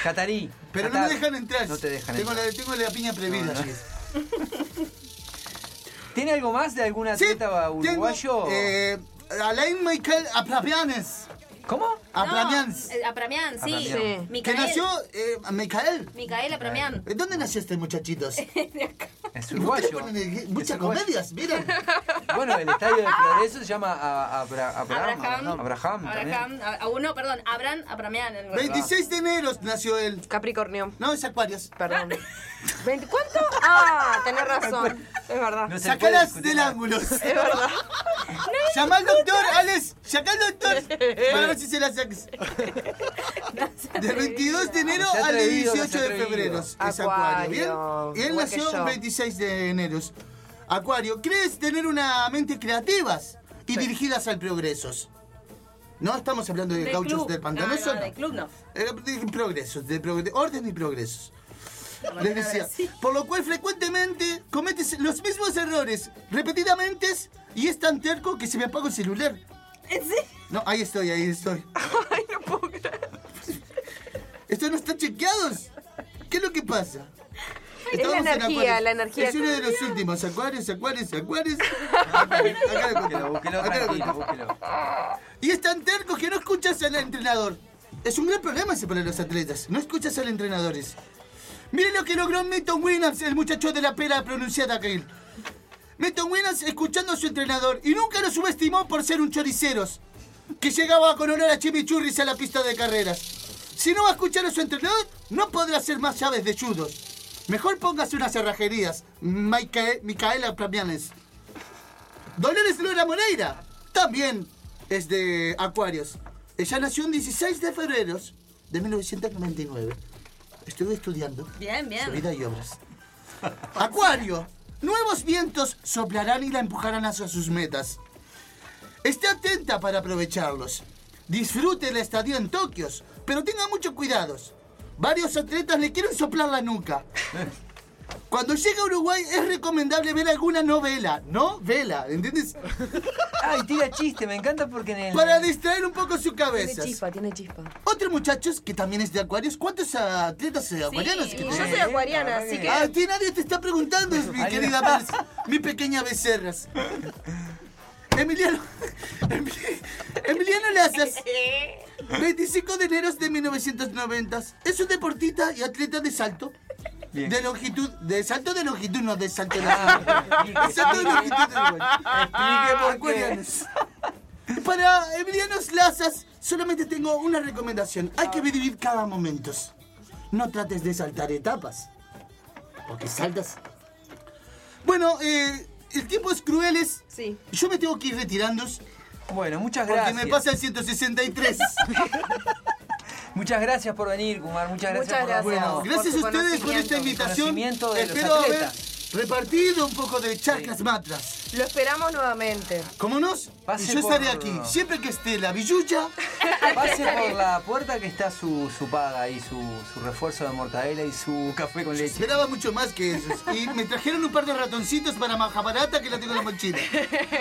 [SPEAKER 6] Catarí.
[SPEAKER 4] Pero no
[SPEAKER 6] Qatar.
[SPEAKER 4] me dejan entrar.
[SPEAKER 6] No te dejan
[SPEAKER 4] tengo
[SPEAKER 6] entrar.
[SPEAKER 4] La, tengo la piña prohibida.
[SPEAKER 6] No, no.
[SPEAKER 4] sí.
[SPEAKER 6] ¿Tiene algo más de algún atleta uruguayo?
[SPEAKER 4] Tengo, eh, Alain Michael Aplamianes.
[SPEAKER 6] ¿Cómo?
[SPEAKER 4] Apramians.
[SPEAKER 7] No, eh, Apramian, sí.
[SPEAKER 4] Apramian. Que
[SPEAKER 7] Micael.
[SPEAKER 4] nació eh, Micael.
[SPEAKER 7] Micael Apramian.
[SPEAKER 4] ¿Eh, ¿Dónde nació este muchachitos?
[SPEAKER 6] Es
[SPEAKER 4] Ustedes
[SPEAKER 6] uruguayo.
[SPEAKER 4] ponen el- Muchas comedias, mira.
[SPEAKER 6] Bueno, el estadio de Progreso se llama a- a- Abra- Abraham.
[SPEAKER 7] Abraham.
[SPEAKER 6] Abraham también.
[SPEAKER 7] Abraham. a- a- no, perdón. Abraham Apramian. el-
[SPEAKER 4] 26 de enero nació él.
[SPEAKER 3] Capricornio.
[SPEAKER 4] No, es Acuarios.
[SPEAKER 3] Perdón. Veinti- ¿Cuánto? Ah, tenés razón. Es verdad.
[SPEAKER 4] No se Sacalas puede discutir del nada. ángulo.
[SPEAKER 3] Es verdad.
[SPEAKER 4] Llama al doctor, Alex. Llama al doctor. Para ver si se la sacas. Del 22 de enero
[SPEAKER 6] Se ha
[SPEAKER 4] al
[SPEAKER 6] atrevido, no se
[SPEAKER 4] 18
[SPEAKER 6] ha
[SPEAKER 4] de
[SPEAKER 6] atrevido.
[SPEAKER 4] febrero. Es
[SPEAKER 6] Acuario,
[SPEAKER 4] Acuario. ¿bien? Y él
[SPEAKER 6] igual que
[SPEAKER 4] nació
[SPEAKER 6] yo.
[SPEAKER 4] el 26 de enero. Acuario, ¿crees tener una mente creativas y dirigidas al progreso? No estamos hablando de
[SPEAKER 7] del
[SPEAKER 4] gauchos
[SPEAKER 7] club.
[SPEAKER 4] del pantanoso.
[SPEAKER 7] No, no, del club no.
[SPEAKER 4] Eh, de progresos, de progre- orden y progresos. Les decía, por lo cual frecuentemente cometes los mismos errores repetidamente y es tan terco que se me apaga el celular. No, ahí estoy, ahí estoy. Esto no está chequeados. ¿Qué es lo que pasa?
[SPEAKER 3] Es la
[SPEAKER 4] Estábamos en
[SPEAKER 3] energía,
[SPEAKER 4] Acuarios.
[SPEAKER 3] la energía.
[SPEAKER 4] Es uno de los últimos. Acuarios, acuarios, acuarios.
[SPEAKER 6] Búsquelo, búsquelo tranquilo, búsquelo.
[SPEAKER 4] Y es tan terco que no escuchas al entrenador. Es un gran problema ese para los atletas. No escuchas a los entrenadores. Miren lo que logró Milton Williams, el muchacho de la pera pronunciada que él. Milton Williams escuchando a su entrenador y nunca lo subestimó por ser un choriceros que llegaba con olor a chimichurris a la pista de carreras. Si no va a escuchar a su entrenador, no podrá hacer más llaves de judos. Mejor póngase unas cerrajerías, Maica- Micaela Pramianes. Dolores Lora Moreira, también es de Acuarios. Ella nació el 16 de febrero de 1999. Estuve estudiando
[SPEAKER 7] Bien, bien.
[SPEAKER 4] su vida y obras. Acuario, nuevos vientos soplarán y la empujarán hacia sus metas. Esté atenta para aprovecharlos. Disfrute el estadio en Tokio, pero tenga mucho cuidado. Varios atletas le quieren soplar la nuca. Cuando llega a Uruguay es recomendable ver alguna novela. Novela, ¿entiendes?
[SPEAKER 6] Ay, tira chiste, me encanta porque en el...
[SPEAKER 4] Para distraer un poco su cabeza.
[SPEAKER 8] Tiene chispa, tiene chispa.
[SPEAKER 4] Otros muchachos que también es de Acuarios, ¿cuántos atletas eh, acuarianos que
[SPEAKER 8] yo
[SPEAKER 4] tenés?
[SPEAKER 8] soy acuariana, así que-
[SPEAKER 4] Ah, a ti nadie te está preguntando, mi querida Merce, mi pequeña becerras. Emiliano. Emili- Emiliano Lazas. 25 de enero de 1990. Es un deportista y atleta de salto. De longitud, de salto de longitud, no de salto de longitud. salto de longitud de
[SPEAKER 6] Ah, Explique por qué.
[SPEAKER 4] Acuarianos. Para Emilianos Lazas, solamente tengo una recomendación. Hay que vivir cada momento. No trates de saltar etapas. Porque saltas. Bueno, eh, el tiempo es cruel. es- Yo me tengo que ir retirando.
[SPEAKER 6] Bueno, muchas
[SPEAKER 4] Porque
[SPEAKER 6] gracias.
[SPEAKER 4] me pasa el 163.
[SPEAKER 6] Muchas gracias por venir, Kumar. Muchas gracias
[SPEAKER 4] Muchas
[SPEAKER 6] por
[SPEAKER 4] gracias.
[SPEAKER 6] Bueno,
[SPEAKER 4] Gracias a ustedes por esta invitación.
[SPEAKER 6] Conocimiento de los
[SPEAKER 4] Espero haber
[SPEAKER 6] atletas.
[SPEAKER 4] repartido un poco de chacras matras.
[SPEAKER 8] Lo esperamos nuevamente.
[SPEAKER 4] Como nos,
[SPEAKER 6] Pase
[SPEAKER 4] y yo estaré
[SPEAKER 6] por-
[SPEAKER 4] aquí. Siempre que esté la villucha.
[SPEAKER 6] Pase por la puerta que está su, su paga y su, su refuerzo de mortadela y su café con leche.
[SPEAKER 4] Esperaba mucho más que eso. Y me trajeron un par de ratoncitos para majabarata que la tengo en la mochila.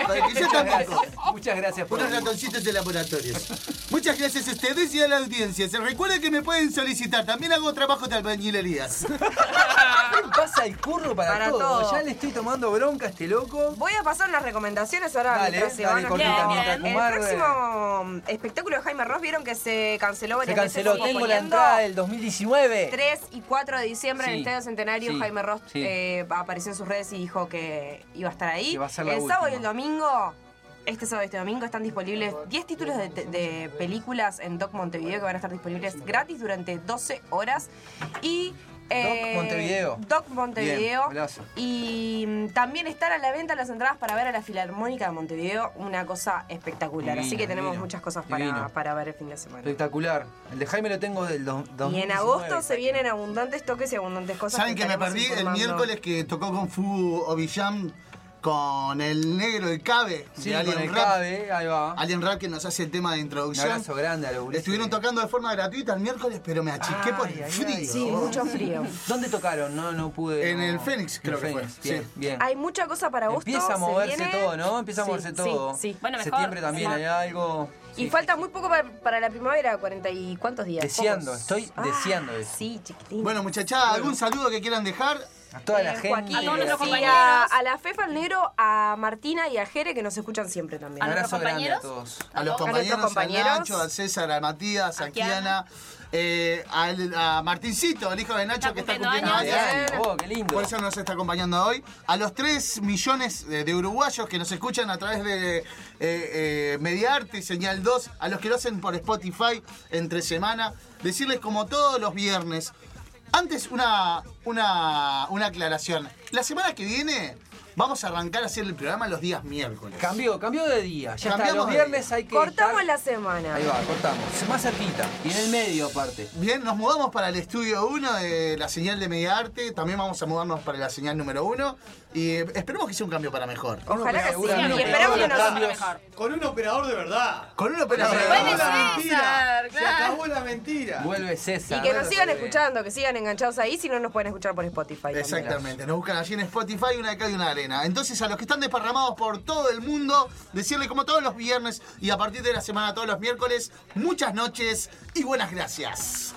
[SPEAKER 4] Para que yo
[SPEAKER 6] Muchas
[SPEAKER 4] tampoco.
[SPEAKER 6] gracias, Muchas gracias por
[SPEAKER 4] Unos
[SPEAKER 6] venir.
[SPEAKER 4] ratoncitos de laboratorios. Muchas gracias a ustedes y a la audiencia. Se recuerda que me pueden solicitar. También hago trabajo de albañilerías.
[SPEAKER 6] Pasa el curro para,
[SPEAKER 8] Para
[SPEAKER 6] todo.
[SPEAKER 8] todo.
[SPEAKER 6] Ya le estoy tomando bronca a este loco.
[SPEAKER 8] Voy a pasar unas recomendaciones ahora
[SPEAKER 6] Dale,
[SPEAKER 8] mientras se
[SPEAKER 6] dale,
[SPEAKER 8] van a-
[SPEAKER 6] cortita, Bien, mientras bien. Kumar,
[SPEAKER 8] El próximo mm, espectáculo de Jaime Ross, vieron que se canceló
[SPEAKER 6] Se
[SPEAKER 8] varias veces,
[SPEAKER 6] canceló.
[SPEAKER 8] como
[SPEAKER 6] Tengo la
[SPEAKER 8] poniendo
[SPEAKER 6] entrada del 2019.
[SPEAKER 8] 3 y 4 de diciembre en el
[SPEAKER 6] Sí,
[SPEAKER 8] Estadio Centenario,
[SPEAKER 6] sí,
[SPEAKER 8] Jaime Ross
[SPEAKER 6] sí.
[SPEAKER 8] eh, apareció en sus redes y dijo que iba a estar ahí.
[SPEAKER 6] Que va a ser la
[SPEAKER 8] el sábado y el
[SPEAKER 6] última.
[SPEAKER 8] domingo, este sábado y este domingo, están disponibles 10 títulos de, de películas en Doc Montevideo que van a estar disponibles gratis durante 12 horas. Y. eh,
[SPEAKER 6] Montevideo.
[SPEAKER 8] Doc
[SPEAKER 6] Bien,
[SPEAKER 8] Montevideo.
[SPEAKER 6] golazo.
[SPEAKER 8] Y mm, también están a la venta las entradas para ver a la Filarmónica de Montevideo, una cosa espectacular.
[SPEAKER 6] Divino,
[SPEAKER 8] Así que tenemos
[SPEAKER 6] divino,
[SPEAKER 8] muchas cosas
[SPEAKER 6] divino.
[SPEAKER 8] para, para ver el fin de semana.
[SPEAKER 6] Espectacular. El de Jaime lo tengo del do- 2019.
[SPEAKER 8] Y en agosto se vienen abundantes toques y abundantes cosas.
[SPEAKER 4] Saben que me
[SPEAKER 8] estaremos
[SPEAKER 4] perdí el
[SPEAKER 8] informando.
[SPEAKER 4] miércoles que tocó con Fu Ovillam con el negro, el Cabe.
[SPEAKER 6] Sí,
[SPEAKER 4] de
[SPEAKER 6] con
[SPEAKER 4] Alien
[SPEAKER 6] el
[SPEAKER 4] Rap.
[SPEAKER 6] Cabe, ahí va.
[SPEAKER 4] Alien Rap que nos hace el tema de
[SPEAKER 6] Un
[SPEAKER 4] introducción.
[SPEAKER 6] abrazo grande a los gurises.
[SPEAKER 4] Estuvieron tocando de forma gratuita el miércoles, pero me achiqué por el frío.
[SPEAKER 6] ¿Dónde tocaron? No, no pude.
[SPEAKER 4] En
[SPEAKER 6] no.
[SPEAKER 4] el Fénix, creo que fue.
[SPEAKER 6] Fénix, Bien,
[SPEAKER 4] Sí.
[SPEAKER 6] bien.
[SPEAKER 8] Hay mucha cosa para Ah, agosto.
[SPEAKER 6] Empieza a
[SPEAKER 8] se
[SPEAKER 6] moverse
[SPEAKER 8] viene-
[SPEAKER 6] todo, ¿no? Empieza a
[SPEAKER 8] Sí,
[SPEAKER 6] moverse
[SPEAKER 8] sí,
[SPEAKER 6] todo.
[SPEAKER 8] Sí,
[SPEAKER 6] Septiembre también hay algo.
[SPEAKER 8] Y falta muy poco para, para la primavera, cuarenta y cuántos días.
[SPEAKER 6] Deseando,
[SPEAKER 8] Pocos. Ah,
[SPEAKER 6] estoy deseando eso.
[SPEAKER 8] Sí, chiquitín.
[SPEAKER 4] Bueno, muchachada, ¿algún saludo que quieran dejar?
[SPEAKER 6] A toda la
[SPEAKER 8] Eh,
[SPEAKER 6] gente.
[SPEAKER 8] Joaquín, sí,
[SPEAKER 6] compañeros.
[SPEAKER 8] a, a la Fefa, al Negro, a Martina y a Jere que nos escuchan siempre también.
[SPEAKER 4] Un abrazo grande
[SPEAKER 8] compañeros?
[SPEAKER 4] A los compañeros, a Nacho, a César, a Matías, a Kiana, eh, al- a Martincito, el hijo de Nacho que está cumpliendo
[SPEAKER 6] años.
[SPEAKER 4] años.
[SPEAKER 6] Bien. Oh, qué lindo.
[SPEAKER 4] Por eso nos está acompañando hoy. A los 3 millones de, de uruguayos que nos escuchan a través de eh, eh, Mediarte, Señal 2, a los que lo hacen por Spotify entre semana, decirles como todos los viernes. Antes una, una, una aclaración. La semana que viene vamos a arrancar a hacer el programa los días miércoles.
[SPEAKER 6] Cambió, cambió de día. Ya está,
[SPEAKER 4] Cambiamos
[SPEAKER 6] los
[SPEAKER 4] de
[SPEAKER 6] viernes hay que.
[SPEAKER 8] Cortamos la semana.
[SPEAKER 6] Ahí va, cortamos. Más cerquita. Y en el medio, aparte.
[SPEAKER 4] Bien, nos mudamos para el estudio 1 de la señal de Mediarte. También vamos a mudarnos para la señal número 1. Y eh, esperemos que sea un cambio para mejor.
[SPEAKER 8] Ojalá que sí,
[SPEAKER 4] Seguramente.
[SPEAKER 8] y esperamos que nos-
[SPEAKER 4] Cambios.
[SPEAKER 9] Con un operador de verdad.
[SPEAKER 4] Con un operador.
[SPEAKER 9] Se acabó la mentira.
[SPEAKER 8] César,
[SPEAKER 9] Se
[SPEAKER 8] claro.
[SPEAKER 9] acabó la mentira.
[SPEAKER 6] Vuelve César.
[SPEAKER 8] Y que nos sigan escuchando, que sigan enganchados ahí, si no nos pueden escuchar por Spotify. también.
[SPEAKER 4] Exactamente, nos buscan allí en Spotify, una de acá y una de arena. Entonces, a los que están desparramados por todo el mundo, decirles como todos los viernes y a partir de la semana, todos los miércoles, muchas noches y buenas gracias.